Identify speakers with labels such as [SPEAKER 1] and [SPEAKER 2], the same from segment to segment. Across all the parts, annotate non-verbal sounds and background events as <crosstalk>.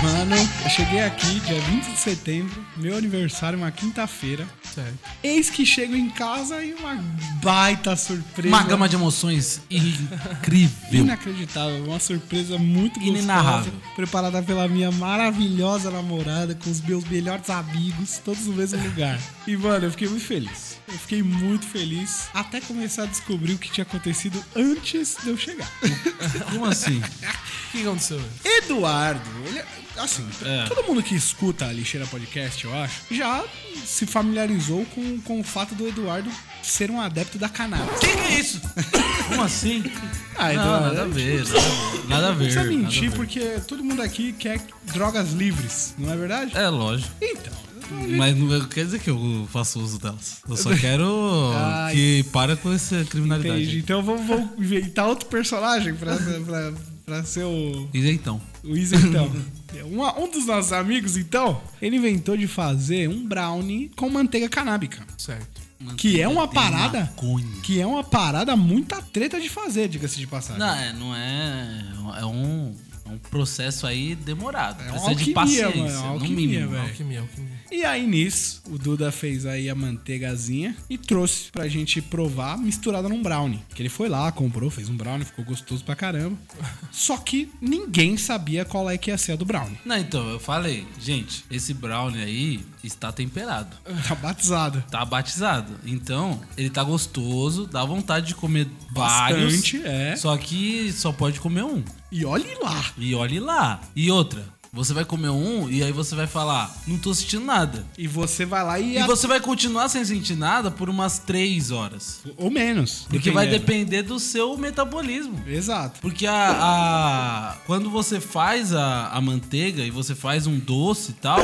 [SPEAKER 1] semana. Eu cheguei aqui, dia 20 de setembro, meu aniversário, uma quinta-feira.
[SPEAKER 2] Certo.
[SPEAKER 1] Eis que chego em casa e uma baita surpresa.
[SPEAKER 2] Uma gama de emoções incrível.
[SPEAKER 1] Inacreditável, uma surpresa muito gostosa,
[SPEAKER 2] Inenarrável.
[SPEAKER 1] preparada pela minha maravilhosa namorada, com os meus melhores amigos, todos no mesmo lugar. E, mano, eu fiquei muito feliz. Eu fiquei muito feliz, até começar a descobrir o que tinha acontecido antes de eu chegar.
[SPEAKER 2] Como <laughs> assim?
[SPEAKER 3] O que aconteceu?
[SPEAKER 1] Eduardo, ele é- assim,
[SPEAKER 2] É.
[SPEAKER 1] todo mundo que escuta a Lixeira Podcast, eu acho, já se familiarizou com, com o fato do Eduardo ser um adepto da cannabis.
[SPEAKER 2] Que que é isso? Como assim?
[SPEAKER 1] Ah,
[SPEAKER 2] Não, nada a ver. Nada a ver. Nada a ver.
[SPEAKER 1] Não precisa
[SPEAKER 2] nada a
[SPEAKER 1] mentir,
[SPEAKER 2] ver.
[SPEAKER 1] porque todo mundo aqui quer drogas livres, não é verdade?
[SPEAKER 2] É Hum, lógico.
[SPEAKER 1] Então,
[SPEAKER 2] Mas não é- quer dizer que eu faço uso delas. Eu
[SPEAKER 1] <laughs>
[SPEAKER 2] só quero
[SPEAKER 1] Ai.
[SPEAKER 2] que para com essa criminalidade.
[SPEAKER 1] entendi. Então vamos, vamos inventar outro personagem pra, pra, pra ser o,
[SPEAKER 2] E então?
[SPEAKER 1] o Isa,
[SPEAKER 2] <laughs>
[SPEAKER 1] então. Um, um dos nossos amigos, então, ele inventou de fazer um brownie com manteiga canábica.
[SPEAKER 3] Certo.
[SPEAKER 1] Que é uma
[SPEAKER 2] Tem
[SPEAKER 1] parada.
[SPEAKER 2] maconha.
[SPEAKER 1] Que é uma parada muita treta de fazer, diga-se de passagem.
[SPEAKER 2] Não, é, não é. É um, é um processo aí demorado.
[SPEAKER 1] É uma
[SPEAKER 2] Precisa de
[SPEAKER 1] alquimia,
[SPEAKER 2] paciência,
[SPEAKER 1] mano, é uma
[SPEAKER 2] no
[SPEAKER 1] alquimia,
[SPEAKER 2] mínimo.
[SPEAKER 1] velho.
[SPEAKER 3] Alquimia, alquimia.
[SPEAKER 1] E aí nisso, o Duda fez aí a manteigazinha e trouxe pra gente provar misturada num brownie. Que ele foi lá, comprou, fez um brownie, ficou gostoso pra
[SPEAKER 2] <laughs>
[SPEAKER 1] caramba. Só que ninguém sabia qual é que ia ser a do brownie.
[SPEAKER 2] Não, então, eu falei, gente, esse brownie aí está temperado.
[SPEAKER 1] Tá batizada.
[SPEAKER 2] Tá batizado. Então, ele tá gostoso, dá vontade de comer
[SPEAKER 1] Bastante,
[SPEAKER 2] vários.
[SPEAKER 1] é.
[SPEAKER 2] Só que só pode comer um.
[SPEAKER 1] E olhe lá.
[SPEAKER 2] E olhe lá. E outra, você vai comer um e aí você vai falar, não tô sentindo nada.
[SPEAKER 1] E você vai lá e...
[SPEAKER 2] E você vai continuar sem sentir nada por umas três horas.
[SPEAKER 1] Ou menos.
[SPEAKER 2] Porque vai
[SPEAKER 1] dependendo.
[SPEAKER 2] depender do seu metabolismo.
[SPEAKER 1] Exato.
[SPEAKER 2] Porque a, a- quando você faz a, a manteiga e você faz um doce e tal,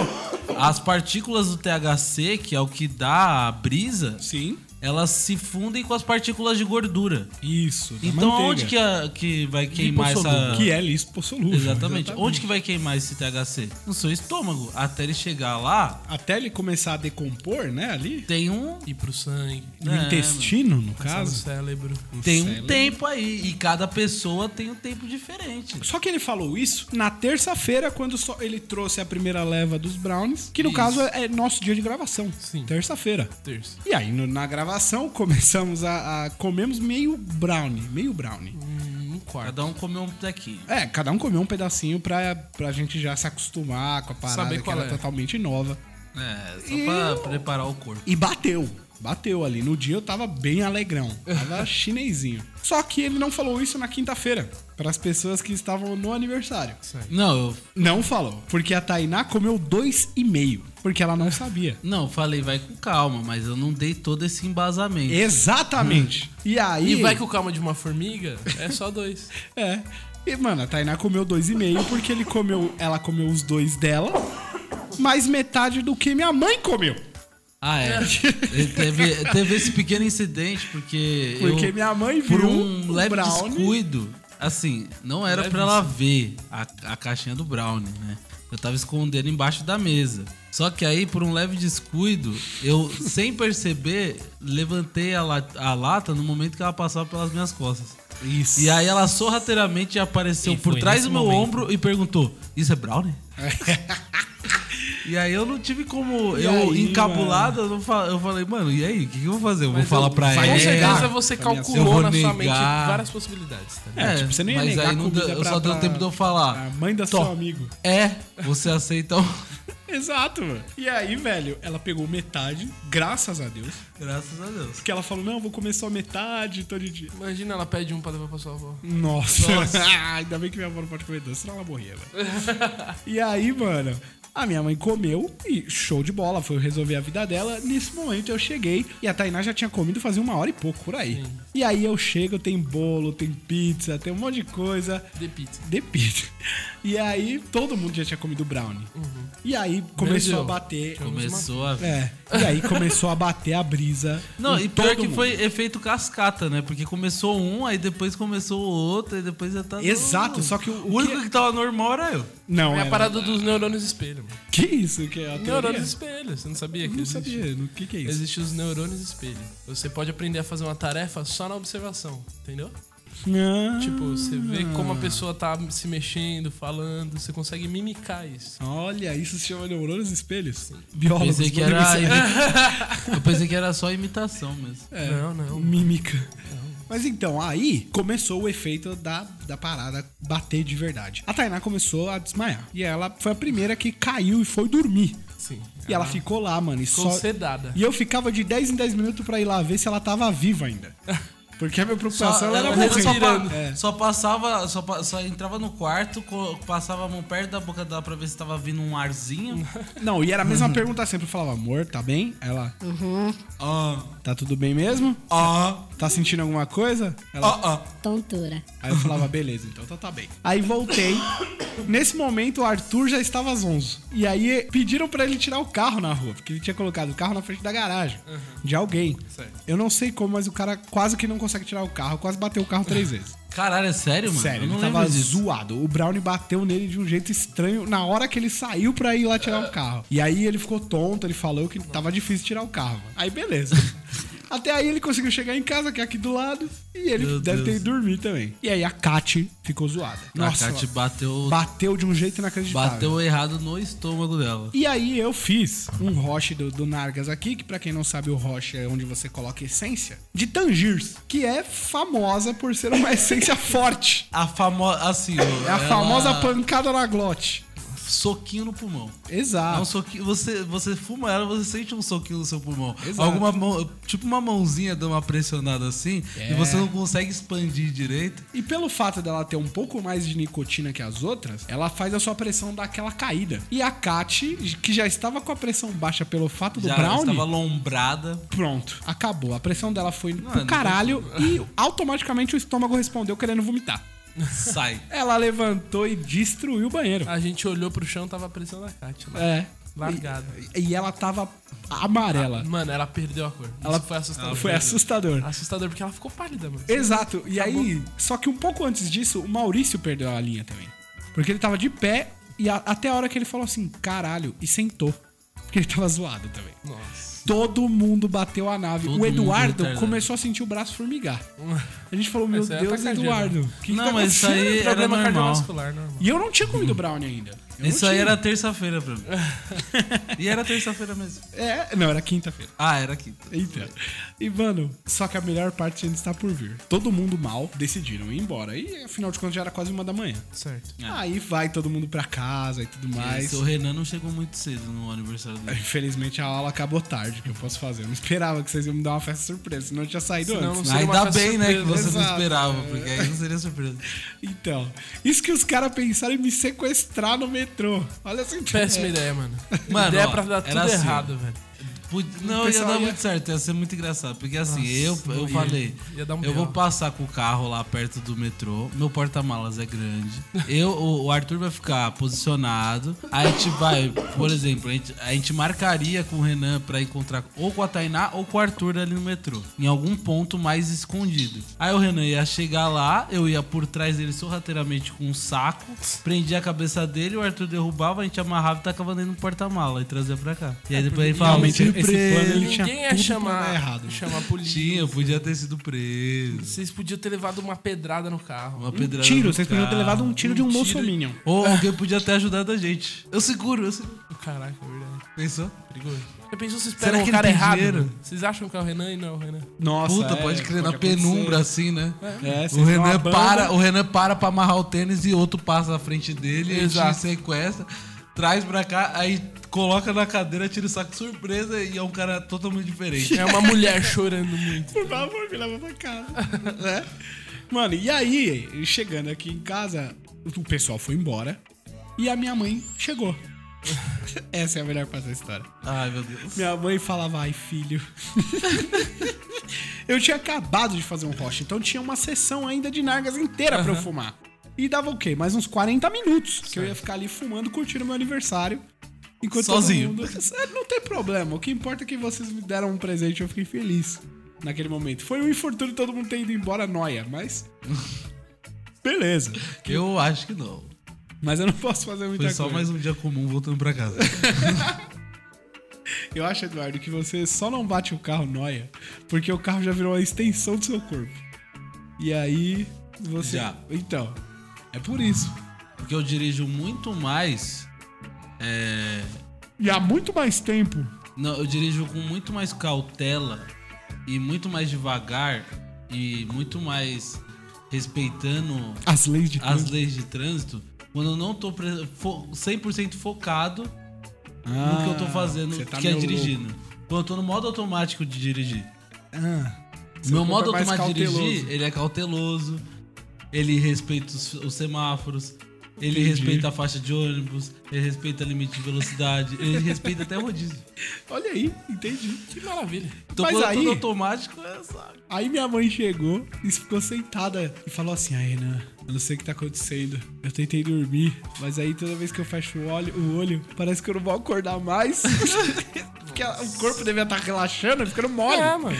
[SPEAKER 2] as partículas do THC, que é o que dá a brisa,
[SPEAKER 1] Sim.
[SPEAKER 2] elas se fundem com as partículas de gordura.
[SPEAKER 1] Isso. da
[SPEAKER 2] Então
[SPEAKER 1] manteiga.
[SPEAKER 2] onde que, a- que vai queimar essa...
[SPEAKER 1] é Que é lipossolúvel.
[SPEAKER 2] Exatamente. Onde que vai queimar esse THC? No seu estômago. Até ele chegar lá,
[SPEAKER 1] Até ele começar a decompor, né, ali.
[SPEAKER 2] tem um
[SPEAKER 3] Ir pro sangue.
[SPEAKER 1] No
[SPEAKER 2] É, mano.
[SPEAKER 1] intestino, no
[SPEAKER 3] Passar no
[SPEAKER 1] caso.
[SPEAKER 3] cérebro.
[SPEAKER 2] tem
[SPEAKER 1] Sei lá.
[SPEAKER 2] um tempo aí e cada pessoa tem um tempo diferente.
[SPEAKER 1] Só que ele falou isso na terça-feira, quando só ele trouxe a primeira leva dos Brownies, que no
[SPEAKER 2] Isso.
[SPEAKER 1] caso é é nosso dia de gravação.
[SPEAKER 3] Sim.
[SPEAKER 1] Terça-feira.
[SPEAKER 3] Terça.
[SPEAKER 1] E aí, no- na gravação, <laughs> começamos a, a- Comemos meio brownie. Meio brownie.
[SPEAKER 3] Hum, um quarto.
[SPEAKER 2] Cada um comeu um tequinho.
[SPEAKER 1] É, cada um comeu um pedacinho pra, pra gente já se acostumar com a parada
[SPEAKER 3] Saber
[SPEAKER 1] que
[SPEAKER 3] qual
[SPEAKER 1] era
[SPEAKER 3] é.
[SPEAKER 1] totalmente nova.
[SPEAKER 2] É, só
[SPEAKER 1] E
[SPEAKER 2] pra
[SPEAKER 1] eu-
[SPEAKER 2] preparar o corpo.
[SPEAKER 1] E bateu. Bateu ali. No dia eu tava bem alegrão.
[SPEAKER 3] <laughs>
[SPEAKER 1] Tava chinesinho. Só que ele não falou isso na quinta-feira. Para as pessoas que estavam no aniversário.
[SPEAKER 3] Certo.
[SPEAKER 2] Não, eu,
[SPEAKER 1] Não falou. Porque a Tainá comeu dois e meio. Porque ela não sabia.
[SPEAKER 2] não, eu falei, vai com calma, mas eu não dei todo esse embasamento.
[SPEAKER 1] Exatamente. E aí.
[SPEAKER 3] E vai com calma de uma formiga? É só
[SPEAKER 1] <laughs>
[SPEAKER 3] dois.
[SPEAKER 1] É. E, mano, a Tainá comeu dois e meio porque ele comeu. Ela comeu os dois dela. Mais metade do que minha mãe comeu. <laughs>
[SPEAKER 2] Ah, é. Ele teve, teve esse pequeno incidente, porque.
[SPEAKER 1] Porque
[SPEAKER 2] eu,
[SPEAKER 1] minha mãe
[SPEAKER 2] Por
[SPEAKER 1] viu
[SPEAKER 2] um
[SPEAKER 1] o
[SPEAKER 2] leve
[SPEAKER 1] brownie.
[SPEAKER 2] descuido. Assim, não era pra ela ver a, a caixinha do brownie, né? Eu tava escondendo embaixo da mesa. Só que aí, por um leve descuido, eu, <laughs> sem perceber, levantei a, la- a lata no momento que ela passava pelas minhas costas.
[SPEAKER 1] Isso.
[SPEAKER 2] E aí ela sorrateiramente apareceu
[SPEAKER 3] E
[SPEAKER 2] por
[SPEAKER 3] foi
[SPEAKER 2] trás
[SPEAKER 3] nesse
[SPEAKER 2] do meu
[SPEAKER 3] momento.
[SPEAKER 2] ombro e perguntou: Isso
[SPEAKER 1] <laughs>
[SPEAKER 2] é brownie? e aí eu não tive como.
[SPEAKER 1] E
[SPEAKER 2] eu,
[SPEAKER 1] aí,
[SPEAKER 2] encabulado, eu, não fa- eu falei, mano, e aí? O que, que eu vou fazer? Eu vou falar
[SPEAKER 3] eu-
[SPEAKER 2] pra
[SPEAKER 3] com
[SPEAKER 1] É.
[SPEAKER 2] ela. Ah,
[SPEAKER 3] certeza você
[SPEAKER 1] Pra minha
[SPEAKER 2] sogra.
[SPEAKER 3] calculou
[SPEAKER 2] Eu
[SPEAKER 3] na
[SPEAKER 2] vou
[SPEAKER 3] sua
[SPEAKER 2] negar.
[SPEAKER 3] mente várias possibilidades, tá ligado?
[SPEAKER 2] É,
[SPEAKER 1] tipo, você nem ia
[SPEAKER 2] mas
[SPEAKER 1] negar
[SPEAKER 2] aí não
[SPEAKER 1] comida
[SPEAKER 2] deu- eu
[SPEAKER 1] pra-
[SPEAKER 2] só deu
[SPEAKER 1] pra-
[SPEAKER 2] tempo de eu falar.
[SPEAKER 1] A mãe da
[SPEAKER 2] Tó.
[SPEAKER 1] seu amigo.
[SPEAKER 2] É, você aceita o.
[SPEAKER 1] Exato, mano. E aí, velho, ela pegou metade, graças a Deus.
[SPEAKER 2] <laughs> Graças a Deus.
[SPEAKER 1] Porque ela falou: não, vou comer só metade todo dia.
[SPEAKER 3] Imagina ela pede um pra levar pra sua avó.
[SPEAKER 1] Nossa, <laughs> ainda bem que minha avó não pode comer doce, senão ela morria, velho. e aí, mano, a minha mãe comeu e show de bola, foi resolver a vida dela. Nesse momento eu cheguei e a Tainá já tinha comido fazia uma hora e pouco por aí. E aí eu chego, tem bolo, tem pizza, tem um monte de coisa.
[SPEAKER 3] De pizza.
[SPEAKER 1] De pizza. E aí todo mundo já tinha comido brownie.
[SPEAKER 2] Uhum.
[SPEAKER 1] E aí começou
[SPEAKER 3] Meu
[SPEAKER 1] a
[SPEAKER 3] Deus.
[SPEAKER 1] bater.
[SPEAKER 2] Começou a.
[SPEAKER 1] É, e aí começou a bater a brisa.
[SPEAKER 2] Não,
[SPEAKER 1] em
[SPEAKER 2] e pior
[SPEAKER 1] É, todo
[SPEAKER 2] que
[SPEAKER 1] mundo.
[SPEAKER 2] foi efeito cascata, né? Porque começou um, aí depois começou o outro, aí depois já tá. todo
[SPEAKER 1] Exato,
[SPEAKER 2] mundo.
[SPEAKER 1] só que o- o
[SPEAKER 2] o único
[SPEAKER 1] que-
[SPEAKER 2] que... tava normal era eu.
[SPEAKER 1] Não,
[SPEAKER 3] É
[SPEAKER 1] é
[SPEAKER 3] a parada dos neurônios espelho, mano.
[SPEAKER 1] Que isso que é a teoria?
[SPEAKER 3] Neurônios espelho. Você não sabia que
[SPEAKER 1] Não
[SPEAKER 3] existe?
[SPEAKER 1] sabia. O que, que é isso?
[SPEAKER 3] Existem os neurônios espelho. Você pode aprender a fazer uma tarefa só na observação, entendeu?
[SPEAKER 1] Ah,
[SPEAKER 3] Tipo, você vê como a pessoa tá se mexendo, falando, você consegue mimicar isso.
[SPEAKER 1] Olha, isso se chama neurônios espelhos? Biólogos.
[SPEAKER 2] Pensei que
[SPEAKER 1] podem
[SPEAKER 2] era.
[SPEAKER 1] me <laughs> ensinar.
[SPEAKER 2] <laughs> Eu pensei que era só imitação mesmo.
[SPEAKER 1] É.
[SPEAKER 3] Não, não.
[SPEAKER 1] Mímica. Mas então, aí começou o efeito da, da parada bater de verdade. A Tainá começou a desmaiar. E ela foi a primeira que caiu e foi dormir.
[SPEAKER 3] Sim.
[SPEAKER 1] E
[SPEAKER 2] Ah.
[SPEAKER 1] ela ficou lá, mano. E,
[SPEAKER 3] Ficou
[SPEAKER 1] só...
[SPEAKER 3] sedada.
[SPEAKER 1] e eu ficava de 10 em 10 minutos pra ir lá ver se ela tava viva
[SPEAKER 2] <laughs>
[SPEAKER 1] ainda. Porque a minha preocupação ela era
[SPEAKER 2] ela
[SPEAKER 1] morrer.
[SPEAKER 2] só, pa-
[SPEAKER 1] É.
[SPEAKER 2] só passava, só, pa- só entrava no quarto, co- passava a mão perto da boca dela pra ver se tava vindo um
[SPEAKER 1] <laughs>
[SPEAKER 2] arzinho.
[SPEAKER 1] Não, e era a mesma
[SPEAKER 2] Uhum.
[SPEAKER 1] pergunta sempre. Eu falava, amor, tá bem? Ela,
[SPEAKER 2] Ah,
[SPEAKER 1] tá tudo bem mesmo?
[SPEAKER 2] ah,
[SPEAKER 1] Tá sentindo alguma coisa? Ela,
[SPEAKER 2] ah, ah.
[SPEAKER 4] Tontura.
[SPEAKER 1] Aí eu falava, beleza, então, então tá bem. Aí voltei. Nesse momento, o Arthur já estava zonzo. E aí pediram pra ele tirar o carro na rua, porque ele tinha colocado o carro na frente da garagem de alguém.
[SPEAKER 3] Certo.
[SPEAKER 1] Eu não sei como, mas o cara quase que não consegue tirar o carro, quase bateu o carro três vezes.
[SPEAKER 2] Caralho, é sério, mano?
[SPEAKER 1] Sério,
[SPEAKER 2] Eu não
[SPEAKER 1] ele
[SPEAKER 2] lembro
[SPEAKER 1] tava
[SPEAKER 2] disso.
[SPEAKER 1] zoado. O Brownie bateu nele de um jeito estranho na hora que ele saiu pra ir lá tirar
[SPEAKER 2] É.
[SPEAKER 1] o carro. E aí ele ficou tonto, ele falou que tava difícil tirar o carro. Aí
[SPEAKER 2] <laughs>
[SPEAKER 1] beleza. Até aí ele conseguiu chegar em casa, que é aqui do lado, e ele
[SPEAKER 2] Meu
[SPEAKER 1] deve ter
[SPEAKER 2] Deus.
[SPEAKER 1] ido dormir também. E aí a Kat ficou zoada. Nossa,
[SPEAKER 2] a Kat bateu,
[SPEAKER 1] bateu de um jeito inacreditável.
[SPEAKER 2] bateu errado no estômago dela.
[SPEAKER 1] E aí eu fiz um roche do, do Nargas aqui, que pra quem não sabe, o roche é onde você coloca essência, de Tangiers, que é famosa por ser uma <laughs> essência forte.
[SPEAKER 2] A famosa. <laughs> Assim,
[SPEAKER 1] É a famosa pancada na glote.
[SPEAKER 2] Soquinho no pulmão. É um
[SPEAKER 1] Exato.
[SPEAKER 2] soquinho. Você, você fuma ela, você sente um soquinho no seu pulmão.
[SPEAKER 1] Exato.
[SPEAKER 2] Alguma mão. Tipo uma mãozinha dando uma pressionada assim. E você não consegue expandir direito.
[SPEAKER 1] E pelo fato dela ter um pouco mais de nicotina que as outras, ela faz a sua pressão dar aquela caída. E a Kat, que já estava com a pressão baixa pelo fato do
[SPEAKER 2] já
[SPEAKER 1] brownie,
[SPEAKER 2] estava lombrada.
[SPEAKER 1] pronto, acabou. A pressão dela foi pro
[SPEAKER 2] não
[SPEAKER 1] caralho e automaticamente o estômago respondeu querendo vomitar.
[SPEAKER 2] <laughs> Sai.
[SPEAKER 1] Ela levantou e destruiu o banheiro.
[SPEAKER 2] Ah,
[SPEAKER 3] A gente olhou pro chão, tava pressionando a Kátia lá.
[SPEAKER 1] É.
[SPEAKER 3] Largada.
[SPEAKER 1] E ela tava amarela.
[SPEAKER 3] Mano, ela perdeu a cor. Isso
[SPEAKER 1] Ela-
[SPEAKER 3] foi
[SPEAKER 2] Ah,
[SPEAKER 3] assustador.
[SPEAKER 1] Foi assustador.
[SPEAKER 3] Assustador porque ela ficou pálida, mano.
[SPEAKER 1] Exato. E aí, só que um pouco antes disso, o Maurício perdeu a linha também. Porque ele tava de pé e a- até a hora que ele falou assim, caralho, e sentou. Porque ele tava zoado também.
[SPEAKER 3] Nossa.
[SPEAKER 1] Todo mundo bateu a nave.
[SPEAKER 2] Todo
[SPEAKER 1] o
[SPEAKER 2] mundo
[SPEAKER 1] Eduardo
[SPEAKER 2] retardado.
[SPEAKER 1] começou a sentir o braço
[SPEAKER 2] <laughs>
[SPEAKER 1] formigar. A gente falou, meu
[SPEAKER 3] Essa é
[SPEAKER 1] Deus,
[SPEAKER 3] atacadinha,
[SPEAKER 1] Eduardo. o Que
[SPEAKER 2] né?" Não,
[SPEAKER 1] que tá
[SPEAKER 2] mas isso aí
[SPEAKER 1] acontecendo?"
[SPEAKER 2] Era
[SPEAKER 3] Problema
[SPEAKER 2] normal.
[SPEAKER 3] cardiovascular, normal.
[SPEAKER 1] E eu não tinha comido brownie ainda. Eu não
[SPEAKER 2] Isso aí
[SPEAKER 1] tinha.
[SPEAKER 2] era terça-feira pra <laughs> mim. e era terça-feira mesmo.
[SPEAKER 1] É, não, era quinta-feira.
[SPEAKER 2] Ah, era quinta.
[SPEAKER 1] Eita. E, mano, só que a melhor parte ainda está por vir. Todo mundo mal decidiram ir embora. E, afinal de contas, já era quase uma da manhã.
[SPEAKER 3] Certo.
[SPEAKER 2] É.
[SPEAKER 1] Aí vai todo mundo pra casa e tudo mais.
[SPEAKER 2] Esse, o Renan não chegou muito cedo no aniversário dele. <laughs>
[SPEAKER 1] Infelizmente a aula acabou tarde, o que eu posso fazer? Eu não esperava que vocês iam me dar uma festa surpresa, senão eu tinha saído
[SPEAKER 3] Senão
[SPEAKER 1] antes.
[SPEAKER 3] não- Seria uma
[SPEAKER 2] Ainda
[SPEAKER 3] festa
[SPEAKER 2] bem, né, que
[SPEAKER 3] surpresa,
[SPEAKER 2] você não
[SPEAKER 1] exato.
[SPEAKER 2] esperava, porque aí não seria surpresa.
[SPEAKER 1] Então, isso que os caras pensaram em me sequestrar no metrô. Olha essa
[SPEAKER 3] Péssima
[SPEAKER 1] É.
[SPEAKER 3] ideia, mano.
[SPEAKER 2] Mano,
[SPEAKER 3] ideia
[SPEAKER 2] ó,
[SPEAKER 3] pra dar
[SPEAKER 2] era
[SPEAKER 3] tudo
[SPEAKER 2] assim, ó.
[SPEAKER 3] errado, velho.
[SPEAKER 2] Put- Não, ia
[SPEAKER 1] pessoal
[SPEAKER 2] dar
[SPEAKER 1] ia-
[SPEAKER 2] muito certo, ia ser muito engraçado. Porque assim, eu, eu
[SPEAKER 3] ia-
[SPEAKER 2] falei,
[SPEAKER 3] ia dar um
[SPEAKER 2] eu vou
[SPEAKER 3] B.O.
[SPEAKER 2] passar com o carro lá perto do metrô, meu porta-malas é grande. Eu, o, o Arthur vai ficar posicionado. Aí a gente vai, por exemplo, a gente, a gente marcaria com o Renan pra encontrar ou com a Tainá ou com o Arthur ali no metrô. Em algum ponto mais escondido. Aí o Renan ia chegar lá, eu ia por trás dele sorrateiramente com um saco, prendia a cabeça dele, o Arthur derrubava, a gente amarrava e tacava dele no porta-mala e trazia pra cá. E aí depois ele falava,
[SPEAKER 1] Realmente, esse
[SPEAKER 2] "Surpresa".
[SPEAKER 1] plano, ele tinha
[SPEAKER 3] Ninguém ia
[SPEAKER 1] tudo pra dar
[SPEAKER 3] chamar,
[SPEAKER 1] errado.
[SPEAKER 3] chamar a polícia.
[SPEAKER 2] Tinha, podia ter sido preso.
[SPEAKER 3] Vocês podiam ter levado uma pedrada no carro.
[SPEAKER 2] Uma pedrada.
[SPEAKER 1] Tiro,
[SPEAKER 2] no
[SPEAKER 1] vocês podiam ter
[SPEAKER 2] carro.
[SPEAKER 1] levado um tiro de um
[SPEAKER 2] tiro-
[SPEAKER 1] bolsominion.
[SPEAKER 2] Ou alguém podia ter ajudado a gente. Eu seguro, eu seguro.
[SPEAKER 3] Caraca, é verdade.
[SPEAKER 2] Pensou?
[SPEAKER 3] Perigoso. Eu pensou vocês
[SPEAKER 2] Será
[SPEAKER 3] pegam
[SPEAKER 2] que ele
[SPEAKER 3] o cara
[SPEAKER 2] tem
[SPEAKER 3] errado.
[SPEAKER 2] dinheiro?
[SPEAKER 3] mano? Vocês acham que é o Renan e não é o Renan?
[SPEAKER 1] Nossa,
[SPEAKER 2] Puta,
[SPEAKER 1] é,
[SPEAKER 2] pode crer, na
[SPEAKER 1] acontecer.
[SPEAKER 2] penumbra assim, né?
[SPEAKER 1] É,
[SPEAKER 2] O
[SPEAKER 1] vocês dão uma
[SPEAKER 2] Renan,
[SPEAKER 1] banda.
[SPEAKER 2] para, o Renan para pra amarrar o tênis e outro passa na frente dele, e a gente
[SPEAKER 3] Exato.
[SPEAKER 2] sequestra, traz pra cá, aí coloca na cadeira, tira o saco surpresa e é um cara
[SPEAKER 1] <laughs>
[SPEAKER 2] totalmente diferente.
[SPEAKER 3] É uma mulher <laughs> chorando muito.
[SPEAKER 1] Por favor, me leva pra casa. <laughs> né? Mano, e aí, chegando aqui em casa, o pessoal foi embora e a minha mãe chegou. <laughs> Essa é a melhor parte da história.
[SPEAKER 2] Ai, meu Deus.
[SPEAKER 1] Minha mãe falava, ai, filho. <laughs> eu tinha acabado de fazer um rocha, então tinha uma sessão ainda de nargas inteira pra eu fumar. E dava o quê? Mais uns 40 minutos que eu ia ficar ali fumando, curtindo meu aniversário. Enquanto todo
[SPEAKER 2] Sozinho.
[SPEAKER 1] mundo- <laughs> É, Não tem problema. O que importa é que vocês me deram um presente e eu fiquei feliz naquele momento. Foi um infortúnio todo mundo ter ido embora, noia,
[SPEAKER 2] <laughs>
[SPEAKER 1] mas. Beleza.
[SPEAKER 2] Eu acho que não.
[SPEAKER 1] Mas eu não posso fazer muita
[SPEAKER 2] Foi só
[SPEAKER 1] coisa.
[SPEAKER 2] mais um dia comum voltando pra casa.
[SPEAKER 1] Eu acho, Eduardo, que você só não bate o carro noia porque o carro já virou uma extensão do seu corpo. E aí Você.
[SPEAKER 2] Já.
[SPEAKER 1] Então. É por isso.
[SPEAKER 2] Porque eu dirijo muito mais. é,
[SPEAKER 1] E há muito mais tempo.
[SPEAKER 2] Não, eu dirijo com muito mais cautela e muito mais devagar e muito mais respeitando
[SPEAKER 1] As leis de
[SPEAKER 2] as
[SPEAKER 1] trânsito.
[SPEAKER 2] leis de trânsito quando eu não tô pre- fo- 100% focado no Ah, que eu tô fazendo,
[SPEAKER 1] você tá
[SPEAKER 2] que é
[SPEAKER 1] meio
[SPEAKER 2] dirigindo. Quando eu tô no modo automático de dirigir.
[SPEAKER 1] Ah, seu
[SPEAKER 2] Meu
[SPEAKER 1] corpo
[SPEAKER 2] modo
[SPEAKER 1] é mais
[SPEAKER 2] automático de dirigir,
[SPEAKER 1] cauteloso.
[SPEAKER 2] ele é cauteloso, ele respeita os, os semáforos, ele
[SPEAKER 1] Entendi.
[SPEAKER 2] respeita a faixa de ônibus, ele respeita o limite de velocidade, ele respeita até o rodízio.
[SPEAKER 1] Olha aí, entendi.
[SPEAKER 3] Que maravilha.
[SPEAKER 2] Então
[SPEAKER 1] Mas
[SPEAKER 2] quando
[SPEAKER 1] aí-
[SPEAKER 2] eu tô no automático, é só...
[SPEAKER 1] Aí minha mãe chegou e ficou sentada e falou assim: Ai, Renan, eu não sei o que tá acontecendo. Eu tentei dormir, mas aí toda vez que eu fecho o olho, o olho parece que eu não vou acordar mais. <laughs> Porque ela- o corpo devia estar relaxando, ficando mole.
[SPEAKER 3] É, mano.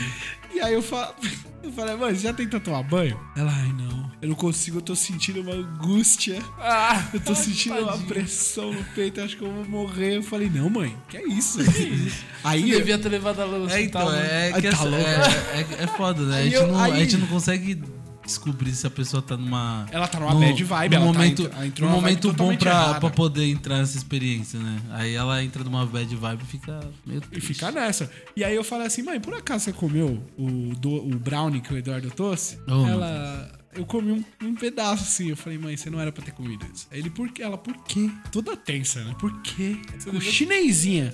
[SPEAKER 1] E aí eu, fa- <laughs> eu falei: Mãe, você já tentou tomar banho? Ela, ai, não. Eu não consigo, eu tô sentindo uma angústia.
[SPEAKER 3] Ah, <laughs>
[SPEAKER 1] Eu tô sentindo uma
[SPEAKER 3] tadinho.
[SPEAKER 1] pressão no peito, eu acho que eu vou morrer. Eu falei: Não, mãe, que é isso?
[SPEAKER 3] Você
[SPEAKER 1] aí eu-
[SPEAKER 3] devia ter levado a luz.
[SPEAKER 2] É, então, é, que
[SPEAKER 1] Ai, tá
[SPEAKER 2] essa-
[SPEAKER 1] louco.
[SPEAKER 2] é, é, é foda, né?
[SPEAKER 1] <laughs>
[SPEAKER 2] A
[SPEAKER 1] Aí
[SPEAKER 2] gente,
[SPEAKER 1] eu-
[SPEAKER 2] não,
[SPEAKER 1] aí-
[SPEAKER 2] a gente não consegue descobrir se a pessoa tá numa...
[SPEAKER 1] Ela tá numa
[SPEAKER 2] num-
[SPEAKER 1] bad vibe,
[SPEAKER 2] num
[SPEAKER 1] ela tá
[SPEAKER 2] momento,
[SPEAKER 1] entra- ela entrou
[SPEAKER 2] num
[SPEAKER 1] numa vibe
[SPEAKER 2] momento bom
[SPEAKER 1] totalmente
[SPEAKER 2] pra,
[SPEAKER 1] errada.
[SPEAKER 2] pra poder entrar nessa experiência, né? Aí ela entra numa bad vibe e fica meio
[SPEAKER 1] E
[SPEAKER 2] triste.
[SPEAKER 1] ficar nessa. E aí eu falei assim, mãe, por acaso você comeu o, do- o brownie que o Eduardo trouxe?
[SPEAKER 2] Oh, meu
[SPEAKER 1] ela. Eu comi um, um pedaço assim. Eu falei, mãe, você não era pra ter comido isso. Aí ele, por quê? Ela, por quê? Toda tensa, né? Por quê? O chinesinha.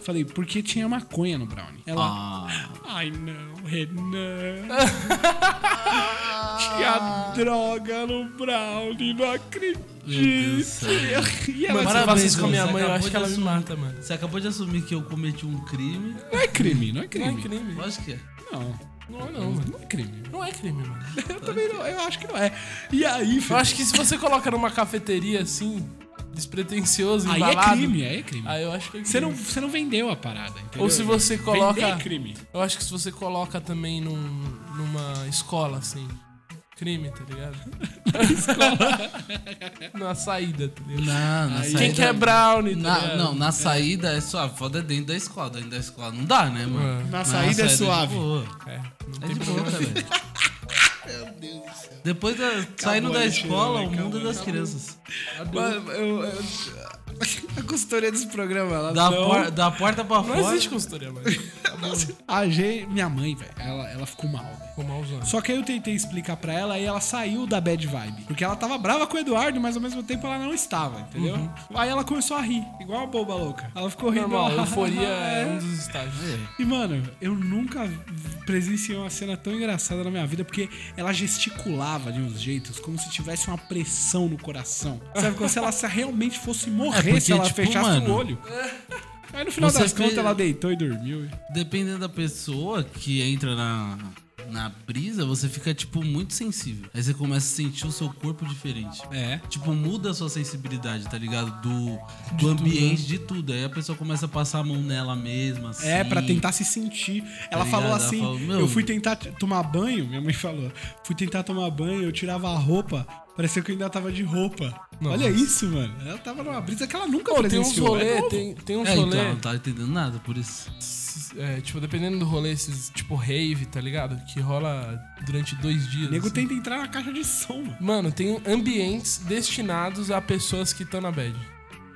[SPEAKER 1] Falei, porque tinha maconha no brownie. Ela.
[SPEAKER 2] Ah,
[SPEAKER 1] Ai, não, Renan. <laughs> tinha droga no brownie, não
[SPEAKER 2] Meu Deus do
[SPEAKER 1] acredito.
[SPEAKER 2] céu.
[SPEAKER 1] E ela, assim,
[SPEAKER 3] Mas se eu faço isso com a minha
[SPEAKER 2] Deus,
[SPEAKER 3] mãe, eu
[SPEAKER 2] acabou
[SPEAKER 3] acho
[SPEAKER 2] de
[SPEAKER 3] que ela me
[SPEAKER 2] assumir.
[SPEAKER 3] mata, mano.
[SPEAKER 2] você acabou de assumir que eu cometi um crime.
[SPEAKER 1] não é crime, não é
[SPEAKER 3] Não é
[SPEAKER 1] crime.
[SPEAKER 3] crime.
[SPEAKER 2] Lógico que é.
[SPEAKER 1] Não,
[SPEAKER 3] Não é não, mano.
[SPEAKER 1] não é crime.
[SPEAKER 3] Não é crime, mano.
[SPEAKER 1] Então, Eu também não, eu acho que não é. E aí,
[SPEAKER 3] Eu
[SPEAKER 1] filho,
[SPEAKER 3] acho que se você coloca numa cafeteria assim, despretensioso,
[SPEAKER 1] aí
[SPEAKER 3] embalado...
[SPEAKER 1] é crime, aí é crime.
[SPEAKER 3] Aí eu acho que é crime.
[SPEAKER 1] Você, não, você não vendeu a parada, entendeu?
[SPEAKER 3] Ou se você
[SPEAKER 1] Vender
[SPEAKER 3] coloca-
[SPEAKER 1] é crime.
[SPEAKER 3] Eu acho que se você coloca também num, numa escola, assim. Crime, tá ligado? escola. <laughs> Na saída, tá ligado?
[SPEAKER 2] Não, na
[SPEAKER 3] Quem quer brownie, tá
[SPEAKER 2] Na-
[SPEAKER 3] ligado?
[SPEAKER 2] não, na saída é suave. Foda é dentro da escola. Dentro da escola não dá, né, mano?
[SPEAKER 3] Mano,
[SPEAKER 1] Na
[SPEAKER 2] Mas
[SPEAKER 1] saída é
[SPEAKER 2] de
[SPEAKER 1] suave.
[SPEAKER 2] boa.
[SPEAKER 3] é, não
[SPEAKER 2] É
[SPEAKER 3] tem
[SPEAKER 2] de boa,
[SPEAKER 3] problema.
[SPEAKER 2] velho.
[SPEAKER 3] <laughs>
[SPEAKER 2] Depois da, saindo da
[SPEAKER 1] aí,
[SPEAKER 2] escola,
[SPEAKER 1] chega,
[SPEAKER 2] o mundo é das crianças.
[SPEAKER 1] Mano, eu, <laughs> eu- a consultoria desse programa, ela
[SPEAKER 2] Da,
[SPEAKER 1] não...
[SPEAKER 2] por- da porta pra
[SPEAKER 3] Não
[SPEAKER 2] fora.
[SPEAKER 3] existe consultoria, mano.
[SPEAKER 1] A G, minha mãe, velho, ela, ela ficou mal. velho.
[SPEAKER 3] Ficou malzão.
[SPEAKER 1] Só que aí eu tentei explicar pra ela e ela saiu da bad vibe. Porque ela tava brava com o Eduardo, mas ao mesmo tempo ela não estava, entendeu? Aí ela começou a rir, igual uma boba louca. Ela ficou rindo. <laughs>
[SPEAKER 3] Normal, euforia é um dos estágios.
[SPEAKER 2] É.
[SPEAKER 1] E, mano, eu nunca presenciei uma cena tão engraçada na minha vida, porque ela gesticulava de uns jeitos, como se tivesse uma pressão no coração. Sabe, como se ela se- realmente fosse morrer
[SPEAKER 2] É, porque,
[SPEAKER 1] se ela
[SPEAKER 2] tipo,
[SPEAKER 1] fechasse
[SPEAKER 2] mano,
[SPEAKER 1] o olho. Aí no final
[SPEAKER 2] você
[SPEAKER 1] das contas
[SPEAKER 2] fez-
[SPEAKER 1] ela deitou e dormiu.
[SPEAKER 2] Dependendo da pessoa que entra na, na brisa, você fica, tipo, muito sensível. Aí você começa a sentir o seu corpo diferente.
[SPEAKER 1] É.
[SPEAKER 2] Tipo, muda a sua sensibilidade, tá ligado? Do, do ambiente, de tudo. Aí a pessoa começa a passar a mão nela mesma, assim.
[SPEAKER 1] né? É, pra tentar se sentir. Ela
[SPEAKER 2] Tá ligado?
[SPEAKER 1] falou
[SPEAKER 2] Ela
[SPEAKER 1] assim:
[SPEAKER 2] falou, meu-
[SPEAKER 1] eu fui tentar t- tomar banho, minha mãe falou. Fui tentar tomar banho, eu tirava a roupa, parecia que eu ainda tava de roupa. Olha isso, mano. Ela tava numa brisa que ela nunca
[SPEAKER 3] Pô, tem uns
[SPEAKER 1] presenciou. É
[SPEAKER 3] rolê,
[SPEAKER 1] novo.
[SPEAKER 3] tem, tem uns
[SPEAKER 2] É, então,
[SPEAKER 3] rolê.
[SPEAKER 2] ela não tá entendendo nada, por isso.
[SPEAKER 3] esses, é, tipo, dependendo do rolê, esses tipo rave, tá ligado? Que rola durante dois dias.
[SPEAKER 1] O nego
[SPEAKER 3] assim.
[SPEAKER 1] tenta entrar na caixa de som, mano.
[SPEAKER 3] Mano, tem ambientes destinados a pessoas que estão na bad.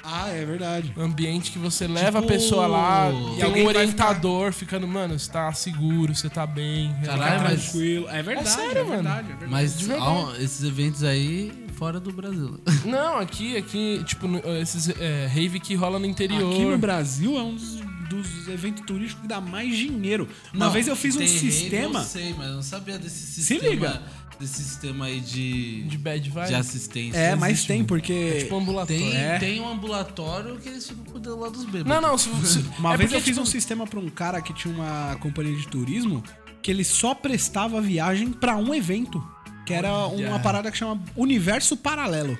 [SPEAKER 1] Ah, é verdade.
[SPEAKER 3] Ambiente que você leva
[SPEAKER 2] Tipo-
[SPEAKER 3] a pessoa lá,
[SPEAKER 2] E
[SPEAKER 3] tem
[SPEAKER 1] alguém
[SPEAKER 3] um
[SPEAKER 1] vai
[SPEAKER 3] orientador ficando, mano, você tá seguro, você tá bem.
[SPEAKER 2] Caralho,
[SPEAKER 3] Fica
[SPEAKER 2] mas-
[SPEAKER 1] Tranquilo. É verdade, é,
[SPEAKER 3] sério, mano.
[SPEAKER 1] verdade, é verdade.
[SPEAKER 2] Mas
[SPEAKER 3] De verdade.
[SPEAKER 2] há um- esses eventos aí, fora do Brasil.
[SPEAKER 3] tranquilo. Não, aqui, aqui, tipo, no- esses é, rave que rola no interior.
[SPEAKER 1] Aqui no Brasil é um dos, dos eventos turísticos que dá mais dinheiro. Uma
[SPEAKER 2] Não,
[SPEAKER 1] vez eu fiz um
[SPEAKER 2] tem rave,
[SPEAKER 1] sistema.
[SPEAKER 2] Eu sei, mas eu não sabia desse sistema.
[SPEAKER 1] liga.
[SPEAKER 2] Desse sistema aí de,
[SPEAKER 3] De
[SPEAKER 2] de,
[SPEAKER 3] bad vibe.
[SPEAKER 2] assistência.
[SPEAKER 1] É, mas
[SPEAKER 2] Existe
[SPEAKER 1] tem,
[SPEAKER 2] muito.
[SPEAKER 1] porque.
[SPEAKER 3] tipo, ambulatório.
[SPEAKER 2] Tem,
[SPEAKER 1] É.
[SPEAKER 2] tem um ambulatório que eles ficam cuidando lá dos bêbados.
[SPEAKER 3] Não, não, se, se,
[SPEAKER 1] Uma
[SPEAKER 3] é
[SPEAKER 1] vez eu
[SPEAKER 3] porque,
[SPEAKER 1] fiz
[SPEAKER 3] tipo,
[SPEAKER 1] um sistema pra um cara que tinha uma companhia de turismo que ele só prestava viagem pra um evento, que era uma parada que chama Universo Paralelo.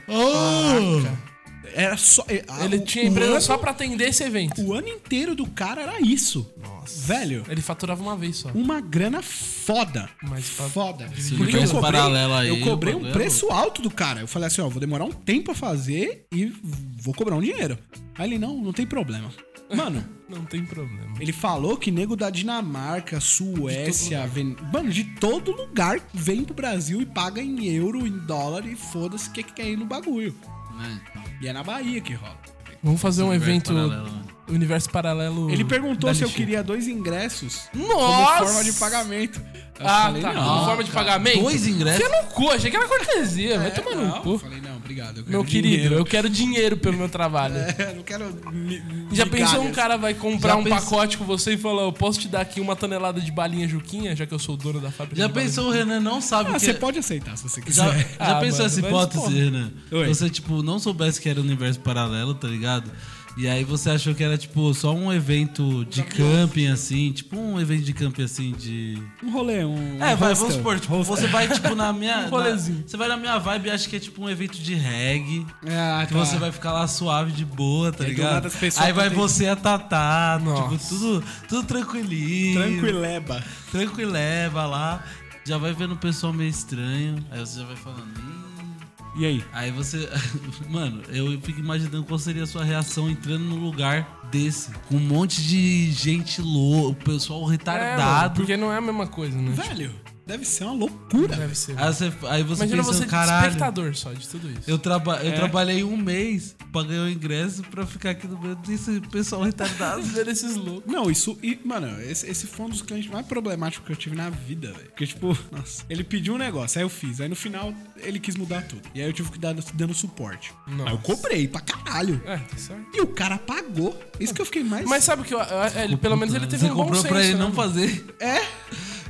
[SPEAKER 1] Era só eh, ah,
[SPEAKER 3] Ele
[SPEAKER 1] o-
[SPEAKER 3] tinha
[SPEAKER 1] o
[SPEAKER 3] empresa
[SPEAKER 1] ano-
[SPEAKER 3] só pra atender esse evento.
[SPEAKER 1] o ano inteiro do cara era isso. Nossa. Velho,
[SPEAKER 3] Ele faturava uma vez só.
[SPEAKER 1] uma grana foda.
[SPEAKER 3] Mas pra-
[SPEAKER 1] foda.
[SPEAKER 3] Esse
[SPEAKER 1] Porque eu
[SPEAKER 2] universo
[SPEAKER 1] cobrei,
[SPEAKER 2] paralelo aí,
[SPEAKER 1] eu cobrei
[SPEAKER 2] o
[SPEAKER 1] um
[SPEAKER 2] bagulho é
[SPEAKER 1] preço alto do cara. Eu falei assim, ó, vou demorar
[SPEAKER 3] <laughs>
[SPEAKER 1] um tempo a fazer e vou cobrar um dinheiro. Aí ele, não, não tem problema. Mano,
[SPEAKER 3] Não tem problema.
[SPEAKER 1] Ele falou que nego da Dinamarca, Suécia, Ven... mano, de todo lugar vem pro Brasil e paga em euro, em dólar e foda-se o que que quer ir no bagulho.
[SPEAKER 2] Né?
[SPEAKER 1] E é na Bahia que rola.
[SPEAKER 3] Vamos fazer um
[SPEAKER 2] Universo
[SPEAKER 3] evento.
[SPEAKER 2] paralelo, né?
[SPEAKER 3] Universo paralelo.
[SPEAKER 1] Ele perguntou
[SPEAKER 3] da
[SPEAKER 1] se eu
[SPEAKER 3] lixeira.
[SPEAKER 1] queria dois ingressos
[SPEAKER 3] Hum, Nossa!
[SPEAKER 1] como forma de pagamento. Eu
[SPEAKER 3] Ah,
[SPEAKER 1] falei,
[SPEAKER 3] tá.
[SPEAKER 1] Não,
[SPEAKER 3] Como forma de
[SPEAKER 1] cara.
[SPEAKER 3] pagamento?
[SPEAKER 2] Dois ingressos?
[SPEAKER 3] Você não cu, achei que era cortesia. vai
[SPEAKER 1] É,
[SPEAKER 3] tomar
[SPEAKER 1] não.
[SPEAKER 3] no
[SPEAKER 1] Eu
[SPEAKER 3] cu.
[SPEAKER 1] falei, não, obrigado. Eu quero
[SPEAKER 3] Meu querido,
[SPEAKER 1] dinheiro.
[SPEAKER 3] eu quero dinheiro pelo meu trabalho.
[SPEAKER 1] É, não quero. mi-
[SPEAKER 3] Já
[SPEAKER 1] migalhas.
[SPEAKER 3] pensou um cara vai comprar
[SPEAKER 2] Já
[SPEAKER 3] um
[SPEAKER 2] pensou-
[SPEAKER 3] pacote com você e falar, eu posso te dar aqui uma tonelada de balinha Juquinha, já que eu sou o dono da fábrica?
[SPEAKER 2] Já
[SPEAKER 3] de
[SPEAKER 2] pensou o Renan não sabe
[SPEAKER 1] Ah,
[SPEAKER 2] o que
[SPEAKER 1] você pode aceitar se você
[SPEAKER 2] Já,
[SPEAKER 1] <laughs> quiser.
[SPEAKER 2] já
[SPEAKER 3] Ah,
[SPEAKER 2] pensou
[SPEAKER 3] mano,
[SPEAKER 2] essa
[SPEAKER 3] mas,
[SPEAKER 2] hipótese,
[SPEAKER 3] porra.
[SPEAKER 2] Renan?
[SPEAKER 1] Oi.
[SPEAKER 2] Você, tipo, não soubesse que era um universo paralelo, tá ligado? E aí você achou que era, tipo, só um evento de camping, assim, tipo um evento de camping, assim, de...
[SPEAKER 1] Um rolê, um.
[SPEAKER 2] É,
[SPEAKER 1] um
[SPEAKER 2] vai,
[SPEAKER 1] hostel.
[SPEAKER 2] vamos supor, tipo, você vai, tipo,
[SPEAKER 1] <laughs>
[SPEAKER 2] na minha...
[SPEAKER 3] Um
[SPEAKER 2] na,
[SPEAKER 3] rolezinho.
[SPEAKER 2] você vai na minha vibe e acha que é, tipo, um evento de reggae,
[SPEAKER 1] Ah,
[SPEAKER 2] que
[SPEAKER 1] tá.
[SPEAKER 2] você vai ficar lá suave, de boa, tá
[SPEAKER 1] Aí do
[SPEAKER 2] ligado?
[SPEAKER 1] nada as pessoas
[SPEAKER 2] Aí vai
[SPEAKER 1] estão
[SPEAKER 2] você e a Tatá,
[SPEAKER 3] Nossa.
[SPEAKER 2] tipo, tudo, tudo tranquilinho.
[SPEAKER 1] Tranquileba.
[SPEAKER 2] Tranquileva lá. Já vai vendo o pessoal meio estranho. Aí você já vai falando... "Hum,
[SPEAKER 1] E aí?
[SPEAKER 2] Aí você. <laughs> Mano, eu fico imaginando qual seria a sua reação entrando num lugar desse. Com um monte de gente louca, pessoal
[SPEAKER 3] É, mano,
[SPEAKER 2] retardado.
[SPEAKER 3] porque não é a mesma coisa, né? Tipo,
[SPEAKER 1] Velho, deve ser uma loucura.
[SPEAKER 3] Deve ser.
[SPEAKER 2] aí você, aí Ah, você
[SPEAKER 3] Imagina
[SPEAKER 2] pensa,
[SPEAKER 3] você de
[SPEAKER 2] caralho.
[SPEAKER 3] espectador só de tudo isso.
[SPEAKER 2] Eu, traba
[SPEAKER 1] É.
[SPEAKER 2] eu trabalhei um mês pra ganhar o ingresso pra ficar aqui no meio desse pessoal retardado.
[SPEAKER 3] Ver esses é loucos.
[SPEAKER 1] Não, isso. E, mano, esse, esse foi um dos clientes mais problemáticos que eu tive na vida, velho. Porque, tipo, nossa. Ele pediu um negócio, aí eu fiz. Aí no final, ele quis mudar tudo. E aí eu tive que dar dando suporte.
[SPEAKER 3] Nossa.
[SPEAKER 1] Aí eu cobrei pra caralho.
[SPEAKER 3] É, tá certo.
[SPEAKER 1] E o cara pagou. Isso que eu fiquei mais.
[SPEAKER 3] Mas sabe que eu- eu- ele, <laughs> pelo menos ele teve
[SPEAKER 2] você
[SPEAKER 3] um bom
[SPEAKER 2] comprou
[SPEAKER 3] senso.
[SPEAKER 2] pra ele
[SPEAKER 3] né,
[SPEAKER 2] não
[SPEAKER 3] mano?
[SPEAKER 2] fazer.
[SPEAKER 1] É?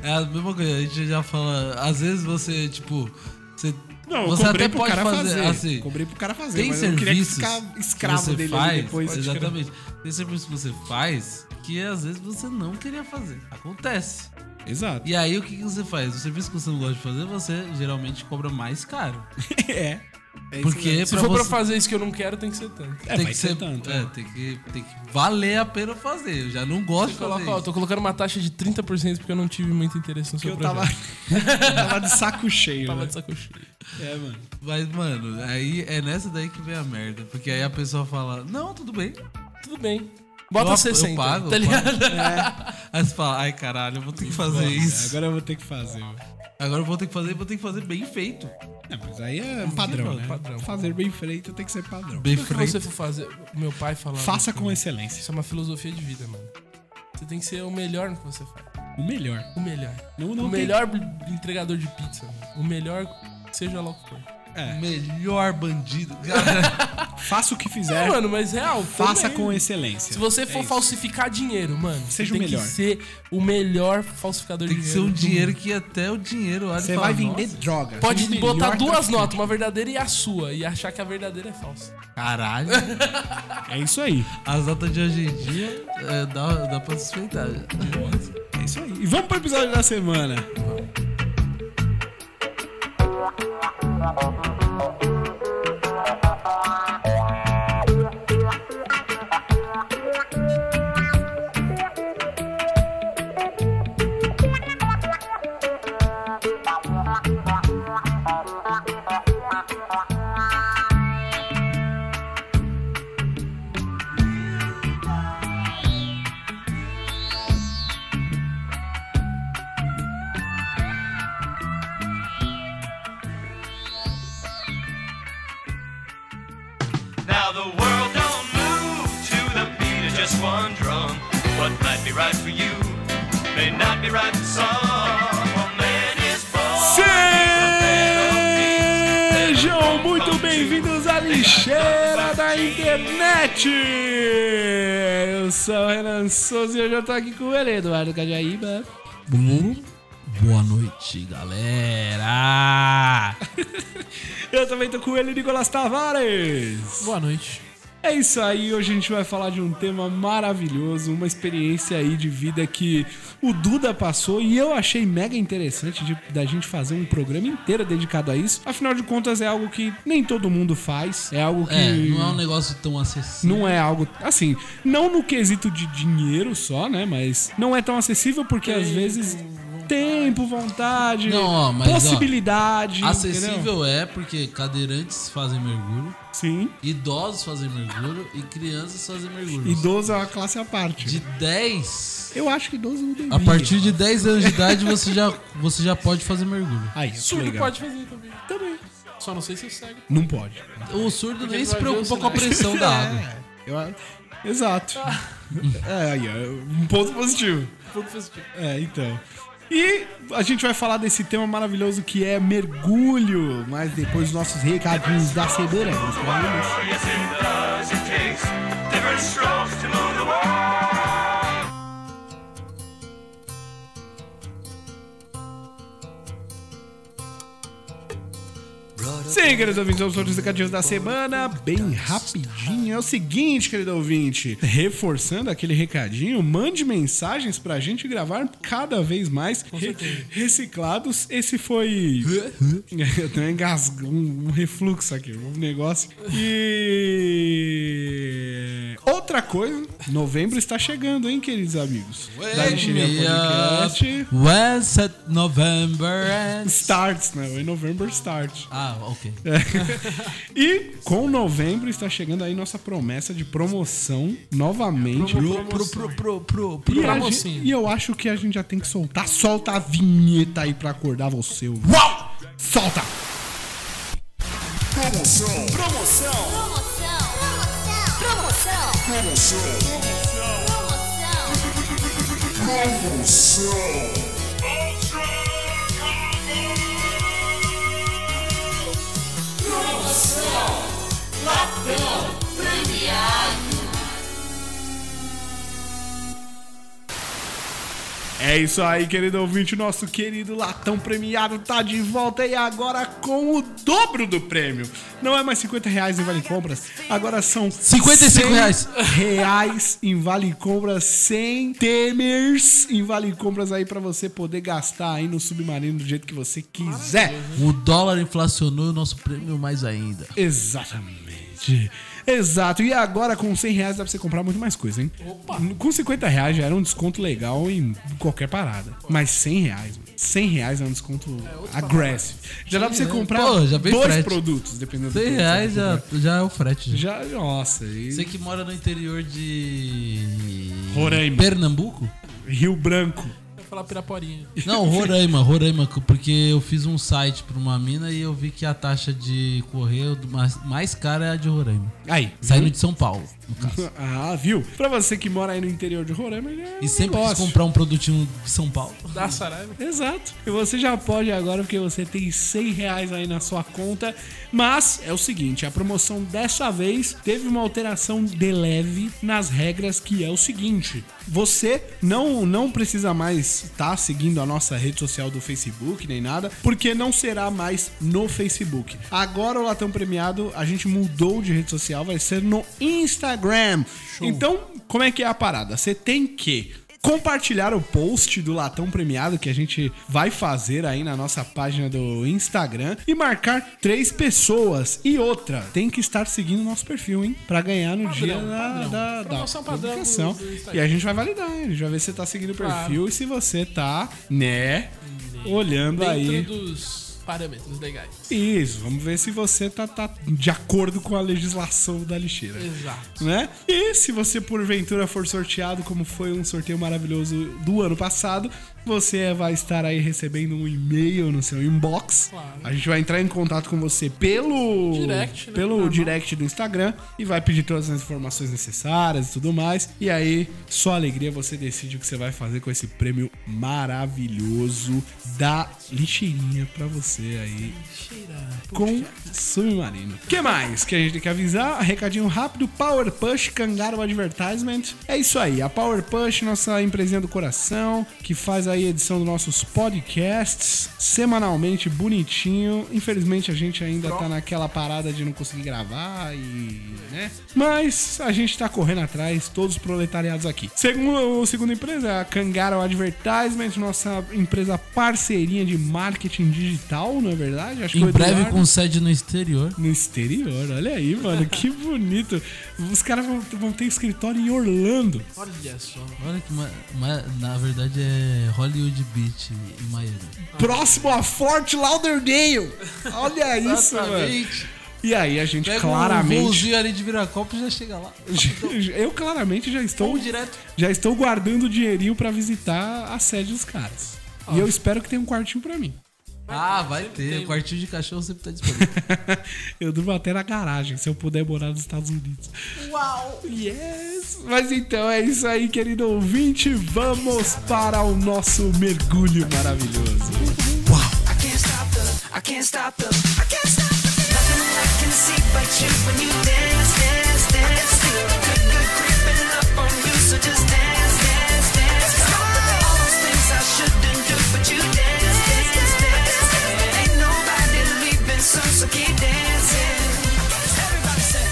[SPEAKER 2] É a mesma coisa, a gente já fala. Às vezes você, tipo. Você,
[SPEAKER 1] Não, eu
[SPEAKER 2] você
[SPEAKER 1] cobrei
[SPEAKER 2] até
[SPEAKER 1] pro
[SPEAKER 2] pode
[SPEAKER 1] cara
[SPEAKER 2] fazer.
[SPEAKER 1] fazer.
[SPEAKER 2] assim,
[SPEAKER 1] cobrei pro cara fazer.
[SPEAKER 2] Tem
[SPEAKER 1] mas eu não queria
[SPEAKER 2] serviços
[SPEAKER 1] ficar
[SPEAKER 2] que
[SPEAKER 1] escravo
[SPEAKER 2] você
[SPEAKER 1] dele
[SPEAKER 2] faz,
[SPEAKER 1] ali depois.
[SPEAKER 2] exatamente. Tem serviços que você faz que às vezes você não queria fazer. Acontece.
[SPEAKER 1] Exato.
[SPEAKER 2] E aí o que, que você faz? O serviço que você não gosta de fazer, você geralmente cobra mais caro.
[SPEAKER 1] <laughs> é. É isso
[SPEAKER 2] Porque
[SPEAKER 1] mesmo.
[SPEAKER 2] pra
[SPEAKER 3] Se for pra
[SPEAKER 2] você-
[SPEAKER 3] fazer isso que eu não quero, tem que ser tanto.
[SPEAKER 1] É,
[SPEAKER 2] tem
[SPEAKER 1] vai
[SPEAKER 2] que
[SPEAKER 1] ser
[SPEAKER 2] ser
[SPEAKER 1] tanto,
[SPEAKER 2] é,
[SPEAKER 1] né?
[SPEAKER 2] tem que tem que valer a pena fazer. Eu já não gosto
[SPEAKER 3] Você
[SPEAKER 2] de fazer.
[SPEAKER 3] coloca, ó,
[SPEAKER 2] isso.
[SPEAKER 3] tô colocando uma taxa de 30% porque eu não tive muito interesse no
[SPEAKER 1] Porque
[SPEAKER 3] seu
[SPEAKER 1] eu tava.
[SPEAKER 3] projeto.
[SPEAKER 1] <laughs> eu tava de saco cheio.
[SPEAKER 3] tava
[SPEAKER 1] né?
[SPEAKER 3] de saco cheio.
[SPEAKER 1] É, mano.
[SPEAKER 2] Mas mano, aí é nessa daí que vem a merda, porque aí a pessoa fala: "Não, tudo bem".
[SPEAKER 3] Tudo bem. Bota
[SPEAKER 2] eu,
[SPEAKER 3] 60.
[SPEAKER 2] eu pago,
[SPEAKER 3] tá
[SPEAKER 2] eu
[SPEAKER 3] ligado? <laughs>
[SPEAKER 2] pago. <laughs> Aí você fala: "Ai, caralho, eu vou ter que fazer
[SPEAKER 1] É,
[SPEAKER 2] isso.
[SPEAKER 1] Agora eu vou ter que fazer. mano.
[SPEAKER 2] Agora eu vou ter que fazer, vou ter que fazer bem feito".
[SPEAKER 1] É, mas aí é padrão,
[SPEAKER 2] Não,
[SPEAKER 1] né?
[SPEAKER 3] padrão.
[SPEAKER 1] Fazer bem feito tem que ser padrão.
[SPEAKER 2] Bem
[SPEAKER 3] Tudo que
[SPEAKER 2] feito.
[SPEAKER 3] você for fazer, o meu pai falava.
[SPEAKER 1] Faça
[SPEAKER 3] isso,
[SPEAKER 1] com
[SPEAKER 3] né?
[SPEAKER 1] excelência.
[SPEAKER 3] Isso é uma filosofia de vida, mano. Você tem que ser o melhor no que você faz.
[SPEAKER 1] O melhor.
[SPEAKER 3] O melhor.
[SPEAKER 1] Não, não
[SPEAKER 3] o
[SPEAKER 1] tem-
[SPEAKER 3] melhor entregador de pizza. mano. O melhor, seja lá o que for.
[SPEAKER 1] É.
[SPEAKER 2] Melhor bandido.
[SPEAKER 1] Faça o que
[SPEAKER 3] É,
[SPEAKER 1] fizer,
[SPEAKER 3] mano, mas real.
[SPEAKER 1] faça
[SPEAKER 3] também.
[SPEAKER 1] com excelência.
[SPEAKER 3] Se você for falsificar dinheiro, mano,
[SPEAKER 1] É Seja
[SPEAKER 3] você
[SPEAKER 1] o
[SPEAKER 3] tem
[SPEAKER 1] melhor.
[SPEAKER 3] que ser o melhor falsificador
[SPEAKER 2] Tem
[SPEAKER 3] de
[SPEAKER 2] que ser um
[SPEAKER 3] dinheiro.
[SPEAKER 1] <laughs>
[SPEAKER 3] do
[SPEAKER 2] dinheiro
[SPEAKER 3] mundo.
[SPEAKER 2] que até o dinheiro olha e
[SPEAKER 1] Você
[SPEAKER 2] fala,
[SPEAKER 1] vai vender
[SPEAKER 2] "Nossa,
[SPEAKER 1] droga.
[SPEAKER 3] Pode
[SPEAKER 1] Você é o melhor
[SPEAKER 3] botar duas
[SPEAKER 1] traficante.
[SPEAKER 3] notas, uma verdadeira e a sua, e achar que a verdadeira é falsa.
[SPEAKER 2] Caralho.
[SPEAKER 1] É isso aí.
[SPEAKER 2] As notas de hoje em dia é, dá, dá pra suspeitar.
[SPEAKER 1] É isso aí. E vamos pro episódio da semana.
[SPEAKER 4] Now the world don't move to the beat of just one drum. What might be right for you may not be right for some. A man is born.
[SPEAKER 1] Sejam muito bem-vindos à lixeira da internet! Eu sou o Renan Souza e hoje eu tô aqui com ele, Eduardo Cajaíba.
[SPEAKER 2] Boa noite, galera.
[SPEAKER 1] <laughs> Eu também tô com ele, Nicolas Tavares.
[SPEAKER 3] Boa noite.
[SPEAKER 1] É isso aí, hoje a gente vai falar de um tema maravilhoso, uma experiência aí de vida que o Duda passou e eu achei mega interessante de- da gente fazer um programa inteiro dedicado a isso. Afinal de contas, é algo que nem todo mundo faz, é algo que.
[SPEAKER 2] É, não é um negócio tão acessível.
[SPEAKER 1] Não é algo assim, não no quesito de dinheiro só, né? Mas não é tão acessível porque às vezes tempo, vontade,
[SPEAKER 2] Não, ó, mas, ó,
[SPEAKER 1] possibilidade. entendeu?
[SPEAKER 2] Acessível é, porque cadeirantes fazem mergulho,
[SPEAKER 1] Sim.
[SPEAKER 2] idosos fazem mergulho e crianças fazem mergulho.
[SPEAKER 1] Idoso é uma classe à parte.
[SPEAKER 2] De 10.
[SPEAKER 1] Eu acho que idoso não devia.
[SPEAKER 2] A partir de 10 anos de idade você já, você já pode fazer mergulho.
[SPEAKER 1] Aí,
[SPEAKER 3] Surdo
[SPEAKER 1] legal.
[SPEAKER 3] pode fazer também.
[SPEAKER 1] Também.
[SPEAKER 3] Só não sei se é cego.
[SPEAKER 1] Não pode.
[SPEAKER 2] O surdo nem
[SPEAKER 3] ele
[SPEAKER 2] se
[SPEAKER 3] vai ver os
[SPEAKER 2] preocupa com a
[SPEAKER 3] sinais.
[SPEAKER 2] pressão
[SPEAKER 1] <laughs>
[SPEAKER 2] da água.
[SPEAKER 1] É, eu- Exato.
[SPEAKER 2] Ah.
[SPEAKER 1] <laughs> é, aí, ó, um ponto positivo.
[SPEAKER 3] Tudo positivo.
[SPEAKER 1] É, então. E a gente vai falar desse tema maravilhoso que é mergulho, mas depois dos nossos recadinhos da semana. Vamos falar disso.
[SPEAKER 4] Yes, it does. It takes different strokes to move the world.
[SPEAKER 1] Sim, querido ouvinte, vamos para os recadinhos da semana, bem rapidinho. É o seguinte, querido ouvinte, reforçando aquele recadinho, mande mensagens pra gente gravar cada vez mais re- reciclados. Esse foi... <laughs> Eu tenho um engasgo, um um refluxo aqui, um negócio. E... Outra coisa, novembro está chegando, hein, queridos amigos? Da Engenharia Podcast...
[SPEAKER 2] West at November and...
[SPEAKER 1] Starts, né? Em novembro, start.
[SPEAKER 2] Ah, ok.
[SPEAKER 1] E com novembro está chegando aí nossa promessa de promoção novamente.
[SPEAKER 2] Pro, pro, pro, pro, pro, pro.
[SPEAKER 1] E, a
[SPEAKER 3] promocinha.
[SPEAKER 1] gente- e eu acho que a gente já tem que soltar. Solta a vinheta aí pra acordar você. Uau! Solta!
[SPEAKER 5] Promoção. Promoção. Promoção.
[SPEAKER 1] É isso aí, querido ouvinte. Nosso querido latão premiado tá de volta e agora com o dobro do prêmio. Não é mais 50 reais em Vale Compras, agora são
[SPEAKER 2] 55 reais.
[SPEAKER 1] reais em Vale Compras, 100 Temers em Vale Compras aí pra você poder gastar aí no submarino do jeito que você quiser.
[SPEAKER 2] O dólar inflacionou o nosso prêmio mais ainda.
[SPEAKER 1] Exatamente. Exato. E agora com 100 reais dá pra você comprar muito mais coisa, hein? Opa. Com 50 reais já era um desconto legal em qualquer parada. Mas 100 reais, mano. 100 reais é um desconto agressivo. Já dá pra você comprar
[SPEAKER 2] é. Pô, já vem
[SPEAKER 1] dois
[SPEAKER 2] frete.
[SPEAKER 1] produtos, dependendo
[SPEAKER 2] 100
[SPEAKER 1] produto que
[SPEAKER 2] reais
[SPEAKER 1] você vai
[SPEAKER 2] já, já é o frete. Já.
[SPEAKER 1] comprar. Já, nossa. E...
[SPEAKER 2] Você que mora no interior de...
[SPEAKER 1] Roraima.
[SPEAKER 2] Pernambuco?
[SPEAKER 1] Rio Branco.
[SPEAKER 3] Vai
[SPEAKER 1] <laughs>
[SPEAKER 3] falar piraporinha.
[SPEAKER 2] Não, Roraima, Roraima, porque eu fiz um site pra uma mina e eu vi que a taxa de correio do mais, mais cara é a de Roraima.
[SPEAKER 1] Aí.
[SPEAKER 2] Saindo de São Paulo, no caso.
[SPEAKER 1] <laughs> Ah, viu? Pra você que mora aí no interior de Roraima, já é um
[SPEAKER 2] E sempre quis
[SPEAKER 1] negócio.
[SPEAKER 2] comprar um produtinho de São Paulo.
[SPEAKER 3] Da Saraiva.
[SPEAKER 1] Exato. E você já pode agora, porque você tem 100 reais aí na sua conta. Mas é o seguinte, a promoção dessa vez teve uma alteração de leve nas regras, que é o seguinte. Você não, não precisa mais estar seguindo a nossa rede social do Facebook, nem nada, porque não será mais no Facebook. Agora o Latão Premiado, a gente mudou de rede social, vai ser no Instagram. Então, como é que é a parada? Você tem que compartilhar o post do latão premiado que a gente vai fazer aí na nossa página do Instagram e marcar três pessoas e outra tem que estar seguindo o nosso perfil hein Pra ganhar no dia da,
[SPEAKER 3] padrão.
[SPEAKER 1] da, da
[SPEAKER 3] Promoção padrão do-
[SPEAKER 1] publicação
[SPEAKER 3] do Instagram.
[SPEAKER 1] e a gente vai validar hein? a gente vai ver se você tá seguindo o perfil e se você tá né olhando
[SPEAKER 3] Dentro
[SPEAKER 1] aí
[SPEAKER 3] dos parâmetros legais.
[SPEAKER 1] isso vamos ver se você tá, tá de acordo com a legislação da lixeira
[SPEAKER 3] Exato.
[SPEAKER 1] né? E se você porventura for sorteado, como foi um sorteio maravilhoso do ano passado, você vai estar aí recebendo um e-mail no seu inbox.
[SPEAKER 3] Claro.
[SPEAKER 1] A gente vai entrar em contato com você pelo
[SPEAKER 3] Direct, né?
[SPEAKER 1] pelo
[SPEAKER 3] Normal.
[SPEAKER 1] direct do Instagram e vai pedir todas as informações necessárias e tudo mais. E aí, só alegria você decide o que você vai fazer com esse prêmio maravilhoso da lixeirinha pra você aí com Submarino. O que mais que a gente tem que avisar? Recadinho rápido, Power Push, Cangaro Advertisement. É isso aí, a Power Push, nossa empresinha do coração, que faz aí a edição dos nossos podcasts, semanalmente, bonitinho. Infelizmente a gente ainda tá naquela parada de não conseguir gravar e... né? Mas a gente tá correndo atrás, todos os proletariados aqui. Segundo, o segunda empresa é a Cangaro Advertisement, nossa empresa parceirinha de marketing digital, não é verdade? Acho
[SPEAKER 2] Em
[SPEAKER 1] o
[SPEAKER 2] breve
[SPEAKER 1] Eduardo-
[SPEAKER 2] com sede no exterior.
[SPEAKER 1] no exterior, olha aí,
[SPEAKER 2] <laughs>
[SPEAKER 1] mano, que bonito. Os caras vão, vão ter escritório em Orlando.
[SPEAKER 3] Olha só.
[SPEAKER 2] Olha que ma- ma- na verdade é Hollywood Beach, em Miami.
[SPEAKER 1] Próximo a Fort Lauderdale.
[SPEAKER 2] <laughs>
[SPEAKER 1] Olha isso, mano. E aí a gente
[SPEAKER 2] Pega um
[SPEAKER 1] É. claramente.
[SPEAKER 2] voozinho ali de Viracopos e já chega lá.
[SPEAKER 1] <laughs> Eu claramente já estou,
[SPEAKER 2] Vamos direto.
[SPEAKER 1] já estou guardando o dinheirinho pra visitar a sede dos caras. E eu espero que tenha um quartinho pra mim.
[SPEAKER 2] Ah, vai ter.
[SPEAKER 3] tem.
[SPEAKER 2] O quartinho de cachorro sempre tá disponível.
[SPEAKER 1] <laughs> Eu durmo até na garagem, se eu puder morar nos Estados Unidos. Uau! Yes! Mas então é isso aí, querido ouvinte. Vamos para o nosso mergulho maravilhoso.
[SPEAKER 6] I can't stop the, I can't stop the, I can't stop the feeling. Nothing I can see but you when you dance, dance, dance. Feeling good, good creeping up on you, so just dance, dance, dance. All those things I shouldn't do, but you dance, dance, dance. Ain't nobody leaving soon, so keep dancing. Everybody say.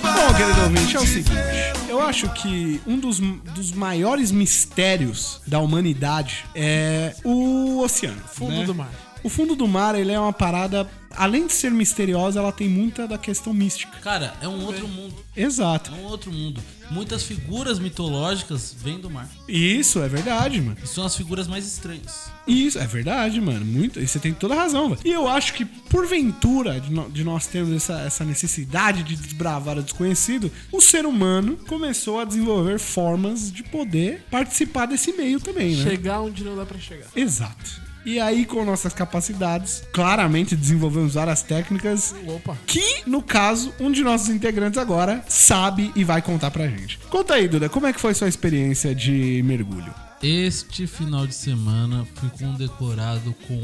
[SPEAKER 1] Bom, querido ouvinte, é o seguinte. Eu acho que um dos, dos maiores mistérios da humanidade é o oceano.
[SPEAKER 3] Fundo
[SPEAKER 1] né?
[SPEAKER 3] do mar.
[SPEAKER 1] O fundo do mar, ele é uma parada... Além de ser misteriosa, ela tem muita da questão mística.
[SPEAKER 2] Cara, é um outro mundo. É
[SPEAKER 1] Exato.
[SPEAKER 2] um outro mundo. Muitas figuras mitológicas vêm do mar.
[SPEAKER 1] Isso, é verdade, mano.
[SPEAKER 2] E são as figuras mais estranhas.
[SPEAKER 1] Isso, é verdade, mano. Muito, e você tem toda a razão, velho. E eu acho que, porventura, de, no- de nós termos essa, essa necessidade de desbravar o desconhecido, o ser humano começou a desenvolver formas de poder participar desse meio também, né?
[SPEAKER 3] Chegar onde não dá pra chegar.
[SPEAKER 1] Exato. E aí, com nossas capacidades, claramente desenvolvemos várias técnicas.
[SPEAKER 3] Opa.
[SPEAKER 1] Que, no caso, um de nossos integrantes agora sabe e vai contar pra gente. Conta aí, Duda, como é que foi sua experiência de mergulho?
[SPEAKER 2] Este final de semana fui condecorado com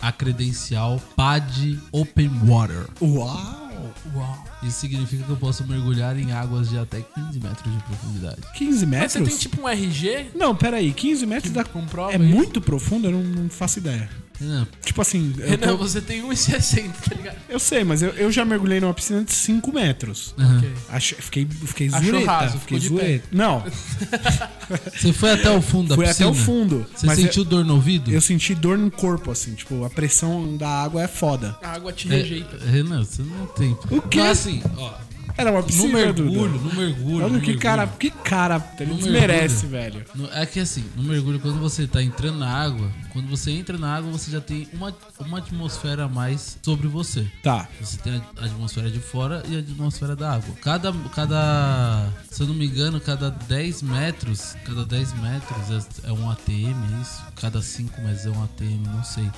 [SPEAKER 2] a credencial PAD Open Water.
[SPEAKER 1] Uau!
[SPEAKER 3] Uau.
[SPEAKER 2] Isso significa que eu posso mergulhar em águas de até 15 metros de profundidade.
[SPEAKER 1] 15
[SPEAKER 3] Mas
[SPEAKER 1] metros?
[SPEAKER 3] você tem tipo um RG?
[SPEAKER 1] Não, peraí, 15 metros da...
[SPEAKER 3] comprova
[SPEAKER 1] é
[SPEAKER 3] isso?
[SPEAKER 1] muito profundo, eu não, não faço ideia.
[SPEAKER 2] Renan,
[SPEAKER 1] Tipo assim,
[SPEAKER 3] <laughs>
[SPEAKER 1] eu,
[SPEAKER 3] Renan,
[SPEAKER 1] tô-
[SPEAKER 3] você tem 1,60, tá ligado?
[SPEAKER 1] eu sei, mas eu, eu já mergulhei numa piscina de 5 metros.
[SPEAKER 3] Ok.
[SPEAKER 1] Achei, fiquei fiquei
[SPEAKER 3] Achou
[SPEAKER 1] zureta,
[SPEAKER 3] raso,
[SPEAKER 1] fiquei
[SPEAKER 3] ficou de pé.
[SPEAKER 1] zureta. Não,
[SPEAKER 2] Você foi até o fundo da
[SPEAKER 1] fui até
[SPEAKER 2] piscina?
[SPEAKER 1] o fundo.
[SPEAKER 2] Você
[SPEAKER 1] mas eu-
[SPEAKER 2] sentiu dor no ouvido?
[SPEAKER 1] Eu senti dor no corpo, assim, tipo, a pressão da água é foda.
[SPEAKER 3] A água te
[SPEAKER 2] É,
[SPEAKER 3] rejeita.
[SPEAKER 2] Renan, você não tem.
[SPEAKER 1] O quê?
[SPEAKER 2] Mas assim, ó.
[SPEAKER 1] Era uma
[SPEAKER 2] No
[SPEAKER 1] piscina,
[SPEAKER 2] mergulho,
[SPEAKER 1] Duda.
[SPEAKER 2] no mergulho.
[SPEAKER 1] Olha
[SPEAKER 2] no
[SPEAKER 1] que
[SPEAKER 2] mergulho.
[SPEAKER 1] cara, que cara, ele
[SPEAKER 2] No
[SPEAKER 1] desmerece, velho.
[SPEAKER 2] mergulho. No- é que assim, no mergulho, quando você tá entrando na água, quando você entra na água, você já tem uma, uma atmosfera a mais sobre você.
[SPEAKER 1] Tá,
[SPEAKER 2] Você tem a atmosfera de fora e a atmosfera da água. Cada, cada se eu não me engano, cada 10 metros, cada 10 metros é, é um ATM, é isso? Cada 5 mas é um ATM, não sei.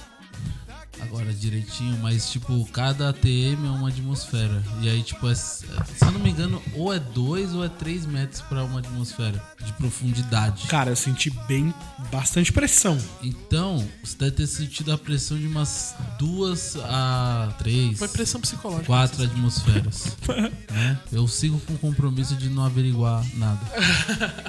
[SPEAKER 2] Agora direitinho, mas tipo, cada ATM é uma atmosfera. E aí, tipo, é- se eu não me engano, ou é 2 ou é 3 metros pra uma atmosfera de profundidade.
[SPEAKER 1] cara, eu senti bem, bastante pressão.
[SPEAKER 2] Então, você deve ter sentido a pressão de umas duas a três.
[SPEAKER 3] Foi pressão psicológica.
[SPEAKER 2] Quatro atmosferas. né? Eu sigo com o compromisso de não averiguar nada.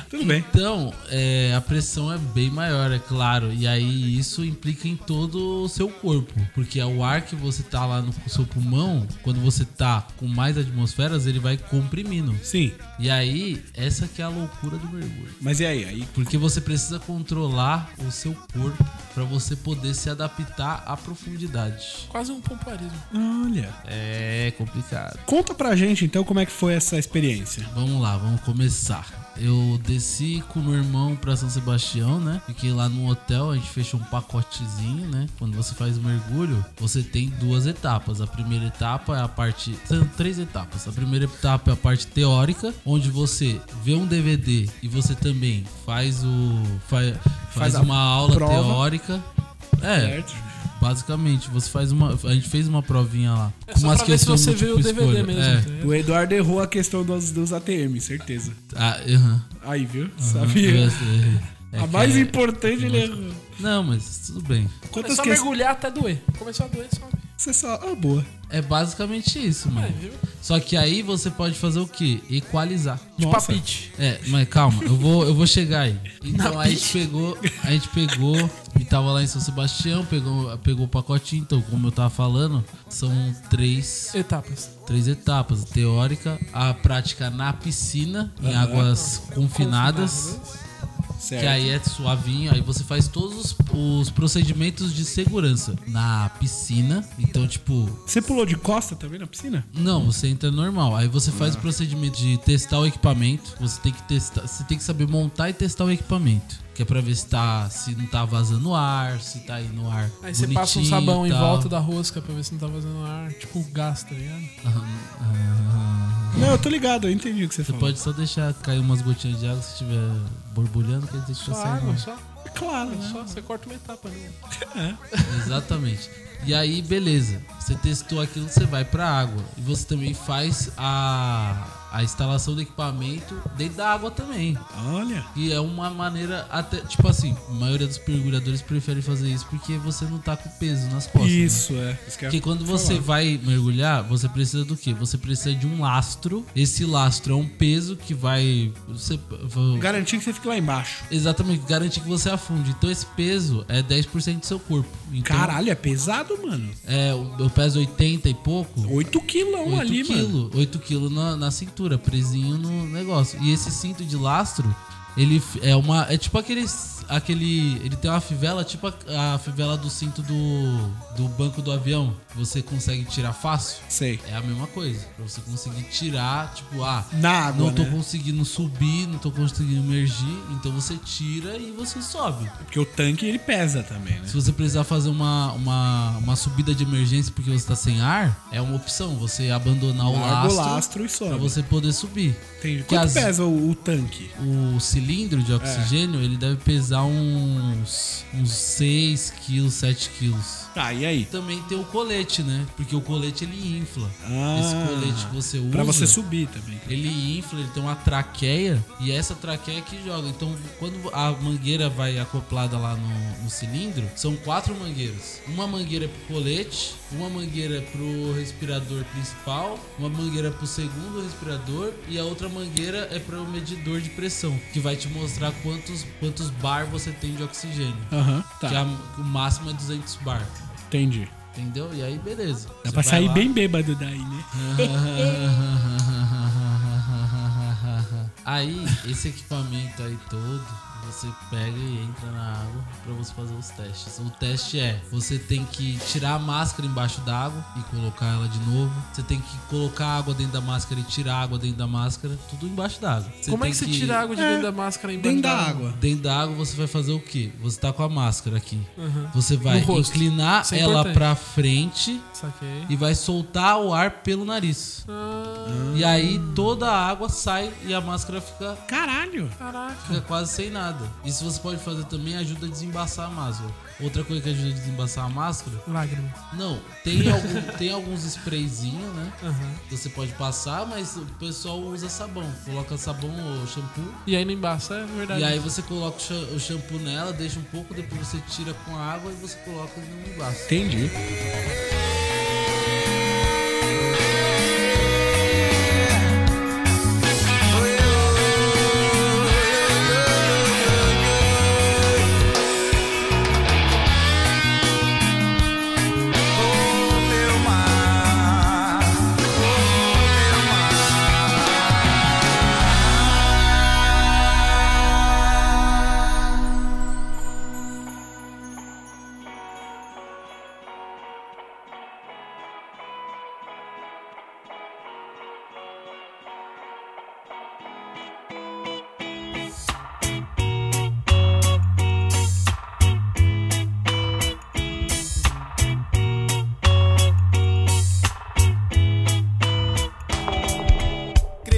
[SPEAKER 1] Tudo bem.
[SPEAKER 2] Então, é, a pressão é bem maior, é claro. E aí isso implica em todo o seu corpo. Porque é o ar que você tá lá no seu pulmão, quando você tá com mais atmosferas, ele vai comprimindo.
[SPEAKER 1] Sim,
[SPEAKER 2] E aí, essa que é a loucura do mergulho.
[SPEAKER 1] mas e aí? Aí
[SPEAKER 2] Porque você precisa controlar o seu corpo pra você poder se adaptar à profundidade.
[SPEAKER 3] Quase um pomparismo.
[SPEAKER 1] Olha.
[SPEAKER 2] É complicado.
[SPEAKER 1] Conta pra gente então como é que foi essa experiência.
[SPEAKER 2] Vamos lá, vamos começar. Eu desci com meu irmão pra São Sebastião, né? Fiquei lá no hotel, a gente fechou um pacotezinho, né? Quando você faz o mergulho, você tem duas etapas. A primeira etapa é a parte. São três etapas. A primeira etapa é a parte teórica, onde você vê um DVD e você também faz o. Faz, faz,
[SPEAKER 1] Faz a
[SPEAKER 2] uma aula
[SPEAKER 1] prova.
[SPEAKER 2] teórica. É, basicamente, você faz uma. A gente fez uma provinha lá.
[SPEAKER 3] É só pra ver se você vê o
[SPEAKER 2] múltipla
[SPEAKER 3] DVD
[SPEAKER 2] escolha.
[SPEAKER 3] mesmo.
[SPEAKER 2] É.
[SPEAKER 3] tá ligado?
[SPEAKER 1] O Eduardo errou a questão dos, dos ATM, certeza.
[SPEAKER 2] Ah, aham.
[SPEAKER 1] Aí, viu?
[SPEAKER 2] Eu-
[SPEAKER 1] Sabia?
[SPEAKER 2] eu- é
[SPEAKER 1] a
[SPEAKER 2] que
[SPEAKER 1] mais
[SPEAKER 2] é-
[SPEAKER 1] importante ele errou.
[SPEAKER 2] Não, mas tudo bem.
[SPEAKER 3] É
[SPEAKER 1] Quantas
[SPEAKER 3] só
[SPEAKER 1] questões?
[SPEAKER 3] mergulhar até doer. Começou a doer, só.
[SPEAKER 1] Você só. Ah, boa.
[SPEAKER 2] É basicamente isso,
[SPEAKER 3] É,
[SPEAKER 2] mano.
[SPEAKER 3] viu?
[SPEAKER 2] Só que aí você pode fazer o quê? Equalizar.
[SPEAKER 3] De
[SPEAKER 1] Nossa.
[SPEAKER 3] papite.
[SPEAKER 2] É, mas calma, eu vou, eu vou chegar aí. Então a gente pegou, a gente pegou e tava lá em São Sebastião, pegou, pegou o pacotinho, então como eu tava falando, são três,
[SPEAKER 3] Etapas.
[SPEAKER 2] três etapas. A teórica, a prática na piscina, em águas confinadas.
[SPEAKER 1] Certo.
[SPEAKER 2] Que aí é suavinho, aí você faz todos os, os procedimentos de segurança na piscina. Então, tipo,
[SPEAKER 1] Você pulou de costa também na piscina?
[SPEAKER 2] não, você entra normal. Aí você faz
[SPEAKER 3] Ah.
[SPEAKER 2] o procedimento de testar o equipamento. Você tem que testar, você tem que saber montar e testar o equipamento. Que é pra ver se tá. Se não tá vazando ar, se tá aí no ar.
[SPEAKER 3] Aí você passa um
[SPEAKER 2] bonitinho e
[SPEAKER 3] sabão em
[SPEAKER 2] tal.
[SPEAKER 3] volta da rosca pra ver se não tá vazando ar. Tipo gás, tá ligado?
[SPEAKER 1] Não, eu tô ligado, eu entendi o que você,
[SPEAKER 2] Você
[SPEAKER 1] falou.
[SPEAKER 2] pode só deixar cair umas gotinhas de água se estiver borbulhando, que aí tem que tá
[SPEAKER 3] Só
[SPEAKER 2] passar
[SPEAKER 3] água,
[SPEAKER 2] em-
[SPEAKER 3] só.
[SPEAKER 1] Claro, né?
[SPEAKER 3] Só você corta uma etapa, né?
[SPEAKER 2] Exatamente. E aí, beleza. Você testou aquilo, você vai pra água. E você também faz a, a instalação do equipamento dentro da água também.
[SPEAKER 1] Olha.
[SPEAKER 2] E é uma maneira até, tipo assim, a maioria dos mergulhadores prefere fazer isso porque você não tá com peso nas costas. né?
[SPEAKER 1] Isso, é. Isso que eu ia
[SPEAKER 2] Porque quando
[SPEAKER 1] falar.
[SPEAKER 2] você vai mergulhar, você precisa do quê? Você precisa de um lastro. Esse lastro é um peso que vai. Você,
[SPEAKER 1] Garantir que você fique lá embaixo.
[SPEAKER 2] exatamente, garante que você afunde. Então esse peso é 10% do seu corpo. Então,
[SPEAKER 1] Caralho, é pesado, mano.
[SPEAKER 2] É, eu eu peso 80 e pouco.
[SPEAKER 1] 8 quilão
[SPEAKER 2] 8
[SPEAKER 1] Um ali, mano.
[SPEAKER 2] quilos, 8 quilos na, na cintura, presinho no negócio. E esse cinto de lastro, ele f- é uma. É tipo aquele. aquele ele tem uma fivela, tipo a, a fivela do cinto do, do banco do avião. que Você consegue tirar fácil.
[SPEAKER 1] Sei.
[SPEAKER 2] É a mesma coisa. Pra você conseguir tirar, tipo, ah,
[SPEAKER 1] Na água,
[SPEAKER 2] não tô
[SPEAKER 1] né?
[SPEAKER 2] conseguindo subir, não tô conseguindo emergir. Então você tira e você sobe.
[SPEAKER 1] Porque o tanque, ele pesa também, né?
[SPEAKER 2] Se você precisar fazer uma, uma, uma subida de emergência porque você tá sem ar, é uma opção. Você abandonar o
[SPEAKER 1] Larga
[SPEAKER 2] É um lastro,
[SPEAKER 1] o lastro e sobe.
[SPEAKER 2] pra você poder subir.
[SPEAKER 1] Entendi.
[SPEAKER 2] Que
[SPEAKER 1] Quanto
[SPEAKER 2] as-
[SPEAKER 1] pesa É. o, o tanque?
[SPEAKER 2] O cilindro de oxigênio, ele deve pesar uns, uns 6 quilos, 7 quilos.
[SPEAKER 1] Tá, e aí?
[SPEAKER 2] Também tem o colete, né? Porque o colete, ele infla.
[SPEAKER 1] Ah,
[SPEAKER 2] Esse colete que você usa...
[SPEAKER 1] Pra você subir também.
[SPEAKER 2] Ele infla, ele tem uma traqueia e é essa traqueia que joga. Então, quando a mangueira vai acoplada lá no, no cilindro, são quatro mangueiras. Uma mangueira pro colete, uma mangueira pro respirador principal, uma mangueira pro segundo respirador e a outra mangueira é para o medidor de pressão, que vai te mostrar quantos, quantos bar você tem de oxigênio.
[SPEAKER 1] Aham,
[SPEAKER 2] Que
[SPEAKER 1] tá.
[SPEAKER 2] a- o máximo é 200 bar.
[SPEAKER 1] Entendi.
[SPEAKER 2] Entendeu? E aí, beleza.
[SPEAKER 1] Dá
[SPEAKER 2] Você
[SPEAKER 1] pra
[SPEAKER 2] vai
[SPEAKER 1] sair
[SPEAKER 2] lá-
[SPEAKER 1] bem bêbado daí, né?
[SPEAKER 2] Aí, esse equipamento aí todo, você pega e entra na água pra você fazer os testes. O teste é, você tem que tirar a máscara embaixo da água e colocar ela de novo. Você tem que colocar a água dentro da máscara e tirar a água dentro da máscara, tudo embaixo da água.
[SPEAKER 3] Como é
[SPEAKER 2] tem
[SPEAKER 3] que você tira a água de
[SPEAKER 1] É,
[SPEAKER 3] dentro da máscara embaixo
[SPEAKER 1] Dentro da água.
[SPEAKER 2] Dentro da água você vai fazer o quê? Você tá com a máscara aqui. Você vai
[SPEAKER 3] No rosto.
[SPEAKER 2] inclinar
[SPEAKER 3] Isso é
[SPEAKER 2] ela
[SPEAKER 3] importante.
[SPEAKER 2] pra frente
[SPEAKER 3] Saquei.
[SPEAKER 2] e vai soltar o ar pelo nariz. E aí toda a água sai e a máscara fica,
[SPEAKER 1] Caralho.
[SPEAKER 3] Caraca.
[SPEAKER 2] fica quase sem nada. Isso você pode fazer também ajuda a desembaçar a máscara. Outra coisa que ajuda a desembaçar a máscara?
[SPEAKER 3] Lágrima.
[SPEAKER 2] Não, tem, algum- tem alguns sprayzinhos, né?
[SPEAKER 3] Aham.
[SPEAKER 2] que Você pode passar, mas o pessoal usa sabão. Coloca sabão ou shampoo.
[SPEAKER 3] E aí não embaça, é verdade.
[SPEAKER 2] E aí você coloca o cha- o shampoo nela, deixa um pouco, depois você tira com a água e você coloca no embaixo.
[SPEAKER 1] Entendi.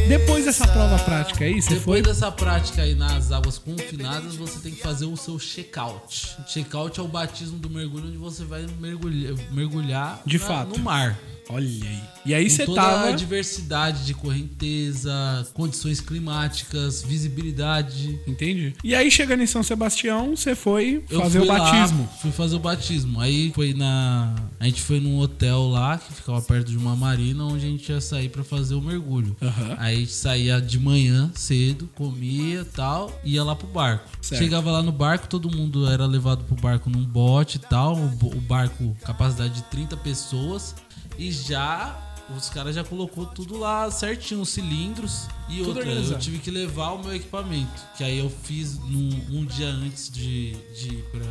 [SPEAKER 1] Depois dessa prova prática aí, você
[SPEAKER 2] Depois
[SPEAKER 1] foi...
[SPEAKER 2] dessa prática aí nas águas confinadas, você tem que fazer o seu check-out. Check-out é o batismo do mergulho, onde você vai mergulhar, mergulhar
[SPEAKER 1] De
[SPEAKER 2] na-
[SPEAKER 1] fato.
[SPEAKER 2] no mar.
[SPEAKER 1] Olha aí. E aí
[SPEAKER 2] Com
[SPEAKER 1] você
[SPEAKER 2] toda a
[SPEAKER 1] tava...
[SPEAKER 2] diversidade de correnteza, condições climáticas, visibilidade.
[SPEAKER 1] Entendi. E aí, chegando em São Sebastião, você foi
[SPEAKER 2] Eu
[SPEAKER 1] fazer o
[SPEAKER 2] fui lá,
[SPEAKER 1] batismo.
[SPEAKER 2] fui fazer o batismo. Aí foi na. A gente foi num hotel lá, que ficava perto de uma marina, onde a gente ia sair pra fazer o mergulho.
[SPEAKER 1] Aham.
[SPEAKER 2] Aí a gente saía de manhã cedo, comia e tal, ia lá pro barco.
[SPEAKER 1] Certo.
[SPEAKER 2] Chegava lá no barco, todo mundo era levado pro barco num bote e tal. O, bo- o barco, capacidade de 30 pessoas. E já os caras já colocou tudo lá certinho, os cilindros e
[SPEAKER 3] Tudo
[SPEAKER 2] outra. Eu
[SPEAKER 3] organizado.
[SPEAKER 2] tive que levar o meu equipamento. Que aí eu fiz num- um dia antes de, de, ir pra,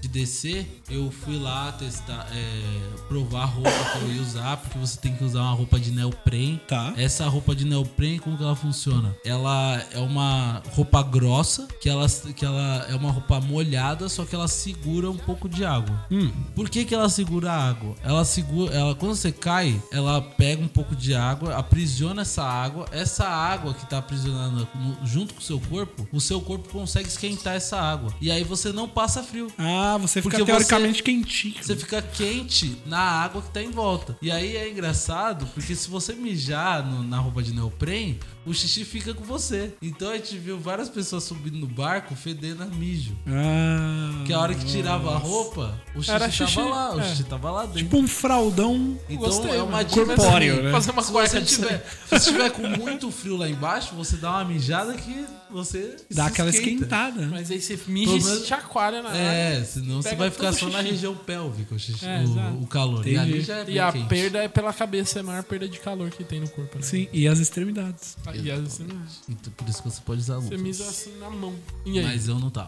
[SPEAKER 2] de descer, eu fui lá testar, é, provar a roupa que eu ia usar, porque você tem que usar uma roupa de neoprene.
[SPEAKER 1] Tá.
[SPEAKER 2] Essa roupa de neoprene, como que ela funciona? Ela é uma roupa grossa, que ela, que ela é uma roupa molhada, só que ela segura um pouco de água. Por que, que ela segura a água? Ela segura, ela quando você cai, ela pega um pouco de água, aprisiona essa água. Essa água que tá aprisionando no- junto com o seu corpo, o seu corpo consegue esquentar essa água. E aí você não passa frio.
[SPEAKER 1] Ah, você fica
[SPEAKER 2] Porque você-
[SPEAKER 1] teoricamente quentinho.
[SPEAKER 2] Você fica quente na água que tá em volta. E aí é engraçado, porque se você mijar no- na roupa de neoprene, o xixi fica com você. Então a gente viu várias pessoas subindo no barco fedendo a mijo.
[SPEAKER 1] Ah.
[SPEAKER 2] Que a hora que tirava a roupa, o xixi
[SPEAKER 3] Era
[SPEAKER 2] tava
[SPEAKER 3] xixi,
[SPEAKER 2] lá, o
[SPEAKER 3] é.
[SPEAKER 2] xixi tava lá dentro.
[SPEAKER 1] Tipo um fraldão.
[SPEAKER 2] então
[SPEAKER 3] Gostei,
[SPEAKER 2] é uma
[SPEAKER 3] mano.
[SPEAKER 2] dica
[SPEAKER 1] Corpóreo,
[SPEAKER 2] também.
[SPEAKER 1] né?
[SPEAKER 3] Fazer uma
[SPEAKER 2] Se
[SPEAKER 3] cueca
[SPEAKER 2] você,
[SPEAKER 3] disso
[SPEAKER 2] tiver, se você tiver com muito frio lá embaixo, você dá uma mijada que você
[SPEAKER 1] Dá
[SPEAKER 2] se
[SPEAKER 1] aquela
[SPEAKER 2] esquenta.
[SPEAKER 1] esquentada. né?
[SPEAKER 3] Mas aí você mija
[SPEAKER 2] Pelo
[SPEAKER 3] e
[SPEAKER 2] menos-
[SPEAKER 3] chacoalha na água.
[SPEAKER 2] É, senão você
[SPEAKER 3] Pega
[SPEAKER 2] vai ficar
[SPEAKER 3] todo o
[SPEAKER 2] só na
[SPEAKER 3] xixi.
[SPEAKER 2] região pélvica o, xixi,
[SPEAKER 3] É,
[SPEAKER 2] o-
[SPEAKER 3] exato.
[SPEAKER 2] o calor. E
[SPEAKER 1] Entendi.
[SPEAKER 2] ali já é bem
[SPEAKER 3] E a
[SPEAKER 2] quente.
[SPEAKER 3] perda é pela cabeça, é a maior perda de calor que tem no corpo, né?
[SPEAKER 1] Sim, e as extremidades.
[SPEAKER 3] Ah, E às vezes você, não-
[SPEAKER 2] Então, por isso que você pode usar
[SPEAKER 3] você
[SPEAKER 2] luvas.
[SPEAKER 3] mija assim na mão. E aí?
[SPEAKER 2] Mas eu não tava.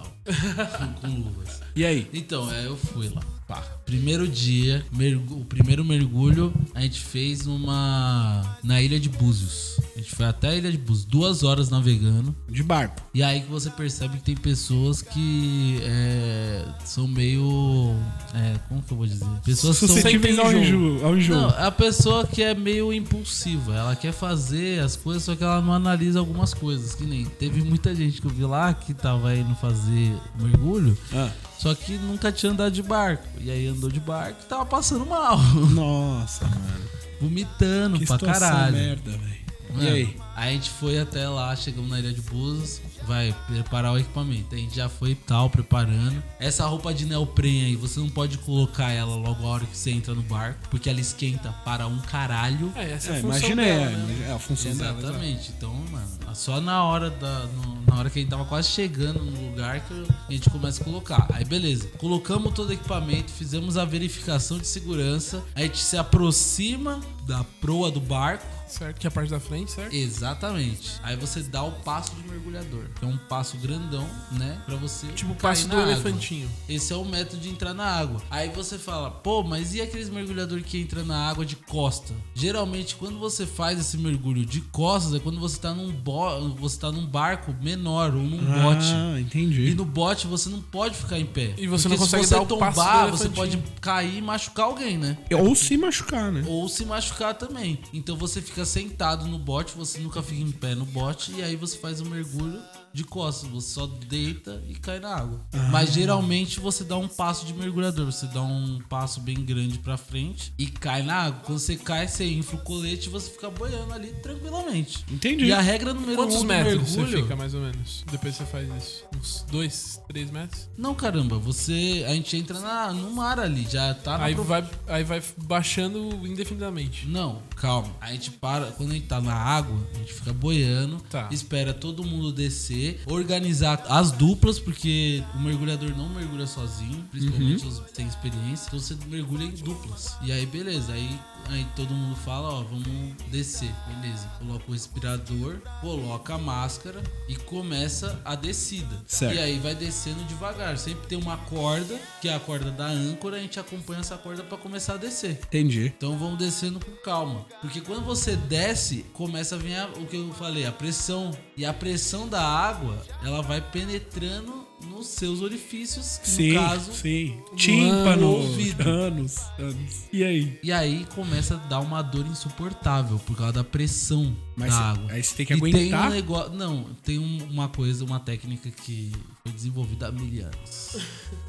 [SPEAKER 2] com, com luvas.
[SPEAKER 1] E aí?
[SPEAKER 2] Então, é, eu fui lá. Pá. Primeiro dia, mergu- o primeiro mergulho, a gente fez uma. na ilha de Búzios. A gente foi até a ilha de Búzios, duas horas navegando.
[SPEAKER 1] De barco.
[SPEAKER 2] E aí que você percebe que tem pessoas que é, são meio. é, como que eu vou dizer? Pessoas que são
[SPEAKER 1] Suscetíveis ao enjoo. Ao enjoo.
[SPEAKER 2] não, a pessoa que é meio impulsiva, ela quer fazer as coisas, só que ela não analisa algumas coisas, que nem teve muita gente que eu vi lá que tava indo fazer mergulho,
[SPEAKER 1] Ah.
[SPEAKER 2] só que nunca tinha andado de barco. E aí andou de barco e tava passando mal, <laughs>
[SPEAKER 1] Nossa, mano.
[SPEAKER 2] vomitando
[SPEAKER 1] Que
[SPEAKER 2] pra
[SPEAKER 1] situação
[SPEAKER 2] caralho.
[SPEAKER 1] merda, velho.
[SPEAKER 2] Mano,
[SPEAKER 1] E aí?
[SPEAKER 2] a gente foi até lá, chegamos na Ilha de Búzios, vai preparar o equipamento. A gente já foi e tal, preparando. Essa roupa de neoprene aí, você não pode colocar ela logo a hora que você entra no barco, porque ela esquenta para um caralho.
[SPEAKER 3] É, essa é,
[SPEAKER 1] É,
[SPEAKER 3] a função
[SPEAKER 1] imagina
[SPEAKER 3] dela,
[SPEAKER 1] é,
[SPEAKER 3] né?
[SPEAKER 1] é a função dela. exato.
[SPEAKER 2] Exatamente. Então, mano, só na hora da. no- na hora que a gente tava quase chegando no lugar que a gente começa a colocar. Aí beleza. Colocamos todo o equipamento, fizemos a verificação de segurança. A gente se aproxima da proa do barco.
[SPEAKER 3] Certo? Que é a parte da frente, certo?
[SPEAKER 2] Exatamente. Aí você dá o passo do mergulhador, que é um passo grandão, né? Pra você.
[SPEAKER 3] Tipo o
[SPEAKER 2] cair
[SPEAKER 3] passo
[SPEAKER 2] na
[SPEAKER 3] do
[SPEAKER 2] água.
[SPEAKER 3] elefantinho.
[SPEAKER 2] Esse é o método de entrar na água. Aí você fala, pô, mas e aqueles mergulhadores que entram na água de costa? Geralmente, quando você faz esse mergulho de costas, é quando você tá num, bo... você tá num barco menor ou num bote.
[SPEAKER 1] Ah,
[SPEAKER 2] E
[SPEAKER 1] entendi.
[SPEAKER 2] no bote você não pode ficar em pé.
[SPEAKER 3] E você não
[SPEAKER 2] Porque
[SPEAKER 3] consegue
[SPEAKER 2] se você
[SPEAKER 3] dar o
[SPEAKER 2] tombar,
[SPEAKER 3] passo do
[SPEAKER 2] você pode
[SPEAKER 3] elefantinho.
[SPEAKER 2] cair e machucar alguém, né?
[SPEAKER 1] Ou se machucar, né?
[SPEAKER 2] ou se machucar também. Então você fica sentado no bote, você nunca fica em pé no bote, e aí você faz um mergulho de costas, você só deita e cai na água.
[SPEAKER 3] Ah.
[SPEAKER 2] Mas geralmente você dá um passo de mergulhador, você dá um passo bem grande pra frente e cai na água. Quando você cai, você infla o colete e você fica boiando ali tranquilamente.
[SPEAKER 1] Entendi.
[SPEAKER 2] E a regra número um
[SPEAKER 3] Quantos
[SPEAKER 2] do
[SPEAKER 3] metros
[SPEAKER 2] mergulho...
[SPEAKER 3] você fica, mais ou menos? Depois você faz isso. Uns dois, três metros?
[SPEAKER 2] Não, caramba, você... A gente entra na, no mar ali, já tá na
[SPEAKER 3] Aí
[SPEAKER 2] prof-
[SPEAKER 3] vai, aí vai baixando indefinidamente.
[SPEAKER 2] Não, calma. A gente para, quando a gente tá na água, a gente fica boiando,
[SPEAKER 3] Tá.
[SPEAKER 2] espera todo mundo descer, organizar as duplas, porque o mergulhador não mergulha sozinho, principalmente os que têm experiência. Então você mergulha em duplas. E aí, beleza, aí, aí todo mundo fala, ó, vamos descer, beleza. Coloca o respirador, coloca a máscara e começa a descida.
[SPEAKER 1] Certo.
[SPEAKER 2] E aí vai descendo devagar. Sempre tem uma corda, que é a corda da âncora, a gente acompanha essa corda pra começar a descer.
[SPEAKER 1] Entendi.
[SPEAKER 2] Então vamos descendo com calma. Porque quando você desce, começa a vir a- o que eu falei, a pressão. E a pressão da água, ela vai penetrando nos seus orifícios, que
[SPEAKER 1] Sim,
[SPEAKER 2] no caso. um
[SPEAKER 1] sim. Tímpano,
[SPEAKER 2] ouvido.
[SPEAKER 1] anos, anos. E aí?
[SPEAKER 2] E aí começa a dar uma dor insuportável por causa da pressão
[SPEAKER 1] Mas
[SPEAKER 2] da
[SPEAKER 1] cê-
[SPEAKER 2] água.
[SPEAKER 1] aí cê tem que
[SPEAKER 2] e Tem
[SPEAKER 1] aguentar?
[SPEAKER 2] um negócio, não, tem um- uma coisa, uma técnica que foi desenvolvida há mil anos.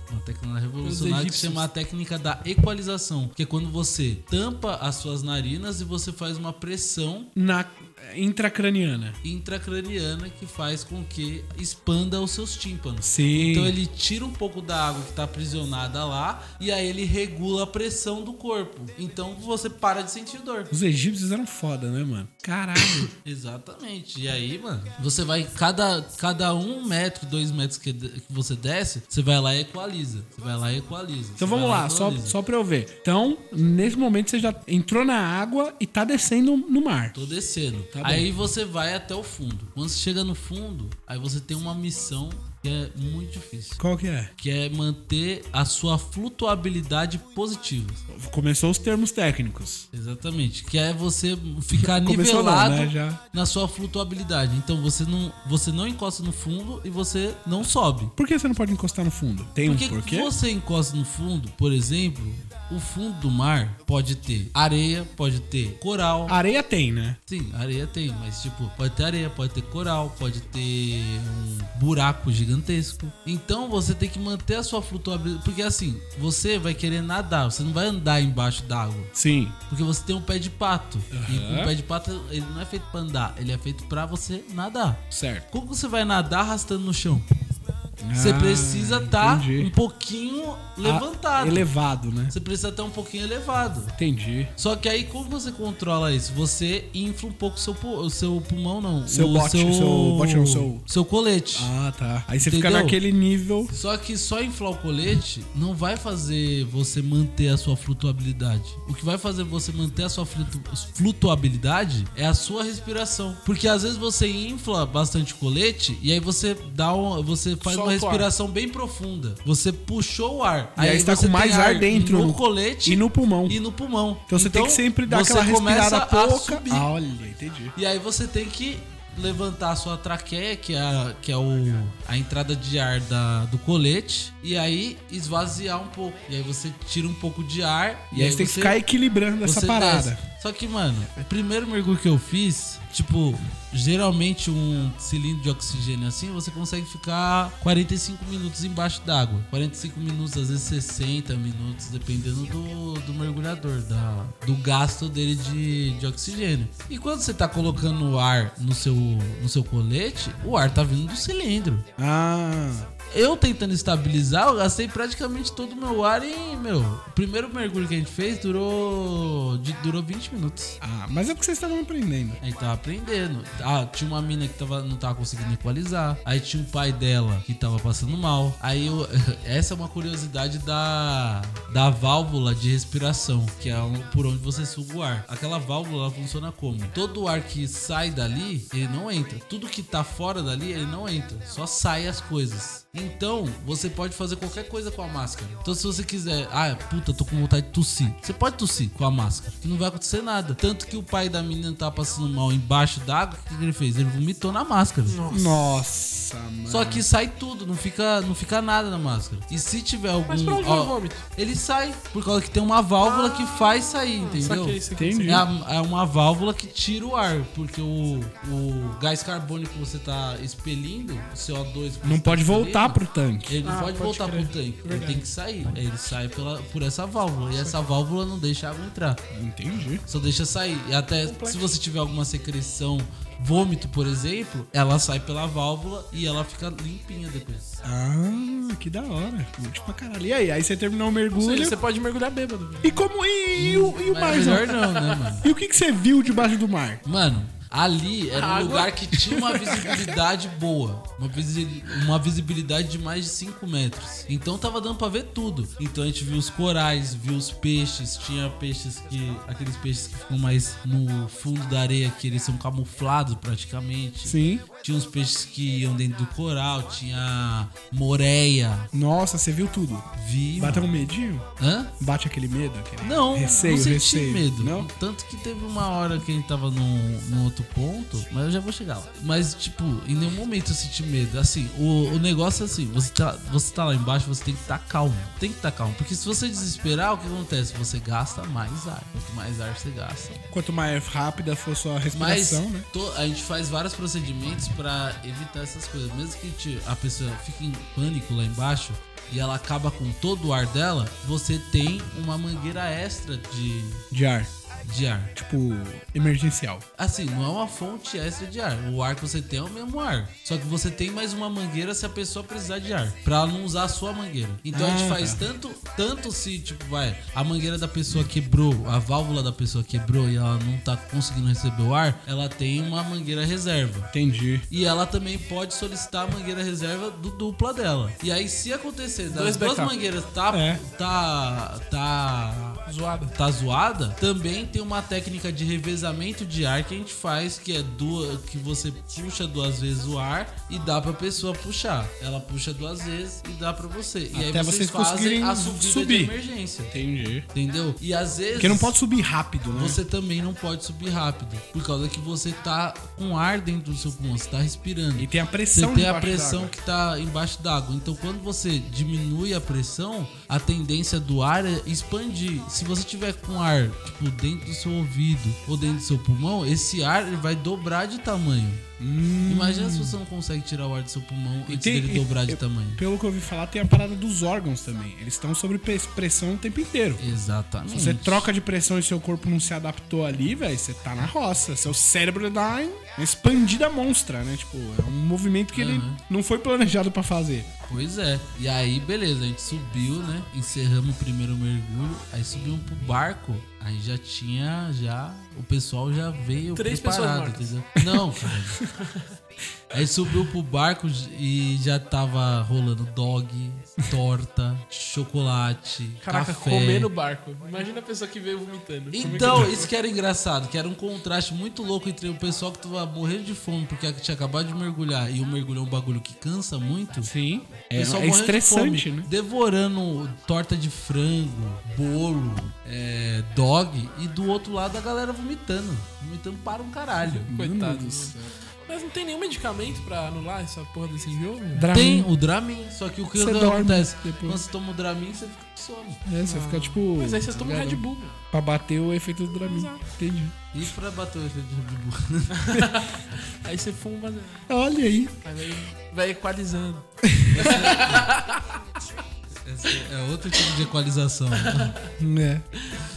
[SPEAKER 2] Uma técnica revolucionária que
[SPEAKER 3] egípcios.
[SPEAKER 2] chama a técnica da equalização, que é quando você tampa as suas narinas e você faz uma pressão
[SPEAKER 1] Na eh, intracraniana.
[SPEAKER 2] intracraniana que faz com que expanda os seus tímpanos.
[SPEAKER 1] Sim.
[SPEAKER 2] Então ele tira um pouco da água que tá aprisionada lá e aí ele regula a pressão do corpo. Então você para de sentir dor.
[SPEAKER 1] Os egípcios eram foda, né, mano? Caralho.
[SPEAKER 2] Exatamente. E aí, mano, você vai cada cada um metro, dois metros que que, que você desce, você vai lá e equaliza. Você vai lá e equaliza.
[SPEAKER 1] <laughs> Então
[SPEAKER 2] Você
[SPEAKER 1] vamos
[SPEAKER 2] vai
[SPEAKER 1] lá,
[SPEAKER 2] e
[SPEAKER 1] só,
[SPEAKER 2] equaliza.
[SPEAKER 1] só pra eu ver. Então, nesse momento você já entrou na água e tá descendo no mar.
[SPEAKER 2] Tô descendo.
[SPEAKER 1] Tá bom.
[SPEAKER 2] aí você vai até o fundo. Quando você chega no fundo, aí você tem uma missão que é muito difícil.
[SPEAKER 1] Qual que é?
[SPEAKER 2] Que é manter a sua flutuabilidade positiva.
[SPEAKER 1] Começou os termos técnicos.
[SPEAKER 2] Exatamente. Que é você ficar
[SPEAKER 1] <laughs> Começou não,
[SPEAKER 2] nivelado
[SPEAKER 1] né? Já.
[SPEAKER 2] na sua flutuabilidade. Então você não, você não encosta no fundo e você não sobe.
[SPEAKER 1] Por que você não pode encostar no fundo? Tem
[SPEAKER 2] Porque
[SPEAKER 1] um porquê?
[SPEAKER 2] você encosta no fundo, por exemplo, o fundo do mar pode ter areia, pode ter coral.
[SPEAKER 1] Areia tem, né?
[SPEAKER 2] Sim, areia tem, mas tipo, pode ter areia, pode ter coral, pode ter um buraco gigantesco. Então você tem que manter a sua flutuabilidade. Porque assim, você vai querer nadar, você não vai andar embaixo d'água.
[SPEAKER 1] Sim.
[SPEAKER 2] Porque você tem um pé de pato. E o pé de pato, ele não é feito pra andar, ele é feito pra você nadar.
[SPEAKER 1] Certo.
[SPEAKER 2] Como que você vai nadar arrastando no chão? Você precisa estar
[SPEAKER 1] entendi.
[SPEAKER 2] um pouquinho levantado.
[SPEAKER 1] elevado, né?
[SPEAKER 2] Você precisa estar um pouquinho elevado.
[SPEAKER 1] Entendi.
[SPEAKER 2] Só que aí como você controla isso? Você infla um pouco o seu, pu- o seu pulmão, não.
[SPEAKER 1] Seu
[SPEAKER 2] o
[SPEAKER 1] bote, seu bote não, seu-
[SPEAKER 2] seu colete.
[SPEAKER 1] Ah, tá. Aí você fica
[SPEAKER 2] Entendeu?
[SPEAKER 1] naquele nível.
[SPEAKER 2] Só que só inflar o colete não vai fazer você manter a sua flutuabilidade. O que vai fazer você manter a sua flutu- flutuabilidade é a sua respiração. Porque às vezes você infla bastante o colete e aí você dá um, você faz
[SPEAKER 3] Solta
[SPEAKER 2] uma
[SPEAKER 3] o ar.
[SPEAKER 2] respiração bem profunda. Você puxou o ar.
[SPEAKER 1] E aí está
[SPEAKER 2] você
[SPEAKER 1] com mais
[SPEAKER 2] tem
[SPEAKER 1] ar dentro
[SPEAKER 2] no
[SPEAKER 1] no-
[SPEAKER 2] colete
[SPEAKER 1] e no pulmão.
[SPEAKER 2] E no pulmão.
[SPEAKER 1] Então você tem que sempre dar
[SPEAKER 2] você
[SPEAKER 1] aquela respirada
[SPEAKER 2] começa a
[SPEAKER 1] pouca.
[SPEAKER 2] subir.
[SPEAKER 1] Ah, olha, entendi.
[SPEAKER 2] E aí você tem que levantar a sua traqueia, que é, a- que é o, a entrada de ar da, do colete, e aí esvaziar um pouco. E aí você tira um pouco de ar.
[SPEAKER 1] E, aí você tem que ficar equilibrando essa
[SPEAKER 2] você
[SPEAKER 1] parada.
[SPEAKER 2] desce. Só que, mano, o primeiro mergulho que eu fiz, tipo, geralmente um cilindro de oxigênio assim, você consegue ficar 45 minutos embaixo d'água. 45 minutos, às vezes 60 minutos, dependendo do, do mergulhador, da, do gasto dele de, de oxigênio. E quando você tá colocando o ar no seu, no seu colete, o ar tá vindo do cilindro.
[SPEAKER 1] Ah,
[SPEAKER 2] Eu tentando estabilizar, eu gastei praticamente todo o meu ar em, meu, o primeiro mergulho que a gente fez durou de- durou 20 minutos.
[SPEAKER 1] ah, mas é porque vocês estavam aprendendo.
[SPEAKER 2] Aí tava aprendendo. Ah, tinha uma mina que tava, não tava conseguindo equalizar. Aí tinha o pai dela que tava passando mal. Aí eu, <laughs> essa é uma curiosidade da, da válvula de respiração, que é um- por onde você suga o ar. Aquela válvula ela funciona como? Todo o ar que sai dali, ele não entra. Tudo que tá fora dali, ele não entra. Só sai as coisas. Então, você pode fazer qualquer coisa com a máscara. Então, se você quiser, ah, puta, tô com vontade de tossir. Você pode tossir com a máscara, que não vai acontecer nada. Tanto que o pai da menina tava passando mal embaixo d'água, o que, que ele fez? Ele vomitou na máscara.
[SPEAKER 1] Nossa, mano.
[SPEAKER 2] Só que sai tudo, não fica, não fica nada na máscara. E se tiver algum.
[SPEAKER 3] Mas pra onde vai o vômito?
[SPEAKER 2] Ele sai, por causa que tem uma válvula que faz sair, entendeu?
[SPEAKER 3] Ah, Saquei, saquei.
[SPEAKER 1] Entendi.
[SPEAKER 2] É, a- é uma válvula que tira o ar, porque o, o gás carbônico que você tá expelindo, o CO2. que
[SPEAKER 1] Não
[SPEAKER 2] você tá
[SPEAKER 1] pode voltar
[SPEAKER 2] expelindo,
[SPEAKER 1] pro tanque.
[SPEAKER 2] Ele não
[SPEAKER 3] Ah,
[SPEAKER 2] pode,
[SPEAKER 3] pode
[SPEAKER 2] voltar
[SPEAKER 3] crer.
[SPEAKER 2] pro tanque, ele
[SPEAKER 3] Verdade.
[SPEAKER 2] tem que sair. Aí Ele sai pela, por essa válvula, e essa válvula não deixa a água entrar,
[SPEAKER 1] Entendi.
[SPEAKER 2] só deixa sair. E até se você tiver alguma secreção, vômito, por exemplo, ela sai pela válvula e ela fica limpinha depois.
[SPEAKER 1] Ah, que da hora. Curte pra caralho. E aí? Aí você terminou o
[SPEAKER 3] Ou seja,
[SPEAKER 1] mergulho.
[SPEAKER 3] Você pode melhor bêbado.
[SPEAKER 1] E como. E, e o, e o
[SPEAKER 2] Mas
[SPEAKER 1] mais? ó?
[SPEAKER 2] melhor não, né, mano?
[SPEAKER 1] E o que, que você viu debaixo do mar?
[SPEAKER 2] Mano, ali era um
[SPEAKER 3] Água.
[SPEAKER 2] lugar que tinha uma visibilidade boa. Uma, visi- uma visibilidade de mais de 5 metros. Então tava dando pra ver tudo. Então a gente viu os corais, viu os peixes. Tinha peixes que. Aqueles peixes que ficam mais no fundo da areia, que eles são camuflados praticamente.
[SPEAKER 1] Sim.
[SPEAKER 2] Tinha uns peixes que iam dentro do coral, tinha moreia.
[SPEAKER 1] Nossa, você viu tudo.
[SPEAKER 2] Vi.
[SPEAKER 1] Bateu
[SPEAKER 2] mano.
[SPEAKER 1] um medinho?
[SPEAKER 2] Hã?
[SPEAKER 1] Bate aquele medo? Aquele
[SPEAKER 2] Não,
[SPEAKER 1] receio,
[SPEAKER 2] não senti
[SPEAKER 1] receio.
[SPEAKER 2] medo.
[SPEAKER 1] Não?
[SPEAKER 2] Tanto que teve uma hora que ele tava num, num outro ponto, mas eu já vou chegar lá. Mas, tipo, em nenhum momento eu senti medo. Assim, o, o negócio é assim, você tá, você tá lá embaixo, você tem que estar calmo. Tem que estar calmo. Porque se você desesperar, o que acontece? Você gasta mais ar. Quanto mais ar você gasta.
[SPEAKER 1] Quanto mais rápida for sua
[SPEAKER 2] Mas
[SPEAKER 1] respiração, né?
[SPEAKER 2] to- a gente faz vários procedimentos pra evitar essas coisas. Mesmo que te- a pessoa fique em pânico lá embaixo e ela acaba com todo o ar dela, você tem uma mangueira extra de,
[SPEAKER 1] De ar.
[SPEAKER 2] de ar.
[SPEAKER 1] Tipo, emergencial.
[SPEAKER 2] Assim, não é uma fonte extra de ar. O ar que você tem é o mesmo ar. Só que você tem mais uma mangueira se a pessoa precisar de ar. Pra ela não usar a sua mangueira. Então a gente
[SPEAKER 1] Ah,
[SPEAKER 2] faz tanto, tanto se, tipo, vai, a mangueira da pessoa quebrou, a válvula da pessoa quebrou e ela não tá conseguindo receber o ar, ela tem uma mangueira reserva.
[SPEAKER 1] Entendi.
[SPEAKER 2] E ela também pode solicitar a mangueira reserva do dupla dela. E aí, se acontecer das
[SPEAKER 3] Dois
[SPEAKER 2] duas
[SPEAKER 3] backup.
[SPEAKER 2] mangueiras tá,
[SPEAKER 1] É.
[SPEAKER 2] tá. tá.
[SPEAKER 3] Zoada.
[SPEAKER 2] tá zoada, também tem uma técnica de revezamento de ar que a gente faz, que é duas, que você puxa duas vezes o ar e dá pra pessoa puxar. Ela puxa duas vezes e dá pra você. E aí
[SPEAKER 1] Até vocês
[SPEAKER 2] vocês, fazem
[SPEAKER 1] conseguirem
[SPEAKER 2] a subida de
[SPEAKER 1] subir.
[SPEAKER 2] emergência.
[SPEAKER 1] Entendi.
[SPEAKER 2] Entendeu? E às vezes.
[SPEAKER 1] Porque não pode subir rápido, né?
[SPEAKER 2] Você também não pode subir rápido, por causa que você tá com ar dentro do seu pulmão, você tá respirando.
[SPEAKER 1] E tem a
[SPEAKER 2] Você
[SPEAKER 1] pressão
[SPEAKER 2] tem a
[SPEAKER 1] debaixo
[SPEAKER 2] pressão
[SPEAKER 1] d'água.
[SPEAKER 2] que tá embaixo d'água. Então, quando você diminui a pressão, a tendência do ar é expandir. Se você tiver com ar, tipo, dentro do seu ouvido ou dentro do seu pulmão, esse ar ele vai dobrar de tamanho. Imagina se você não consegue tirar o ar do seu pulmão antes
[SPEAKER 1] Hum. tem-
[SPEAKER 2] dele dobrar de
[SPEAKER 1] eu-
[SPEAKER 2] tamanho.
[SPEAKER 1] Pelo que eu ouvi falar, tem a parada dos órgãos também. Eles estão sob pres- pressão o tempo inteiro.
[SPEAKER 2] Exatamente.
[SPEAKER 1] Você troca de pressão e seu corpo não se adaptou ali, velho, você tá na roça. Seu cérebro dá uma expandida monstra, né? Tipo, é um movimento que ele não foi planejado pra fazer.
[SPEAKER 2] Pois é. E aí, beleza, a gente subiu, né? Encerramos o primeiro mergulho. Aí subimos pro barco. Aí já tinha, já. O pessoal já veio
[SPEAKER 3] Três
[SPEAKER 2] preparado,
[SPEAKER 3] pessoas
[SPEAKER 2] entendeu? Não, cara. Aí subiu pro barco e já tava rolando dog, torta, chocolate,
[SPEAKER 3] Caraca,
[SPEAKER 2] café.
[SPEAKER 3] comer no barco. Imagina a pessoa que veio vomitando.
[SPEAKER 2] Então, isso que era engraçado, que era um contraste muito louco entre o pessoal que tava morrendo de fome porque tinha acabado de mergulhar e o mergulho é um bagulho que cansa muito.
[SPEAKER 1] Sim.
[SPEAKER 2] O
[SPEAKER 1] É,
[SPEAKER 2] pessoal
[SPEAKER 1] é
[SPEAKER 2] morrendo de
[SPEAKER 1] estressante,
[SPEAKER 2] fome,
[SPEAKER 1] né?
[SPEAKER 2] Devorando torta de frango, bolo, é, dog. E do outro lado a galera vomitando. Vomitando para um caralho.
[SPEAKER 3] Coitados.
[SPEAKER 1] Hum.
[SPEAKER 3] Mas não tem nenhum medicamento pra anular essa porra desse jogo?
[SPEAKER 2] Tem o Dramin, só que o que
[SPEAKER 1] Você
[SPEAKER 2] acontece?
[SPEAKER 1] dorme depois.
[SPEAKER 2] Quando você toma o Dramin, você fica com sono.
[SPEAKER 1] É, você fica tipo.
[SPEAKER 3] Mas aí vocês tomam
[SPEAKER 1] ligado?
[SPEAKER 3] Red Bull. meu.
[SPEAKER 1] Pra bater o efeito do Dramin. Entendi.
[SPEAKER 2] E pra bater o efeito de Red Bull?
[SPEAKER 3] Aí você fuma, né?
[SPEAKER 1] Olha aí.
[SPEAKER 3] aí vai, vai equalizando.
[SPEAKER 2] <laughs> Esse É outro tipo de equalização.
[SPEAKER 1] Né?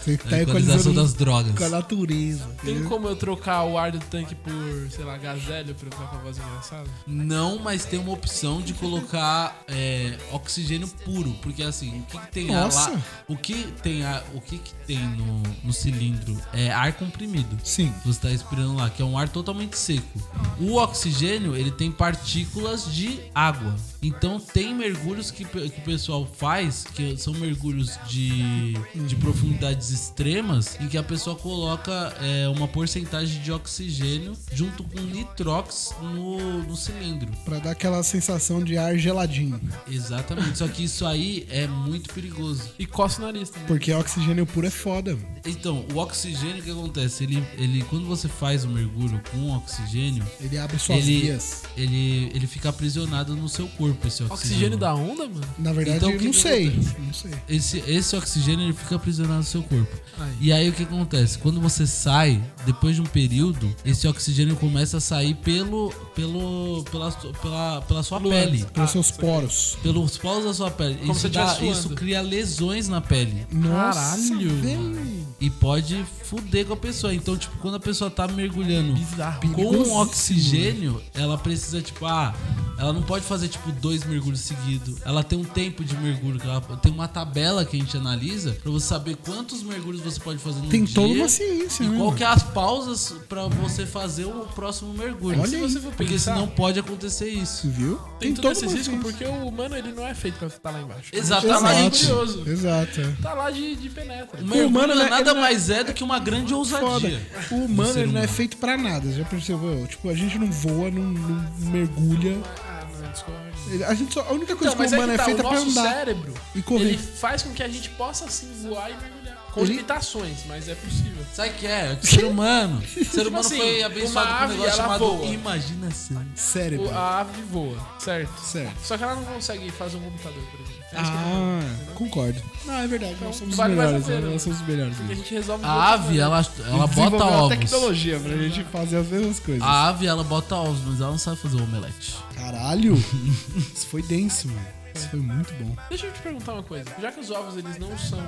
[SPEAKER 1] Você tá
[SPEAKER 2] a equalização
[SPEAKER 1] equalizando
[SPEAKER 2] das drogas.
[SPEAKER 1] com a natureza.
[SPEAKER 3] Tem como eu trocar o ar do tanque por, sei lá, gazelho pra eu ficar com a voz engraçada?
[SPEAKER 2] Não, mas tem uma opção de colocar é, oxigênio puro, porque assim, o que, que tem ar
[SPEAKER 1] Nossa.
[SPEAKER 2] lá? O que tem ar- o que, que tem no, no cilindro é ar comprimido.
[SPEAKER 1] Sim.
[SPEAKER 2] Você tá respirando lá, que é um ar totalmente seco. O oxigênio, ele tem partículas de água. Então tem mergulhos que, pe- que o pessoal faz, que são mergulhos de, de profundidades extremas, em que a pessoa coloca é, uma porcentagem de oxigênio junto com nitrox no, no cilindro.
[SPEAKER 1] Pra dar aquela sensação de ar geladinho.
[SPEAKER 2] Exatamente. Só que isso aí é muito perigoso.
[SPEAKER 3] E coça o nariz também.
[SPEAKER 1] Porque oxigênio puro é foda. mano.
[SPEAKER 2] Então, o oxigênio, o que acontece? Ele, ele, quando você faz o mergulho com oxigênio,
[SPEAKER 1] Ele abre suas
[SPEAKER 2] ele,
[SPEAKER 1] vias.
[SPEAKER 2] Ele, ele fica aprisionado no seu corpo, esse oxigênio.
[SPEAKER 3] Oxigênio da onda, mano?
[SPEAKER 1] Na verdade,
[SPEAKER 2] Então, o
[SPEAKER 1] eu
[SPEAKER 2] que
[SPEAKER 1] não
[SPEAKER 2] que
[SPEAKER 1] sei. Não sei.
[SPEAKER 2] Esse, esse oxigênio ele fica aprisionado no seu corpo.
[SPEAKER 3] Aí.
[SPEAKER 2] E aí o que acontece? Quando você sai, depois de um período, esse oxigênio começa a sair pelo, pelo, pela, su- pela, pela sua pele.
[SPEAKER 1] Pelos seus poros.
[SPEAKER 2] Pelos poros da sua pele.
[SPEAKER 3] se
[SPEAKER 2] Isso,
[SPEAKER 3] eu tivesse
[SPEAKER 2] dá, isso
[SPEAKER 3] suando.
[SPEAKER 2] cria lesões na pele.
[SPEAKER 1] Caralho.
[SPEAKER 2] E pode fuder com a pessoa. Então, tipo, quando a pessoa tá mergulhando
[SPEAKER 3] Bizarro.
[SPEAKER 2] com um oxigênio,
[SPEAKER 1] né?
[SPEAKER 2] ela precisa, tipo, ah, ela não pode fazer, tipo, dois mergulhos seguidos. Ela tem um tempo de mergulho, que ela tem uma tabela que a gente analisa pra você saber quantos mergulhos você pode fazer no
[SPEAKER 1] Tem
[SPEAKER 2] dia.
[SPEAKER 1] toda uma ciência,
[SPEAKER 2] E
[SPEAKER 1] né,
[SPEAKER 2] qual
[SPEAKER 1] mano?
[SPEAKER 2] que é as pausas pra você fazer o próximo mergulho.
[SPEAKER 1] Olha
[SPEAKER 2] Se
[SPEAKER 1] aí.
[SPEAKER 2] você for Porque
[SPEAKER 3] pensar-
[SPEAKER 2] senão pode acontecer isso.
[SPEAKER 1] Viu?
[SPEAKER 3] Tem, todo esse
[SPEAKER 1] uma
[SPEAKER 3] risco
[SPEAKER 1] ciência.
[SPEAKER 3] porque o humano ele não é feito pra estar lá embaixo.
[SPEAKER 2] Exatamente.
[SPEAKER 3] Exato. curioso.
[SPEAKER 1] Exato. é.
[SPEAKER 3] Tá lá de, de penetra.
[SPEAKER 2] O mergulho
[SPEAKER 1] humano, né,
[SPEAKER 2] nada
[SPEAKER 1] ele não-
[SPEAKER 2] mais é do que uma grande ousadia.
[SPEAKER 1] Foda. O
[SPEAKER 2] do
[SPEAKER 1] humano
[SPEAKER 2] ser
[SPEAKER 1] ele não é
[SPEAKER 2] humano.
[SPEAKER 1] feito pra nada, já percebeu? Tipo, a gente não voa, não, não mergulha.
[SPEAKER 3] Ah, não, discordo.
[SPEAKER 1] Ele- A gente só, a única coisa
[SPEAKER 3] Então, mas
[SPEAKER 1] que o
[SPEAKER 3] é
[SPEAKER 1] humano
[SPEAKER 3] que
[SPEAKER 1] é
[SPEAKER 3] tá,
[SPEAKER 1] feita
[SPEAKER 3] o
[SPEAKER 1] pra
[SPEAKER 3] nosso
[SPEAKER 1] andar.
[SPEAKER 3] cérebro,
[SPEAKER 1] e correr.
[SPEAKER 3] ele faz com que a gente possa assim voar e mergulhar. Com
[SPEAKER 1] Ele-
[SPEAKER 3] limitações, mas é possível.
[SPEAKER 2] Sabe o que é? O ser
[SPEAKER 3] <laughs>
[SPEAKER 2] humano. O ser humano
[SPEAKER 3] assim,
[SPEAKER 2] foi abençoado
[SPEAKER 3] uma
[SPEAKER 2] com um
[SPEAKER 3] ave,
[SPEAKER 2] negócio
[SPEAKER 3] ela
[SPEAKER 2] chamado
[SPEAKER 3] voa.
[SPEAKER 2] imaginação.
[SPEAKER 1] Cérebro.
[SPEAKER 3] O- a ave voa, certo?
[SPEAKER 1] Certo.
[SPEAKER 3] Só que ela não consegue fazer um computador, por exemplo. É isso que eu tô
[SPEAKER 1] Ah, concordo. Não, é verdade.
[SPEAKER 3] Então,
[SPEAKER 1] nós somos
[SPEAKER 3] vale
[SPEAKER 1] os
[SPEAKER 3] mais a
[SPEAKER 1] melhores. né?
[SPEAKER 3] pena.
[SPEAKER 1] Nós somos os melhores.
[SPEAKER 3] falando. a gente resolve
[SPEAKER 2] A ave, ela, ela bota
[SPEAKER 1] Desenvolveu a
[SPEAKER 2] ovos.
[SPEAKER 1] tecnologia pra gente fazer as mesmas coisas.
[SPEAKER 2] A ave, ela bota ovos, mas ela não sabe fazer o omelete.
[SPEAKER 1] Caralho. Isso foi denso, mano. Isso foi muito bom.
[SPEAKER 3] Deixa eu te perguntar uma coisa. Já que os ovos eles não são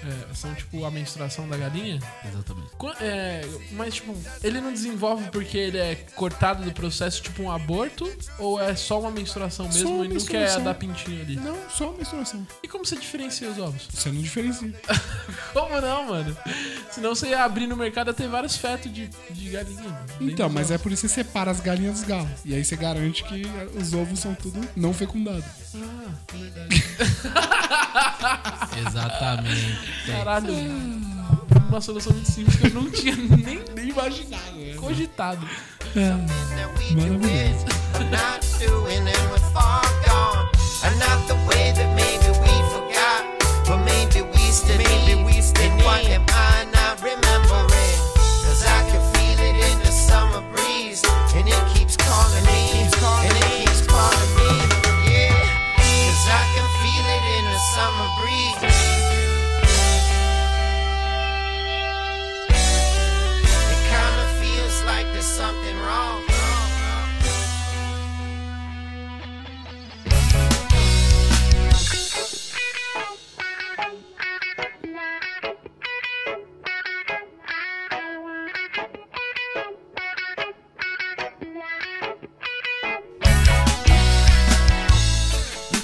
[SPEAKER 3] é, são tipo a menstruação da galinha.
[SPEAKER 2] Exatamente.
[SPEAKER 3] Co- é, mas, tipo, ele não desenvolve porque ele é cortado do processo, tipo um aborto? Ou é só uma menstruação
[SPEAKER 1] Só
[SPEAKER 3] mesmo
[SPEAKER 1] uma
[SPEAKER 3] e é não
[SPEAKER 1] menstruação.
[SPEAKER 3] quer dar pintinho ali?
[SPEAKER 1] Não, só menstruação.
[SPEAKER 3] E como você diferencia os ovos?
[SPEAKER 1] Você não diferencia.
[SPEAKER 3] Como não, mano? Senão você ia abrir no mercado e ter vários fetos de, de galinha. mano, dentro
[SPEAKER 1] Então,
[SPEAKER 3] dos
[SPEAKER 1] mas é
[SPEAKER 3] ovos.
[SPEAKER 1] por isso que você separa as galinhas dos galos. E aí você garante que os ovos são tudo não fecundados.
[SPEAKER 3] <laughs>
[SPEAKER 2] Exatamente.
[SPEAKER 3] Caralho. Uma solução muito simples que eu não tinha <laughs> nem, nem imaginado, cogitado.
[SPEAKER 7] that we do
[SPEAKER 1] Maravilha.
[SPEAKER 7] is not doing and we're far gone. Another way that maybe we forgot, but maybe we still maybe we still and what am I not remembering? Cause I can feel it in the summer breeze, and it keeps calling me, and it keeps calling me, yeah. Cause I can feel it in the summer breeze. It kinda feels like there's something wrong.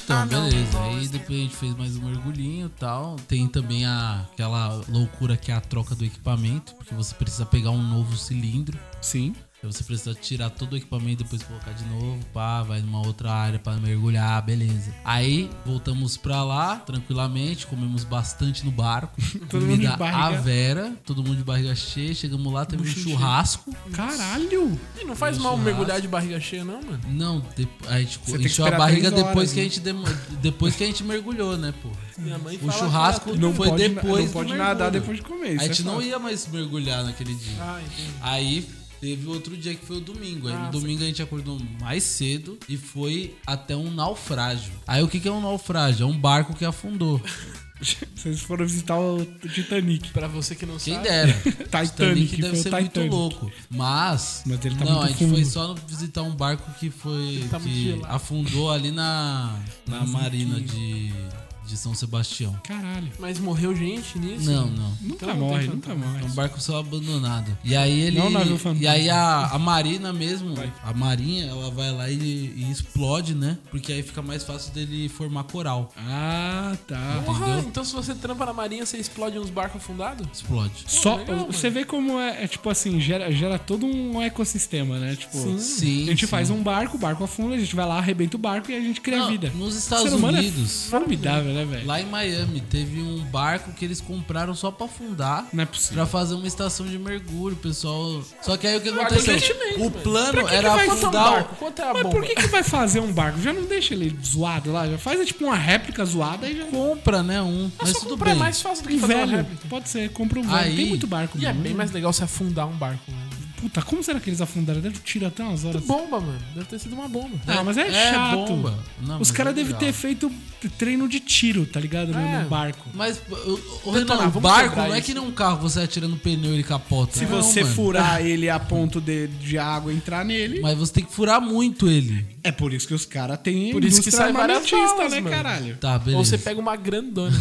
[SPEAKER 2] Então, beleza. Aí depois a gente fez mais um mergulhinho e tal. Tem também a, aquela loucura que é a troca do equipamento, porque você precisa pegar um novo cilindro.
[SPEAKER 1] Sim.
[SPEAKER 2] Aí você precisa tirar todo o equipamento, depois colocar de novo, pá, vai numa outra área pra mergulhar, beleza. Aí voltamos pra lá, tranquilamente, comemos bastante no barco.
[SPEAKER 1] <laughs> Todo mundo de
[SPEAKER 2] Comida à
[SPEAKER 1] barriga-
[SPEAKER 2] vera, todo mundo de barriga cheia. Chegamos lá, teve um
[SPEAKER 3] Buchinho cheio.
[SPEAKER 2] churrasco.
[SPEAKER 1] Caralho!
[SPEAKER 3] E não faz mal
[SPEAKER 2] Churrasco.
[SPEAKER 3] mergulhar de barriga cheia, não, mano?
[SPEAKER 2] Não, de- a gente
[SPEAKER 1] tem que
[SPEAKER 2] encheu a
[SPEAKER 1] esperar
[SPEAKER 2] barriga
[SPEAKER 1] três
[SPEAKER 2] depois
[SPEAKER 1] horas,
[SPEAKER 2] que a
[SPEAKER 1] né?
[SPEAKER 2] gente demo- depois que a gente mergulhou, né, pô?
[SPEAKER 3] Minha mãe
[SPEAKER 2] O
[SPEAKER 3] fala que
[SPEAKER 2] churrasco
[SPEAKER 3] ela-
[SPEAKER 2] não foi
[SPEAKER 1] pode-
[SPEAKER 2] depois
[SPEAKER 1] não pode
[SPEAKER 2] do
[SPEAKER 1] nadar
[SPEAKER 2] mergulho.
[SPEAKER 1] depois de comer,
[SPEAKER 2] A
[SPEAKER 1] isso
[SPEAKER 2] gente
[SPEAKER 1] é
[SPEAKER 2] não
[SPEAKER 1] fato.
[SPEAKER 2] ia mais mergulhar naquele dia.
[SPEAKER 3] Ah, entendi.
[SPEAKER 2] Aí teve outro dia que foi o domingo. Aí no domingo a gente acordou mais cedo e foi até um naufrágio. Aí o que, que é um naufrágio? É um barco que afundou.
[SPEAKER 1] <laughs> Vocês foram visitar o Titanic.
[SPEAKER 3] Pra você que não
[SPEAKER 2] Quem
[SPEAKER 1] <laughs>
[SPEAKER 3] sabe.
[SPEAKER 2] dera.
[SPEAKER 1] Titanic,
[SPEAKER 2] que deve
[SPEAKER 1] foi o
[SPEAKER 2] ser
[SPEAKER 1] Titanic.
[SPEAKER 2] muito louco. Mas.
[SPEAKER 1] Mas ele tá
[SPEAKER 2] não,
[SPEAKER 1] muito
[SPEAKER 2] a gente
[SPEAKER 1] fundo.
[SPEAKER 2] foi só no- visitar um barco que foi.
[SPEAKER 3] tá muito
[SPEAKER 2] que
[SPEAKER 3] gelado.
[SPEAKER 2] afundou ali na. Na marina de, de São Sebastião.
[SPEAKER 1] Caralho.
[SPEAKER 3] Mas morreu gente nisso?
[SPEAKER 2] Não, não.
[SPEAKER 1] Nunca
[SPEAKER 3] Então não
[SPEAKER 1] morre,
[SPEAKER 3] tem
[SPEAKER 1] nunca
[SPEAKER 3] fantasma.
[SPEAKER 2] É
[SPEAKER 1] morre.
[SPEAKER 2] um barco só abandonado. E aí ele.
[SPEAKER 1] Não, navio fantasma.
[SPEAKER 2] e aí a, a Marina mesmo, a Marinha, ela vai lá e, e explode, né? Porque aí fica mais fácil dele formar coral.
[SPEAKER 1] Ah, tá.
[SPEAKER 3] Porra,
[SPEAKER 2] Entendeu?
[SPEAKER 3] então se você trampa na marinha, você explode uns barcos afundados?
[SPEAKER 2] Explode.
[SPEAKER 1] Só,
[SPEAKER 3] legal, mano.
[SPEAKER 1] você vê como é, é, tipo assim, gera, gera todo um ecossistema, né? Tipo,
[SPEAKER 2] Sim,
[SPEAKER 1] a gente
[SPEAKER 2] sim.
[SPEAKER 1] faz um barco, o barco afunda, a gente vai lá, arrebenta o barco e a gente cria
[SPEAKER 2] Não,
[SPEAKER 1] vida.
[SPEAKER 2] Nos
[SPEAKER 1] O
[SPEAKER 2] Estados
[SPEAKER 1] ser humano é
[SPEAKER 2] Unidos,
[SPEAKER 1] formidável, né, velho?
[SPEAKER 2] lá em Miami, teve um barco que eles compraram só pra afundar.
[SPEAKER 1] Não é possível.
[SPEAKER 2] Pra fazer uma estação de mergulho, pessoal. Só que aí o que
[SPEAKER 3] pra
[SPEAKER 2] aconteceu?
[SPEAKER 3] que investimento,
[SPEAKER 2] O
[SPEAKER 3] velho?
[SPEAKER 2] plano
[SPEAKER 1] Pra que
[SPEAKER 2] era
[SPEAKER 1] que vai
[SPEAKER 2] afundar. o-
[SPEAKER 1] afundar? um
[SPEAKER 3] Barco, quanto é a
[SPEAKER 2] Tá
[SPEAKER 1] Mas
[SPEAKER 3] bomba?
[SPEAKER 1] por que, que vai fazer um barco? Já não deixa ele zoado lá, já faz é, tipo uma réplica zoada e já.
[SPEAKER 2] Compra, né? Um.
[SPEAKER 3] Mas
[SPEAKER 2] Mas
[SPEAKER 3] só
[SPEAKER 2] tudo
[SPEAKER 3] comprar
[SPEAKER 2] bem.
[SPEAKER 3] é mais fácil do que
[SPEAKER 1] E
[SPEAKER 3] fazer uma
[SPEAKER 1] velho,
[SPEAKER 3] réplica.
[SPEAKER 1] pode ser, compra um velho.
[SPEAKER 2] Aí-
[SPEAKER 1] Tem muito barco,
[SPEAKER 3] E é
[SPEAKER 1] mano.
[SPEAKER 3] bem mais legal se afundar um barco. Mano.
[SPEAKER 1] Puta, como será que eles afundaram? Deve tirar até umas horas.
[SPEAKER 3] Bomba, mano. Deve ter sido uma bomba.
[SPEAKER 1] Ah, mas é,
[SPEAKER 2] é
[SPEAKER 1] chato.
[SPEAKER 2] bomba. Não, mas
[SPEAKER 1] Os caras
[SPEAKER 2] é
[SPEAKER 1] devem
[SPEAKER 2] legal.
[SPEAKER 1] ter feito treino de tiro, tá ligado? No-
[SPEAKER 3] É.
[SPEAKER 1] No barco.
[SPEAKER 2] Mas, o, o
[SPEAKER 3] Detonar,
[SPEAKER 2] Renan,
[SPEAKER 3] Então tá, vamos
[SPEAKER 2] barco
[SPEAKER 3] quebrar
[SPEAKER 2] não é
[SPEAKER 3] isso.
[SPEAKER 2] que nem um carro você atira no pneu e ele capota.
[SPEAKER 1] Se
[SPEAKER 2] Não,
[SPEAKER 1] você
[SPEAKER 2] mano.
[SPEAKER 1] furar ele a ponto de, de água entrar nele.
[SPEAKER 2] Mas você tem que furar muito ele.
[SPEAKER 1] É por isso que os caras têm.
[SPEAKER 3] Por isso que
[SPEAKER 1] indústria
[SPEAKER 3] sai várias
[SPEAKER 1] armamentista,
[SPEAKER 3] balas,
[SPEAKER 1] né,
[SPEAKER 3] mano?
[SPEAKER 1] caralho?
[SPEAKER 2] Tá, beleza.
[SPEAKER 3] Ou você pega uma grandona.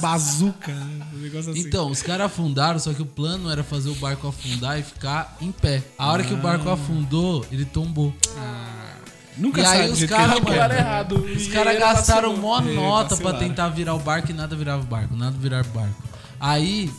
[SPEAKER 1] Bazuca, né? um negócio assim.
[SPEAKER 2] Então, os caras afundaram, só que o plano era fazer o barco afundar e ficar em pé. A hora que o
[SPEAKER 3] Ah.
[SPEAKER 2] barco afundou, ele tombou.
[SPEAKER 1] Nunca
[SPEAKER 2] e
[SPEAKER 1] sai
[SPEAKER 2] aí
[SPEAKER 1] do
[SPEAKER 2] os
[SPEAKER 1] jeito que
[SPEAKER 2] caras,
[SPEAKER 1] ele quer.
[SPEAKER 3] Calcularam
[SPEAKER 2] mano,
[SPEAKER 3] errado.
[SPEAKER 2] Os
[SPEAKER 3] E
[SPEAKER 2] caras
[SPEAKER 3] ele
[SPEAKER 2] gastaram mó
[SPEAKER 3] vacilou.
[SPEAKER 1] Ele
[SPEAKER 2] nota pra
[SPEAKER 1] vacilaram.
[SPEAKER 2] tentar virar o barco e nada virava o barco, nada virava o barco. Aí.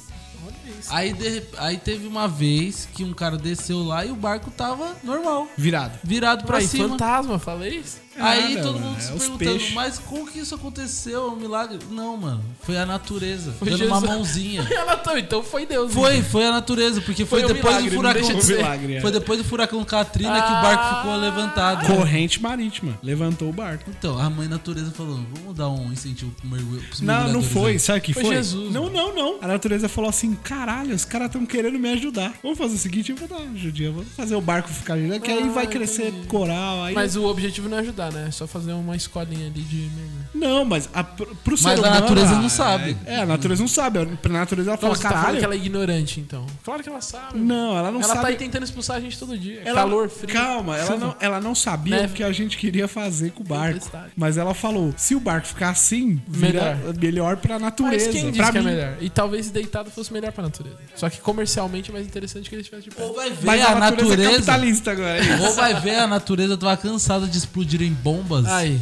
[SPEAKER 2] Aí, de rep- aí teve uma vez que um cara desceu lá e o barco tava normal.
[SPEAKER 1] Virado.
[SPEAKER 2] Virado pra
[SPEAKER 3] Aí, um
[SPEAKER 2] cima.
[SPEAKER 3] fantasma, falei isso?
[SPEAKER 2] Aí
[SPEAKER 1] Nada,
[SPEAKER 2] todo
[SPEAKER 1] mano,
[SPEAKER 2] mundo se
[SPEAKER 1] é os
[SPEAKER 2] perguntando,
[SPEAKER 1] peixes.
[SPEAKER 2] mas como que isso aconteceu? É um milagre? Não, mano. Foi a natureza. dando uma
[SPEAKER 3] Jesus.
[SPEAKER 2] mãozinha.
[SPEAKER 3] <laughs> Ela tá, então foi Deus. né?
[SPEAKER 2] Foi, foi a natureza, porque foi,
[SPEAKER 3] Foi um
[SPEAKER 2] depois
[SPEAKER 3] milagre,
[SPEAKER 2] do
[SPEAKER 3] não
[SPEAKER 2] furacão.
[SPEAKER 3] deixa de
[SPEAKER 1] ser. Milagre, é.
[SPEAKER 2] foi depois do furacão Katrina que o barco ficou levantado.
[SPEAKER 1] Corrente marítima. Levantou o barco.
[SPEAKER 2] Então, a mãe natureza falou: vamos dar um incentivo pro mergulho. pros
[SPEAKER 1] Não, não
[SPEAKER 2] mergulhadores
[SPEAKER 1] foi.
[SPEAKER 2] aí."
[SPEAKER 1] Sabe o que
[SPEAKER 3] Foi
[SPEAKER 1] foi?
[SPEAKER 3] Jesus.
[SPEAKER 1] né? Não, não, não. A natureza falou assim: caralho, os caras estão querendo me ajudar. Vamos fazer o seguinte: eu vou dar uma ajudinha, vou fazer o barco ficar ali, né? que aí
[SPEAKER 3] Ah,
[SPEAKER 1] vai crescer
[SPEAKER 3] entendi.
[SPEAKER 1] coral. Aí...
[SPEAKER 3] Mas o objetivo não é ajudar, né? É só fazer uma escolinha ali de mergulho.
[SPEAKER 1] Não, mas a, pro pro ser
[SPEAKER 2] Mas
[SPEAKER 1] humano...
[SPEAKER 2] a natureza
[SPEAKER 1] ah,
[SPEAKER 2] não sabe.
[SPEAKER 1] É, a natureza não sabe. Pra natureza ela
[SPEAKER 3] Então
[SPEAKER 1] fala,
[SPEAKER 3] você tá falando
[SPEAKER 1] caralho...
[SPEAKER 3] que ela é ignorante, então. Claro que ela sabe.
[SPEAKER 1] Não, ela não
[SPEAKER 3] ela
[SPEAKER 1] sabe...
[SPEAKER 3] tá aí tentando expulsar a gente todo dia. Calor, frio.
[SPEAKER 1] Calma, ela
[SPEAKER 3] chuva.
[SPEAKER 1] não, ela não sabia
[SPEAKER 3] Neve.
[SPEAKER 1] o que a gente queria fazer com o barco.
[SPEAKER 3] Tempestade.
[SPEAKER 1] Mas ela falou: se o barco ficar assim, vira melhor,
[SPEAKER 3] Melhor.
[SPEAKER 1] pra
[SPEAKER 3] Mas
[SPEAKER 1] natureza.
[SPEAKER 3] quem
[SPEAKER 1] pra
[SPEAKER 3] disse que é
[SPEAKER 1] mim.
[SPEAKER 3] melhor? E talvez deitado fosse melhor pra natureza. Só que comercialmente é mais interessante que ele estivesse de pé.
[SPEAKER 2] Ou vai ver
[SPEAKER 1] Mas é
[SPEAKER 2] a natureza.
[SPEAKER 1] capitalista agora. é isso.
[SPEAKER 2] Ou vai ver a natureza tava cansada de explodirem bombas
[SPEAKER 3] Aí.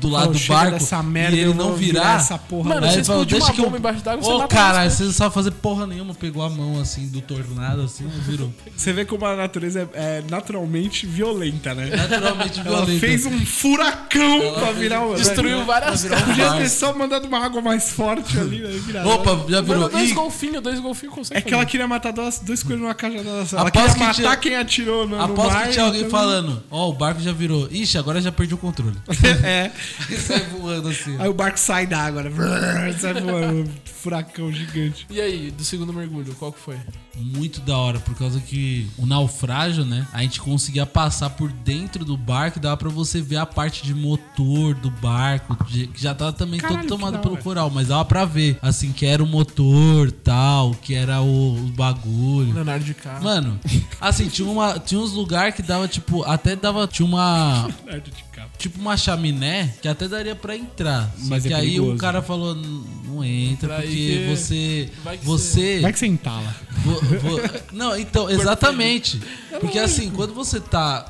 [SPEAKER 2] do lado
[SPEAKER 1] Falou,
[SPEAKER 2] do
[SPEAKER 1] "Chega
[SPEAKER 2] barco
[SPEAKER 1] dessa merda,
[SPEAKER 2] e ele
[SPEAKER 1] eu
[SPEAKER 2] não
[SPEAKER 1] vou virar
[SPEAKER 2] virar.
[SPEAKER 1] essa porra
[SPEAKER 3] Mano,
[SPEAKER 2] Aí
[SPEAKER 3] se
[SPEAKER 2] ele falou,
[SPEAKER 3] explodir
[SPEAKER 2] deixa
[SPEAKER 3] uma
[SPEAKER 2] que eu...
[SPEAKER 3] bomba embaixo d'água, você
[SPEAKER 2] Ô,
[SPEAKER 3] mata
[SPEAKER 2] cara,
[SPEAKER 3] bastante.
[SPEAKER 2] você não sabe fazer porra nenhuma. Pegou a mão assim do tornado, assim, não virou.
[SPEAKER 1] Você vê como a natureza é, é naturalmente violenta, né?
[SPEAKER 3] É
[SPEAKER 2] Naturalmente
[SPEAKER 1] Ela
[SPEAKER 2] violenta.
[SPEAKER 1] fez um furacão pra virar o.
[SPEAKER 3] Destruiu várias casas.
[SPEAKER 1] Podia ter só mandado uma água mais forte ali, né? Virar.
[SPEAKER 2] Opa, já virou.
[SPEAKER 3] Mano, dois
[SPEAKER 2] Ih,
[SPEAKER 3] golfinhos, dois golfinhos consegue
[SPEAKER 1] É que ela queria matar duas, dois coelhos numa cajadada só. Ela
[SPEAKER 2] Aposto
[SPEAKER 1] queria
[SPEAKER 2] que
[SPEAKER 1] matar
[SPEAKER 2] tinha-
[SPEAKER 1] quem atirou no, no
[SPEAKER 3] né?
[SPEAKER 2] aposto
[SPEAKER 1] mar.
[SPEAKER 2] que tinha alguém
[SPEAKER 1] então-
[SPEAKER 2] falando. Ó, o barco já virou. Ixi, agora já perdi o controle. <laughs>
[SPEAKER 1] <laughs> é.
[SPEAKER 2] E sai voando assim. ó.
[SPEAKER 1] Aí o barco sai da água, né? <laughs> Brrr, Sai voando, um furacão gigante.
[SPEAKER 3] E aí, do segundo mergulho, qual que foi?
[SPEAKER 2] Muito da hora, por causa que o naufrágio, né? A gente conseguia passar por dentro do barco e dava pra você ver a parte de motor do barco, de- que já tava também
[SPEAKER 1] Caralho, que
[SPEAKER 2] todo tomado
[SPEAKER 1] da
[SPEAKER 2] pelo
[SPEAKER 1] hora.
[SPEAKER 2] coral, mas dava pra ver, assim, que era o motor tal, que era o, o bagulho.
[SPEAKER 3] Leonardo DiCaprio.
[SPEAKER 2] Mano, assim, tinha, uma, tinha uns lugares que dava, tipo, até dava, tinha uma,
[SPEAKER 1] Leonardo DiCaprio.
[SPEAKER 2] tipo uma chaminé que até daria pra entrar. Só
[SPEAKER 1] Mas é
[SPEAKER 2] que aí
[SPEAKER 1] perigoso.
[SPEAKER 2] o cara falou, "N- não entra,
[SPEAKER 3] Entra aí
[SPEAKER 2] porque
[SPEAKER 3] que-
[SPEAKER 2] você,
[SPEAKER 3] vai que
[SPEAKER 2] você,
[SPEAKER 1] Vai é que você entala.
[SPEAKER 2] Vou- vou- Não, então, exatamente. Porque assim, quando você tá.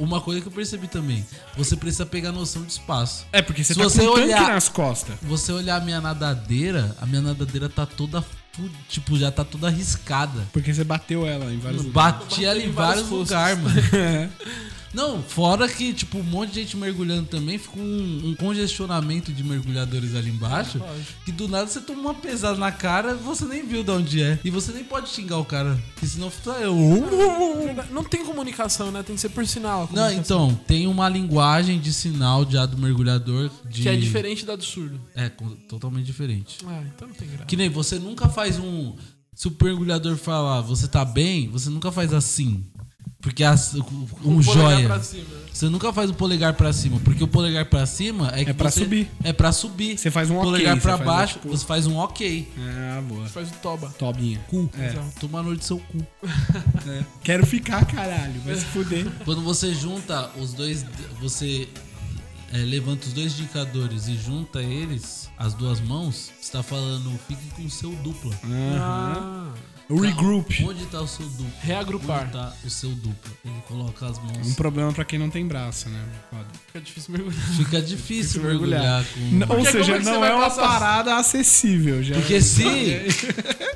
[SPEAKER 2] Uma coisa que eu percebi também, você precisa pegar noção de espaço.
[SPEAKER 1] É, porque você
[SPEAKER 2] Se
[SPEAKER 1] tá
[SPEAKER 2] você
[SPEAKER 1] com um
[SPEAKER 2] olhar-
[SPEAKER 1] tanque nas costas.
[SPEAKER 2] Você olhar a minha nadadeira, a minha nadadeira tá toda. fu- Tipo, já tá toda arriscada.
[SPEAKER 1] Porque você bateu ela em vários lugares.
[SPEAKER 2] Bati ela em
[SPEAKER 3] em
[SPEAKER 2] vários
[SPEAKER 3] vários
[SPEAKER 2] lugares, mano. Não, fora que, tipo, um monte de gente mergulhando também, ficou um, um congestionamento de mergulhadores ali embaixo. Que do nada você toma uma pesada na cara, você nem viu de onde é. E você nem pode xingar o cara. Porque senão fica. "Uh,
[SPEAKER 3] Não tem comunicação, né? Tem que ser por sinal. a
[SPEAKER 1] é
[SPEAKER 2] Não,
[SPEAKER 3] comunicação.
[SPEAKER 2] então, tem uma linguagem de sinal já do mergulhador
[SPEAKER 1] Ah,
[SPEAKER 2] de...
[SPEAKER 3] Que é diferente da do surdo.
[SPEAKER 2] É, com- totalmente diferente.
[SPEAKER 3] Ah, então não tem graça.
[SPEAKER 2] Que nem você nunca faz um. Se o mergulhador falar você tá bem, você nunca faz assim. Porque as- um,
[SPEAKER 3] O polegar
[SPEAKER 2] joia.
[SPEAKER 3] pra cima, né?
[SPEAKER 2] Você nunca faz o polegar pra cima, porque o polegar pra cima é que
[SPEAKER 1] É pra
[SPEAKER 2] você-
[SPEAKER 1] subir.
[SPEAKER 2] É pra subir.
[SPEAKER 1] Você faz um ok,
[SPEAKER 2] polegar
[SPEAKER 1] você
[SPEAKER 2] pra
[SPEAKER 1] faz,
[SPEAKER 2] baixo,
[SPEAKER 1] tipo-
[SPEAKER 2] você faz um ok.
[SPEAKER 1] Ah, boa.
[SPEAKER 3] Faz o toba.
[SPEAKER 1] Tobinha.
[SPEAKER 2] Cu.
[SPEAKER 1] É.
[SPEAKER 2] Toma no olho do seu cu.
[SPEAKER 1] Quero ficar, caralho. Vai se fuder.
[SPEAKER 2] Quando você junta os dois, você é, levanta os dois indicadores e junta eles, as duas mãos, você tá falando, fique com o seu dupla.
[SPEAKER 3] Ah,
[SPEAKER 1] Regroup.
[SPEAKER 2] Onde tá o seu dupla?
[SPEAKER 3] Reagrupar.
[SPEAKER 2] Onde tá o seu dupla? Ele coloca as
[SPEAKER 1] Um
[SPEAKER 2] mãos.
[SPEAKER 1] problema pra quem não tem braço, né? Foda.
[SPEAKER 3] fica difícil mergulhar.
[SPEAKER 2] Fica difícil mergulhar
[SPEAKER 1] Não,
[SPEAKER 2] com...
[SPEAKER 1] Ou
[SPEAKER 3] Porque
[SPEAKER 1] seja,
[SPEAKER 3] como é que você
[SPEAKER 1] não
[SPEAKER 3] vai
[SPEAKER 1] é uma
[SPEAKER 3] passar-
[SPEAKER 1] parada acessível. Já
[SPEAKER 2] Porque se...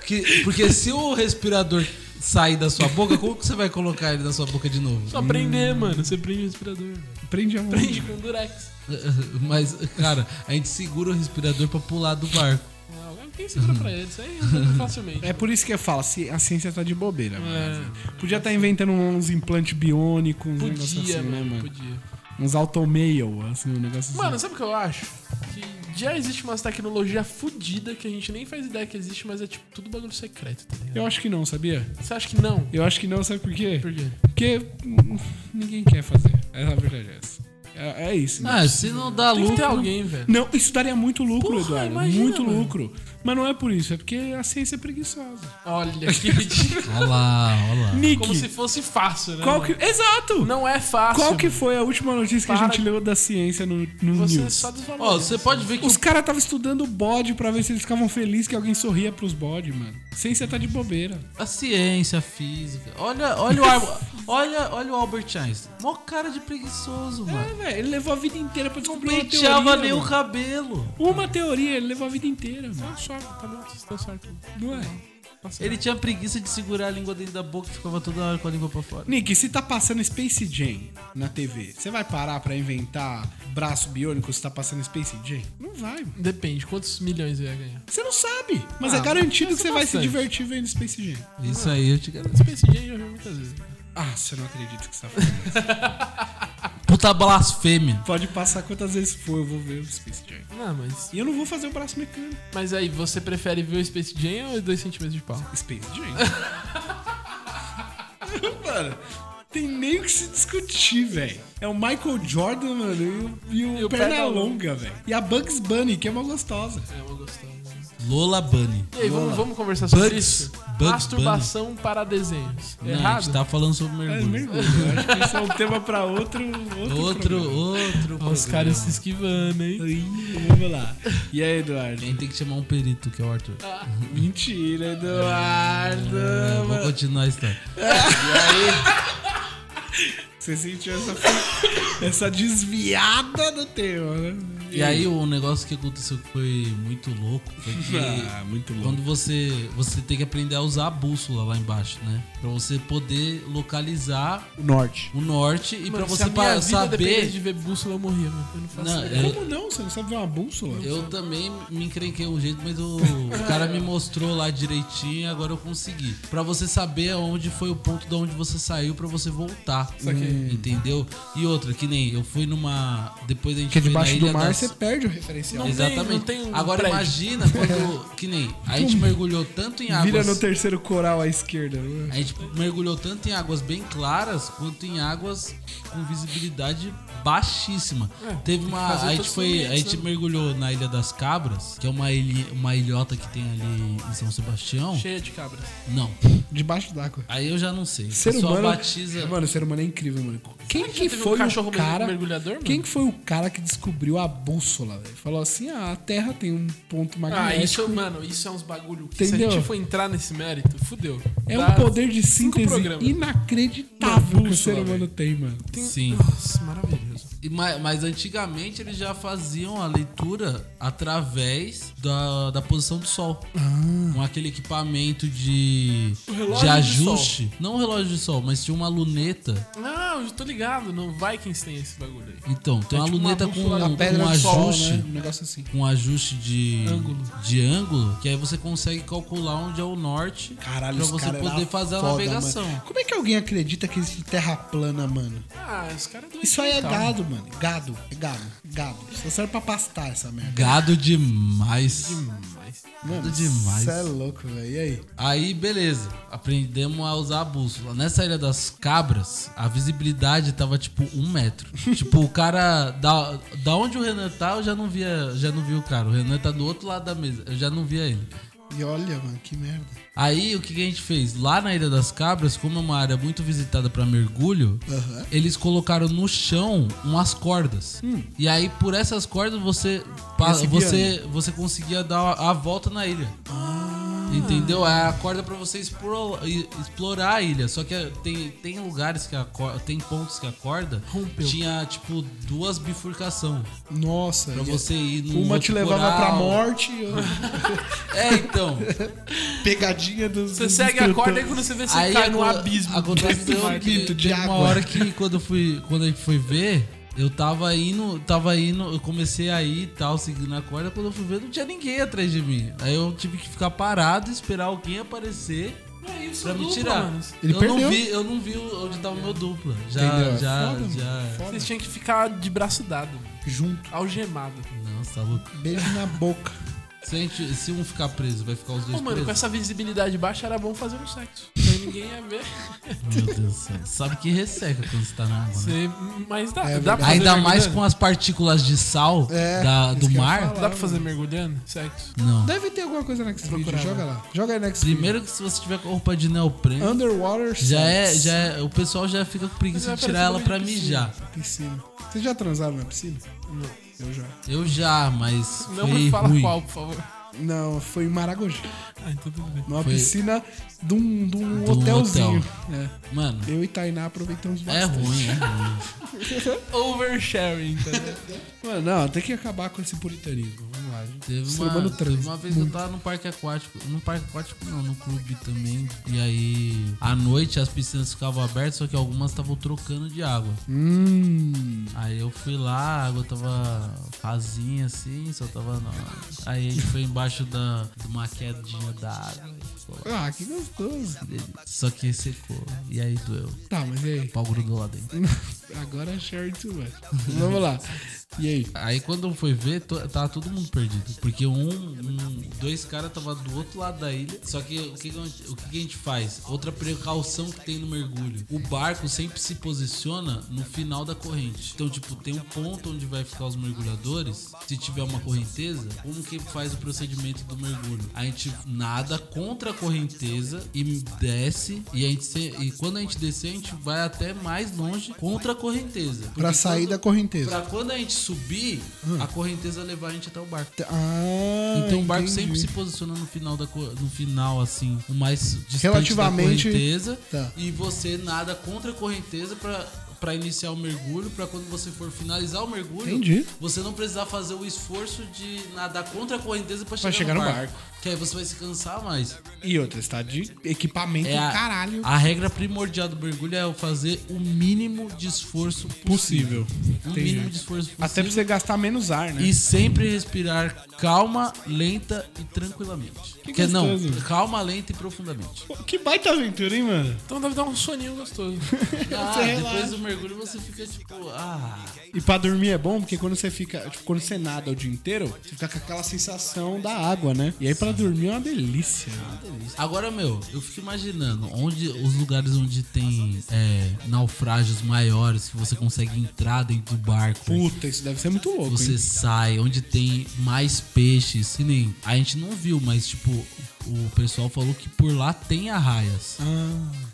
[SPEAKER 2] que- porque se o respirador sair da sua boca, como que você vai colocar ele na sua boca de novo? <laughs>
[SPEAKER 3] Só prender, mano. Você prende o respirador. velho.
[SPEAKER 1] prende a mão.
[SPEAKER 3] Prende com durex.
[SPEAKER 2] Mas, cara, a gente segura o respirador pra pular do barco.
[SPEAKER 3] Não, quem segura pra ele? Isso aí resolve facilmente.
[SPEAKER 1] <laughs> É por isso que eu falo, ci- a ciência tá de bobeira. mano.
[SPEAKER 3] É,
[SPEAKER 1] Podia estar inventando uns implantes biônicos, uns negócios
[SPEAKER 3] podia,
[SPEAKER 1] assim, né,
[SPEAKER 3] mano.
[SPEAKER 1] mano?
[SPEAKER 3] Podia.
[SPEAKER 1] Uns automail, assim, um negócio
[SPEAKER 3] Mano,
[SPEAKER 1] assim.
[SPEAKER 3] sabe o que eu acho? Que já existe umas tecnologia fodida que a gente nem faz ideia que existe, mas é tipo tudo bagulho secreto, tá ligado?
[SPEAKER 1] Eu acho que não, sabia?
[SPEAKER 3] Você acha que não?
[SPEAKER 1] Eu acho que não, sabe por quê?
[SPEAKER 3] Por quê?
[SPEAKER 1] Porque hum, ninguém quer fazer. Essa é a verdade. é essa. É, é isso. né?
[SPEAKER 2] Ah, se não dá
[SPEAKER 3] Tem que ter
[SPEAKER 2] lucro...
[SPEAKER 3] alguém, velho.
[SPEAKER 1] Não, isso daria muito lucro,
[SPEAKER 3] Porra,
[SPEAKER 1] Eduardo.
[SPEAKER 3] imagina,
[SPEAKER 1] muito
[SPEAKER 3] mano.
[SPEAKER 1] lucro. Mas não é por isso, é porque a ciência é preguiçosa.
[SPEAKER 3] Olha
[SPEAKER 1] <laughs>
[SPEAKER 3] que ridículo.
[SPEAKER 2] Olha lá, olha lá.
[SPEAKER 1] Nick,
[SPEAKER 3] Como se fosse fácil, né?
[SPEAKER 1] qual
[SPEAKER 3] mano?
[SPEAKER 1] que. Exato!
[SPEAKER 3] Não é fácil.
[SPEAKER 1] qual que
[SPEAKER 3] mano.
[SPEAKER 1] foi a última notícia que a
[SPEAKER 3] Para.
[SPEAKER 1] gente leu da ciência no, no
[SPEAKER 3] Você
[SPEAKER 1] news?
[SPEAKER 3] só
[SPEAKER 2] Ó,
[SPEAKER 3] desvaloriza.
[SPEAKER 2] você pode ver que
[SPEAKER 1] Os caras estavam estudando bode pra ver se eles ficavam felizes que alguém sorria pros bode, mano. Ciência tá de bobeira.
[SPEAKER 2] a ciência, a física. Olha, olha o Al- olha, olha o Albert Einstein. Mó cara de preguiçoso,
[SPEAKER 1] É,
[SPEAKER 2] mano.
[SPEAKER 1] velho, ele levou a vida inteira pra descobrir
[SPEAKER 2] Não
[SPEAKER 1] uma
[SPEAKER 2] penteava
[SPEAKER 1] teoria.
[SPEAKER 2] nem o
[SPEAKER 1] mano.
[SPEAKER 2] cabelo.
[SPEAKER 1] Uma teoria, ele levou a vida inteira, mano.
[SPEAKER 3] Só, tá bom, você tá certo.
[SPEAKER 1] Não é?
[SPEAKER 2] Ele tinha preguiça de segurar a língua dentro da boca e ficava toda hora com a língua pra fora.
[SPEAKER 1] Nick, se tá passando Space Jam na TV, você vai parar pra inventar braço biônico se tá passando Space Jam? Não vai, mano.
[SPEAKER 3] Depende, quantos milhões eu ia ganhar?
[SPEAKER 1] Você não sabe, mas
[SPEAKER 3] Ah,
[SPEAKER 1] é garantido
[SPEAKER 3] mas
[SPEAKER 1] que você
[SPEAKER 3] é
[SPEAKER 1] vai se
[SPEAKER 3] bastante.
[SPEAKER 1] divertir vendo Space Jam.
[SPEAKER 2] Isso aí eu te garanto.
[SPEAKER 3] Space Jam eu já vi muitas vezes. né?
[SPEAKER 1] Ah, você não acredita que você tá falando.
[SPEAKER 2] Puta blasfêmia.
[SPEAKER 1] Pode passar quantas vezes for, eu vou ver o Space Jam.
[SPEAKER 3] Não, mas...
[SPEAKER 1] E eu não vou fazer o braço mecânico.
[SPEAKER 3] Mas aí, você prefere ver o Space Jam ou os 2 centímetros de pau?
[SPEAKER 1] Space Jam. <laughs> Mano, tem nem o que se discutir, velho. É o Michael Jordan, mano, e o, e o
[SPEAKER 3] E o
[SPEAKER 1] Pernalonga, velho. E a Bugs Bunny, que é uma gostosa.
[SPEAKER 3] É, eu gostava.
[SPEAKER 2] Lola Bunny.
[SPEAKER 3] E aí, vamos, vamos conversar
[SPEAKER 2] Bugs-
[SPEAKER 3] sobre isso?
[SPEAKER 2] Bugs
[SPEAKER 3] Masturbação para desenhos.
[SPEAKER 2] Não, a
[SPEAKER 3] Errado?
[SPEAKER 2] gente tá falando sobre
[SPEAKER 1] É,
[SPEAKER 2] mergulho.
[SPEAKER 1] mergulho. Eu acho que isso é um tema pra outro. Outro.
[SPEAKER 2] Outro,
[SPEAKER 1] programa.
[SPEAKER 2] outro.
[SPEAKER 3] Ó, Os
[SPEAKER 2] programa.
[SPEAKER 3] caras se esquivando, hein?
[SPEAKER 1] Ih, Vamos lá. E aí, Eduardo?
[SPEAKER 2] A gente tem que chamar um perito, que é o Arthur.
[SPEAKER 1] Mentira, Eduardo.
[SPEAKER 2] É, vou continuar a história.
[SPEAKER 1] Você sentiu essa, essa desviada do tema, né?
[SPEAKER 2] E aí, o negócio que aconteceu que foi muito louco foi
[SPEAKER 1] <laughs>
[SPEAKER 2] que
[SPEAKER 1] Ah, muito louco.
[SPEAKER 2] Quando você, você tem que aprender a usar a bússola lá embaixo, né? Pra você poder localizar
[SPEAKER 1] O norte.
[SPEAKER 2] o norte e pra
[SPEAKER 3] Mano, se
[SPEAKER 2] você
[SPEAKER 3] a minha
[SPEAKER 2] pa-
[SPEAKER 3] vida dependesse
[SPEAKER 2] saber.
[SPEAKER 3] de ver bússola, eu morria, mano. Eu não faço
[SPEAKER 2] Não,
[SPEAKER 3] ideia.
[SPEAKER 2] eu,
[SPEAKER 1] Como não? Você não sabe ver uma bússola?
[SPEAKER 2] eu também me encrenquei um jeito, mas o, o cara me mostrou lá direitinho e agora eu consegui. Pra você saber aonde foi o ponto de onde você saiu pra você voltar. Hum, Entendeu? E outra, que nem eu fui numa. Depois a gente
[SPEAKER 1] Porque é
[SPEAKER 2] foi
[SPEAKER 1] debaixo
[SPEAKER 2] na
[SPEAKER 1] do
[SPEAKER 2] Ilha
[SPEAKER 1] mar
[SPEAKER 2] das-
[SPEAKER 1] você perde o referencial.
[SPEAKER 3] Não tem- não
[SPEAKER 2] Exatamente.
[SPEAKER 3] tem um
[SPEAKER 2] Agora
[SPEAKER 3] prédio. É.
[SPEAKER 2] imagina
[SPEAKER 3] <laughs>
[SPEAKER 2] quando. Que nem. A gente mergulhou tanto em águas.
[SPEAKER 1] Vira no terceiro coral à esquerda.
[SPEAKER 2] A gente mergulhou tanto em águas bem claras quanto em águas com visibilidade baixíssima. Teve uma.
[SPEAKER 3] É, fazer
[SPEAKER 2] A gente,
[SPEAKER 3] outros
[SPEAKER 2] foi, a
[SPEAKER 3] ambientes, né?
[SPEAKER 2] gente mergulhou na Ilha das Cabras, que é uma, ilha, uma ilhota que tem ali em São Sebastião.
[SPEAKER 3] Cheia de cabras.
[SPEAKER 2] Não.
[SPEAKER 1] Debaixo d'água.
[SPEAKER 2] Aí eu já não sei. O
[SPEAKER 1] Ser
[SPEAKER 2] pessoal
[SPEAKER 1] humano.
[SPEAKER 2] batiza.
[SPEAKER 1] Mano, ser humano é incrível, mano. Quem
[SPEAKER 3] que
[SPEAKER 1] que
[SPEAKER 3] já teve um
[SPEAKER 1] foi
[SPEAKER 3] cachorro
[SPEAKER 1] o cara.
[SPEAKER 3] mergulhador, mano?
[SPEAKER 1] Quem que foi o cara que descobriu a bússola, velho? Falou assim: ah, a Terra tem um ponto magnético.
[SPEAKER 3] Ah, isso, mano, isso é uns bagulho que
[SPEAKER 1] Entendeu?
[SPEAKER 3] se a gente for entrar nesse mérito, fudeu.
[SPEAKER 1] É
[SPEAKER 3] Dá
[SPEAKER 1] um poder de
[SPEAKER 3] cinco
[SPEAKER 1] síntese
[SPEAKER 3] programas.
[SPEAKER 1] inacreditável que o ser
[SPEAKER 3] Bússola,
[SPEAKER 1] humano tem, mano.
[SPEAKER 2] Sim.
[SPEAKER 3] Nossa, maravilhoso.
[SPEAKER 2] E ma- mas, antigamente eles já faziam a leitura através da, da posição do sol. Com aquele equipamento de,
[SPEAKER 3] Ah. relógio
[SPEAKER 2] de
[SPEAKER 3] de
[SPEAKER 2] ajuste. não um relógio de sol, mas tinha uma luneta.
[SPEAKER 3] Não, eu tô ligado, não Vikings tem esse bagulho aí.
[SPEAKER 2] Então, tem
[SPEAKER 3] É
[SPEAKER 2] uma
[SPEAKER 3] tipo uma
[SPEAKER 2] luneta
[SPEAKER 3] bússola
[SPEAKER 2] com,
[SPEAKER 3] da
[SPEAKER 2] com
[SPEAKER 1] Pedra
[SPEAKER 2] um
[SPEAKER 1] do sol,
[SPEAKER 2] ajuste.
[SPEAKER 1] né? Um negócio assim.
[SPEAKER 2] Com um ajuste de
[SPEAKER 3] Ângulo.
[SPEAKER 2] de ângulo, que aí você consegue calcular onde é o norte
[SPEAKER 1] Caralho,
[SPEAKER 2] pra
[SPEAKER 1] os
[SPEAKER 2] você
[SPEAKER 1] cara era
[SPEAKER 2] poder fazer
[SPEAKER 1] foda,
[SPEAKER 2] a navegação.
[SPEAKER 1] mano. Como é que alguém acredita que existe terra plana, mano?
[SPEAKER 3] Ah, os caras doidos.
[SPEAKER 1] Isso aí
[SPEAKER 2] Então.
[SPEAKER 1] é
[SPEAKER 3] né?
[SPEAKER 1] gado, mano. Gado, é gado, gado. Só serve pra pastar essa merda.
[SPEAKER 2] Gado demais.
[SPEAKER 1] Mano,
[SPEAKER 2] demais.
[SPEAKER 1] Isso é louco, velho. E aí?
[SPEAKER 2] Aí, beleza. Aprendemos a usar a bússola. Nessa Ilha das Cabras, a visibilidade tava tipo
[SPEAKER 1] <laughs>
[SPEAKER 2] um metro. tipo, o cara. Da, da onde o Renan tá, eu já não via. Já não vi o cara. O Renan tá do outro lado da mesa. Eu já não via ele.
[SPEAKER 1] E olha, mano, que merda.
[SPEAKER 2] Aí o que, que a gente fez? Lá na Ilha das Cabras, como é uma área muito visitada pra mergulho,
[SPEAKER 1] Aham.
[SPEAKER 2] eles colocaram no chão umas cordas. E aí por essas cordas você pa-
[SPEAKER 1] Ia se
[SPEAKER 2] você você conseguia dar a volta na ilha. Entendeu? É a corda pra você explo- e- explorar a ilha. Só que eh, tem, tem lugares que a corda, tem pontos que a corda
[SPEAKER 3] Rompeu.
[SPEAKER 2] tinha tipo duas bifurcações
[SPEAKER 1] Nossa.
[SPEAKER 2] Pra
[SPEAKER 1] e-
[SPEAKER 2] você ir no
[SPEAKER 1] Uma te levava pra morte e outra...
[SPEAKER 2] É, então.
[SPEAKER 1] <laughs> Pegadinha dos
[SPEAKER 3] Você
[SPEAKER 1] dos
[SPEAKER 3] segue a corda e
[SPEAKER 1] instrutores.
[SPEAKER 3] quando você vê, você cai
[SPEAKER 2] aco-
[SPEAKER 3] no abismo. é
[SPEAKER 2] Aconteceu
[SPEAKER 1] Um
[SPEAKER 2] que
[SPEAKER 1] pito de
[SPEAKER 2] teve uma
[SPEAKER 1] água.
[SPEAKER 2] hora que quando eu fui, quando a gente foi ver, eu tava indo, tava indo, eu comecei a ir e tal, seguindo a corda, quando eu fui ver não tinha ninguém atrás de mim. Aí eu tive que ficar parado, esperar alguém aparecer
[SPEAKER 3] É isso,
[SPEAKER 2] pra me
[SPEAKER 3] dupla,
[SPEAKER 2] tirar.
[SPEAKER 3] mano.
[SPEAKER 1] Ele
[SPEAKER 2] eu
[SPEAKER 1] perdeu.
[SPEAKER 2] não vi, eu não vi onde tava o meu dupla. Já,
[SPEAKER 1] Entendeu?
[SPEAKER 2] já,
[SPEAKER 1] Foda, mano.
[SPEAKER 2] já.
[SPEAKER 1] Foda.
[SPEAKER 3] Vocês tinham que ficar de braço dado, mano.
[SPEAKER 1] Junto.
[SPEAKER 3] algemado.
[SPEAKER 2] Nossa, tá louco.
[SPEAKER 1] Beijo na boca.
[SPEAKER 2] Se, a gente- se um ficar preso, vai ficar os dois
[SPEAKER 3] Pô, mano, com
[SPEAKER 2] presos.
[SPEAKER 3] essa visibilidade baixa era bom fazer um sexo. Aí ninguém ia ver.
[SPEAKER 2] Meu Deus do céu. Sabe que resseca quando você tá na água, né?
[SPEAKER 3] Você- Mas dá,
[SPEAKER 1] É
[SPEAKER 3] dá
[SPEAKER 1] verdade.
[SPEAKER 3] pra fazer
[SPEAKER 2] Ainda mais
[SPEAKER 3] mergulhando?
[SPEAKER 2] com as partículas de sal
[SPEAKER 1] É,
[SPEAKER 2] da-
[SPEAKER 1] isso
[SPEAKER 2] do
[SPEAKER 1] que eu ia
[SPEAKER 2] mar.
[SPEAKER 1] falar.
[SPEAKER 3] Dá pra fazer mergulhando? Sexo.
[SPEAKER 2] Não.
[SPEAKER 1] Deve ter alguma coisa na Xvideos.
[SPEAKER 3] Procurar
[SPEAKER 1] Joga lá. Joga aí na Xvideos.
[SPEAKER 2] Primeiro que se você tiver com roupa de neoprene,
[SPEAKER 1] Underwater
[SPEAKER 2] já é,
[SPEAKER 1] sex.
[SPEAKER 2] já é- o pessoal já fica com preguiça
[SPEAKER 3] Mas
[SPEAKER 2] de
[SPEAKER 3] vai
[SPEAKER 2] tirar
[SPEAKER 3] aparecer
[SPEAKER 2] ela
[SPEAKER 3] no
[SPEAKER 2] pra
[SPEAKER 3] meio de
[SPEAKER 2] mijar.
[SPEAKER 1] assim. Piscina. Vocês já transaram na piscina? Não. Eu já.
[SPEAKER 2] Eu já, mas
[SPEAKER 3] Não
[SPEAKER 2] foi
[SPEAKER 3] me fala
[SPEAKER 2] ruim.
[SPEAKER 3] qual, por favor.
[SPEAKER 1] Não, foi em Maragogi.
[SPEAKER 2] Ah,
[SPEAKER 3] Ai, tudo
[SPEAKER 1] Numa
[SPEAKER 3] bem.
[SPEAKER 2] então Foi-
[SPEAKER 1] piscina de um, de um
[SPEAKER 2] De um
[SPEAKER 1] hotelzinho.
[SPEAKER 2] hotel.
[SPEAKER 1] É.
[SPEAKER 2] Mano,
[SPEAKER 1] Eu e Tainá aproveitamos
[SPEAKER 2] é
[SPEAKER 1] bastante.
[SPEAKER 2] ruim, é ruim.
[SPEAKER 3] Oversharing, tá ligado?
[SPEAKER 1] Mano, não, tem que acabar com esse puritanismo. Vamos lá. gente.
[SPEAKER 2] Teve
[SPEAKER 1] Ser
[SPEAKER 2] uma,
[SPEAKER 1] humano
[SPEAKER 2] teve
[SPEAKER 1] trans.
[SPEAKER 2] uma vez que eu tava no parque aquático. No parque aquático não, no clube também. E aí, à noite as piscinas ficavam abertas, só que algumas estavam trocando de água.
[SPEAKER 1] Hum.
[SPEAKER 2] Aí eu fui lá, a água tava rasinha assim, só tava. na- Aí a gente foi embaixo da, de uma quedinha da água. e ficou lá.
[SPEAKER 1] Ah, que gostoso.
[SPEAKER 2] Só que secou. E aí doeu.
[SPEAKER 1] Tá, mas e aí? <laughs>
[SPEAKER 2] O pau grudou lá dentro.
[SPEAKER 1] Agora é Sherry Too Much. Vamos lá. E aí?
[SPEAKER 2] Aí quando foi ver, to- tava todo mundo perdido. Porque um, um- dois caras tava do outro lado da ilha. Só que o que, que a gente- o que que a gente faz? Outra precaução que tem no mergulho. O barco sempre se posiciona no final da corrente. Então, tipo, tem um ponto onde vai ficar os mergulhadores. Se tiver uma correnteza, como que faz o procedimento do mergulho? A gente nada contra a correnteza e desce. E, a gente se- e quando a gente descer, a gente vai até mais longe contra a correnteza.
[SPEAKER 8] Pra
[SPEAKER 2] Porque
[SPEAKER 8] sair
[SPEAKER 2] quando-
[SPEAKER 8] da correnteza.
[SPEAKER 2] Pra quando a gente subir, a correnteza levar a gente até o barco.
[SPEAKER 8] Ah,
[SPEAKER 2] Então o barco
[SPEAKER 8] entendi.
[SPEAKER 2] sempre se posiciona no final da co- no final assim, o mais distante
[SPEAKER 8] Relativamente,
[SPEAKER 2] da correnteza,
[SPEAKER 8] tá.
[SPEAKER 2] e você nada contra a correnteza pra para iniciar o mergulho, pra quando você for finalizar o mergulho,
[SPEAKER 8] Entendi.
[SPEAKER 2] você não precisar fazer o esforço de nadar contra a correnteza pra chegar,
[SPEAKER 1] chegar
[SPEAKER 2] no,
[SPEAKER 1] no
[SPEAKER 2] barco. Que aí você vai se cansar mais.
[SPEAKER 1] E outra, está de equipamento
[SPEAKER 2] É a,
[SPEAKER 1] caralho.
[SPEAKER 2] a regra primordial do mergulho é fazer o mínimo de esforço possível.
[SPEAKER 1] Possível.
[SPEAKER 2] O
[SPEAKER 1] Entendi.
[SPEAKER 2] mínimo de esforço possível.
[SPEAKER 1] Até pra você gastar menos ar, né?
[SPEAKER 2] E sempre respirar calma, lenta e tranquilamente. Que não,
[SPEAKER 1] gostoso.
[SPEAKER 2] calma, lenta e profundamente.
[SPEAKER 1] Pô, Que baita aventura, hein, mano?
[SPEAKER 3] Então deve dar um soninho gostoso.
[SPEAKER 2] Ah,
[SPEAKER 1] relaxa.
[SPEAKER 2] depois do mergulho você fica tipo, ah,
[SPEAKER 1] E pra dormir é bom, porque quando você fica, tipo, quando você nada o dia inteiro, você fica com aquela sensação da água, né? E aí pra dormir é uma delícia.
[SPEAKER 2] Agora, meu, eu fico imaginando onde os lugares onde tem é, naufrágios maiores que você consegue entrar dentro do barco.
[SPEAKER 1] Puta, isso deve ser muito louco,
[SPEAKER 2] Você
[SPEAKER 1] hein?
[SPEAKER 2] sai, onde tem mais peixes, que nem. A gente não viu, mas tipo, o pessoal falou que por lá tem arraias.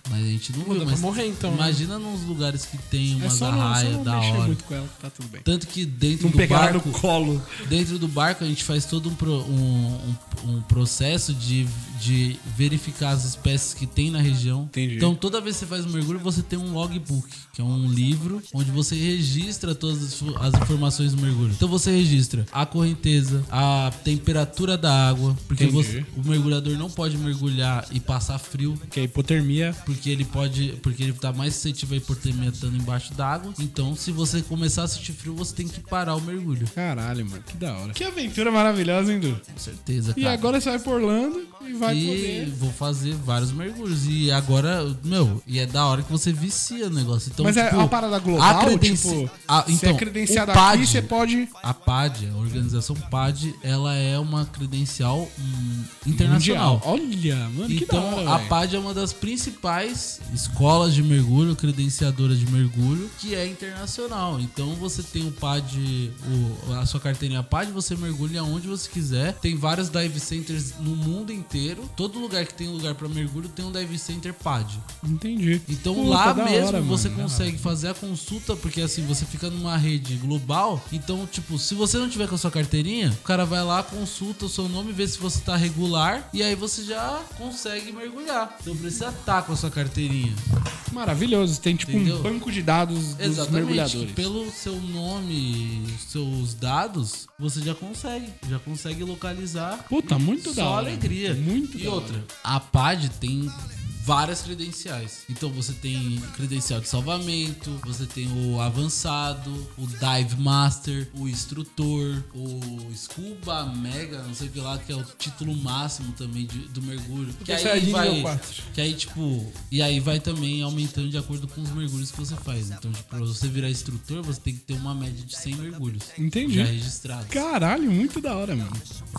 [SPEAKER 2] Mas a gente não viu.
[SPEAKER 3] dá
[SPEAKER 2] Mas
[SPEAKER 3] pra morrer, então, né?
[SPEAKER 2] Imagina nos lugares que tem
[SPEAKER 1] É
[SPEAKER 2] umas
[SPEAKER 1] só não, só
[SPEAKER 2] arraias
[SPEAKER 1] não
[SPEAKER 2] da
[SPEAKER 1] mexer
[SPEAKER 2] hora.
[SPEAKER 1] muito com ela, tá tudo bem.
[SPEAKER 2] Tanto que dentro
[SPEAKER 1] Não
[SPEAKER 2] do
[SPEAKER 1] pegar ela
[SPEAKER 2] barco.
[SPEAKER 1] no colo.
[SPEAKER 2] Dentro do barco a gente faz todo um, pro- um- um- um processo de, de verificar as espécies que tem na região.
[SPEAKER 1] Entendi.
[SPEAKER 2] Então toda vez que você faz um mergulho, você tem um logbook, que é um livro onde você registra todas as, fo- as informações do mergulho. Então você registra a correnteza, a temperatura da água, porque
[SPEAKER 1] Entendi.
[SPEAKER 2] você- o mergulhador não pode mergulhar e passar frio.
[SPEAKER 1] Que é hipotermia.
[SPEAKER 2] Porque ele pode. Porque ele tá mais suscetível à hipotermia estando embaixo d'água. Então, se você começar a sentir frio, você tem que parar o mergulho.
[SPEAKER 1] Caralho, mano, que da hora. Que aventura maravilhosa, hein, Du?
[SPEAKER 2] Com certeza,
[SPEAKER 1] E
[SPEAKER 2] cara.
[SPEAKER 1] agora você vai pro Orlando e vai
[SPEAKER 2] Tá. e então,
[SPEAKER 1] poder.
[SPEAKER 2] vou fazer vários mergulhos. E agora, meu, e é da hora que você vicia o negócio. Então,
[SPEAKER 1] Mas é
[SPEAKER 2] tipo,
[SPEAKER 1] uma parada global,
[SPEAKER 2] credenci-
[SPEAKER 1] tipo,
[SPEAKER 2] a,
[SPEAKER 1] se
[SPEAKER 2] então,
[SPEAKER 1] é credenciado
[SPEAKER 2] o PAD,
[SPEAKER 1] aqui, você pode.
[SPEAKER 2] A PAD, a organização PAD, ela é uma credencial hum, internacional.
[SPEAKER 1] Mundial. Olha, mano, que da
[SPEAKER 2] Então,
[SPEAKER 1] hora.
[SPEAKER 2] a
[SPEAKER 1] velho.
[SPEAKER 2] PAD é uma das principais escolas de mergulho, credenciadoras de mergulho, que é internacional. Então, você tem o PAD, o- a sua carteirinha PAD, você mergulha onde você quiser. Tem vários dive centers no mundo inteiro. Todo lugar que tem lugar para mergulho tem um dive center PAD.
[SPEAKER 1] Entendi.
[SPEAKER 2] Então
[SPEAKER 1] Puta,
[SPEAKER 2] lá
[SPEAKER 1] da
[SPEAKER 2] mesmo
[SPEAKER 1] hora,
[SPEAKER 2] você
[SPEAKER 1] mano, da
[SPEAKER 2] consegue fazer a consulta, porque assim, você fica numa rede global. Então, tipo, se você não tiver com a sua carteirinha, o cara vai lá, consulta o seu nome, vê se você tá regular, e aí você já consegue mergulhar. Então precisa estar com a sua carteirinha.
[SPEAKER 1] hora. Maravilhoso. Tem tipo um
[SPEAKER 2] Entendeu?
[SPEAKER 1] banco de dados dos
[SPEAKER 2] Exatamente. que
[SPEAKER 1] mergulhadores.
[SPEAKER 2] Pelo seu nome, seus dados, você já consegue. Já consegue localizar.
[SPEAKER 1] Puta, muito da
[SPEAKER 2] Só
[SPEAKER 1] hora.
[SPEAKER 2] alegria.
[SPEAKER 1] Muito
[SPEAKER 2] E
[SPEAKER 1] da hora.
[SPEAKER 2] outra, a PAD tem várias credenciais. Então você tem credencial de salvamento, você tem o avançado, o dive master, o instrutor, o scuba mega, não sei o que lá, que é o título máximo também de- do mergulho. Que
[SPEAKER 3] Esse é de
[SPEAKER 2] aí
[SPEAKER 3] nível
[SPEAKER 2] vai,
[SPEAKER 3] quatro.
[SPEAKER 2] que aí tipo, e aí vai também aumentando de acordo com os mergulhos que você faz. Então, tipo, pra você virar instrutor, você tem que ter uma média de 100 mergulhos.
[SPEAKER 1] Entendi.
[SPEAKER 2] Já registrados.
[SPEAKER 1] Caralho, muito da hora, mano.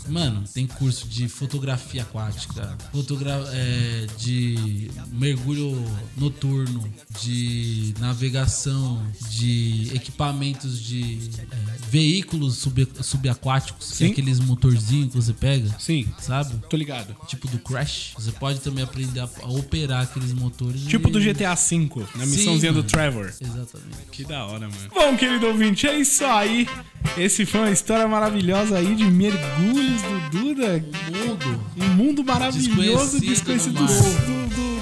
[SPEAKER 2] Mano, tem curso de fotografia aquática, fotogra é, de mergulho noturno, de navegação, de equipamentos de é, veículos sub- subaquáticos, que é
[SPEAKER 1] Sim.
[SPEAKER 2] aqueles motorzinhos que você pega,
[SPEAKER 1] Sim,
[SPEAKER 2] sabe?
[SPEAKER 1] tô ligado.
[SPEAKER 2] Tipo do Crash. Você pode também aprender a, a operar aqueles motores.
[SPEAKER 1] Tipo do
[SPEAKER 2] e-
[SPEAKER 1] GTA V, na
[SPEAKER 2] Sim,
[SPEAKER 1] missãozinha do
[SPEAKER 2] mano.
[SPEAKER 1] Trevor.
[SPEAKER 2] Exatamente.
[SPEAKER 1] Que da hora, mano. Bom, querido ouvinte, é isso aí. Esse foi uma história maravilhosa aí de mergulhos do Duda.
[SPEAKER 2] Mundo.
[SPEAKER 1] Um mundo maravilhoso desconhecido
[SPEAKER 2] Desconhecido
[SPEAKER 1] do,
[SPEAKER 2] no
[SPEAKER 1] do, do- do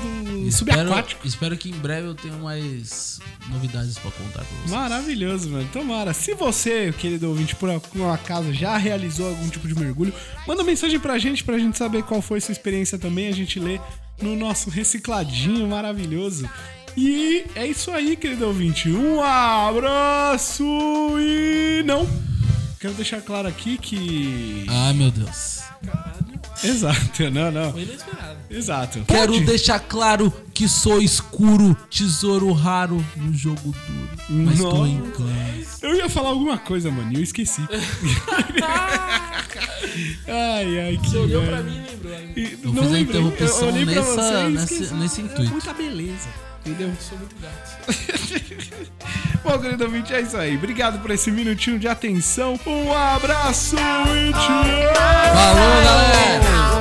[SPEAKER 2] Espero,
[SPEAKER 1] subaquático.
[SPEAKER 2] espero que em breve eu tenha mais novidades pra contar pra vocês.
[SPEAKER 1] Maravilhoso, mano. Tomara. Se você, querido ouvinte, por algum acaso já realizou algum tipo de mergulho, manda mensagem pra gente, pra gente saber qual foi sua experiência também. A gente lê no nosso recicladinho maravilhoso. E é isso aí, querido ouvinte. Um abraço e não. Quero deixar claro aqui que.
[SPEAKER 2] Ah, meu Deus.
[SPEAKER 1] Exato, <laughs> não, não.
[SPEAKER 3] Foi inesperado.
[SPEAKER 1] Exato.
[SPEAKER 2] Quero
[SPEAKER 1] Pode?
[SPEAKER 2] deixar claro que sou escuro, tesouro raro no jogo duro. Mas tô
[SPEAKER 1] Nossa.
[SPEAKER 2] em classe.
[SPEAKER 1] Eu ia falar alguma coisa, mano, e eu
[SPEAKER 2] <laughs>
[SPEAKER 1] esqueci. <laughs> ai, ai, que.
[SPEAKER 3] Você olhou pra
[SPEAKER 1] merda.
[SPEAKER 3] mim e lembrou. hein?
[SPEAKER 1] E-
[SPEAKER 2] Eu
[SPEAKER 1] não
[SPEAKER 2] fiz a
[SPEAKER 1] lembrei. Eu- eu
[SPEAKER 2] interrupção
[SPEAKER 1] olhei pra
[SPEAKER 2] nessa-
[SPEAKER 1] você e
[SPEAKER 2] nesse-
[SPEAKER 1] esqueci.
[SPEAKER 2] nesse
[SPEAKER 1] É
[SPEAKER 2] intuito.
[SPEAKER 1] Muita beleza. Entendeu?
[SPEAKER 3] Sou muito gato.
[SPEAKER 1] Bom, querido ouvinte, é isso aí. Obrigado por esse minutinho de atenção. Um abraço e tchau!
[SPEAKER 2] Falou, galera!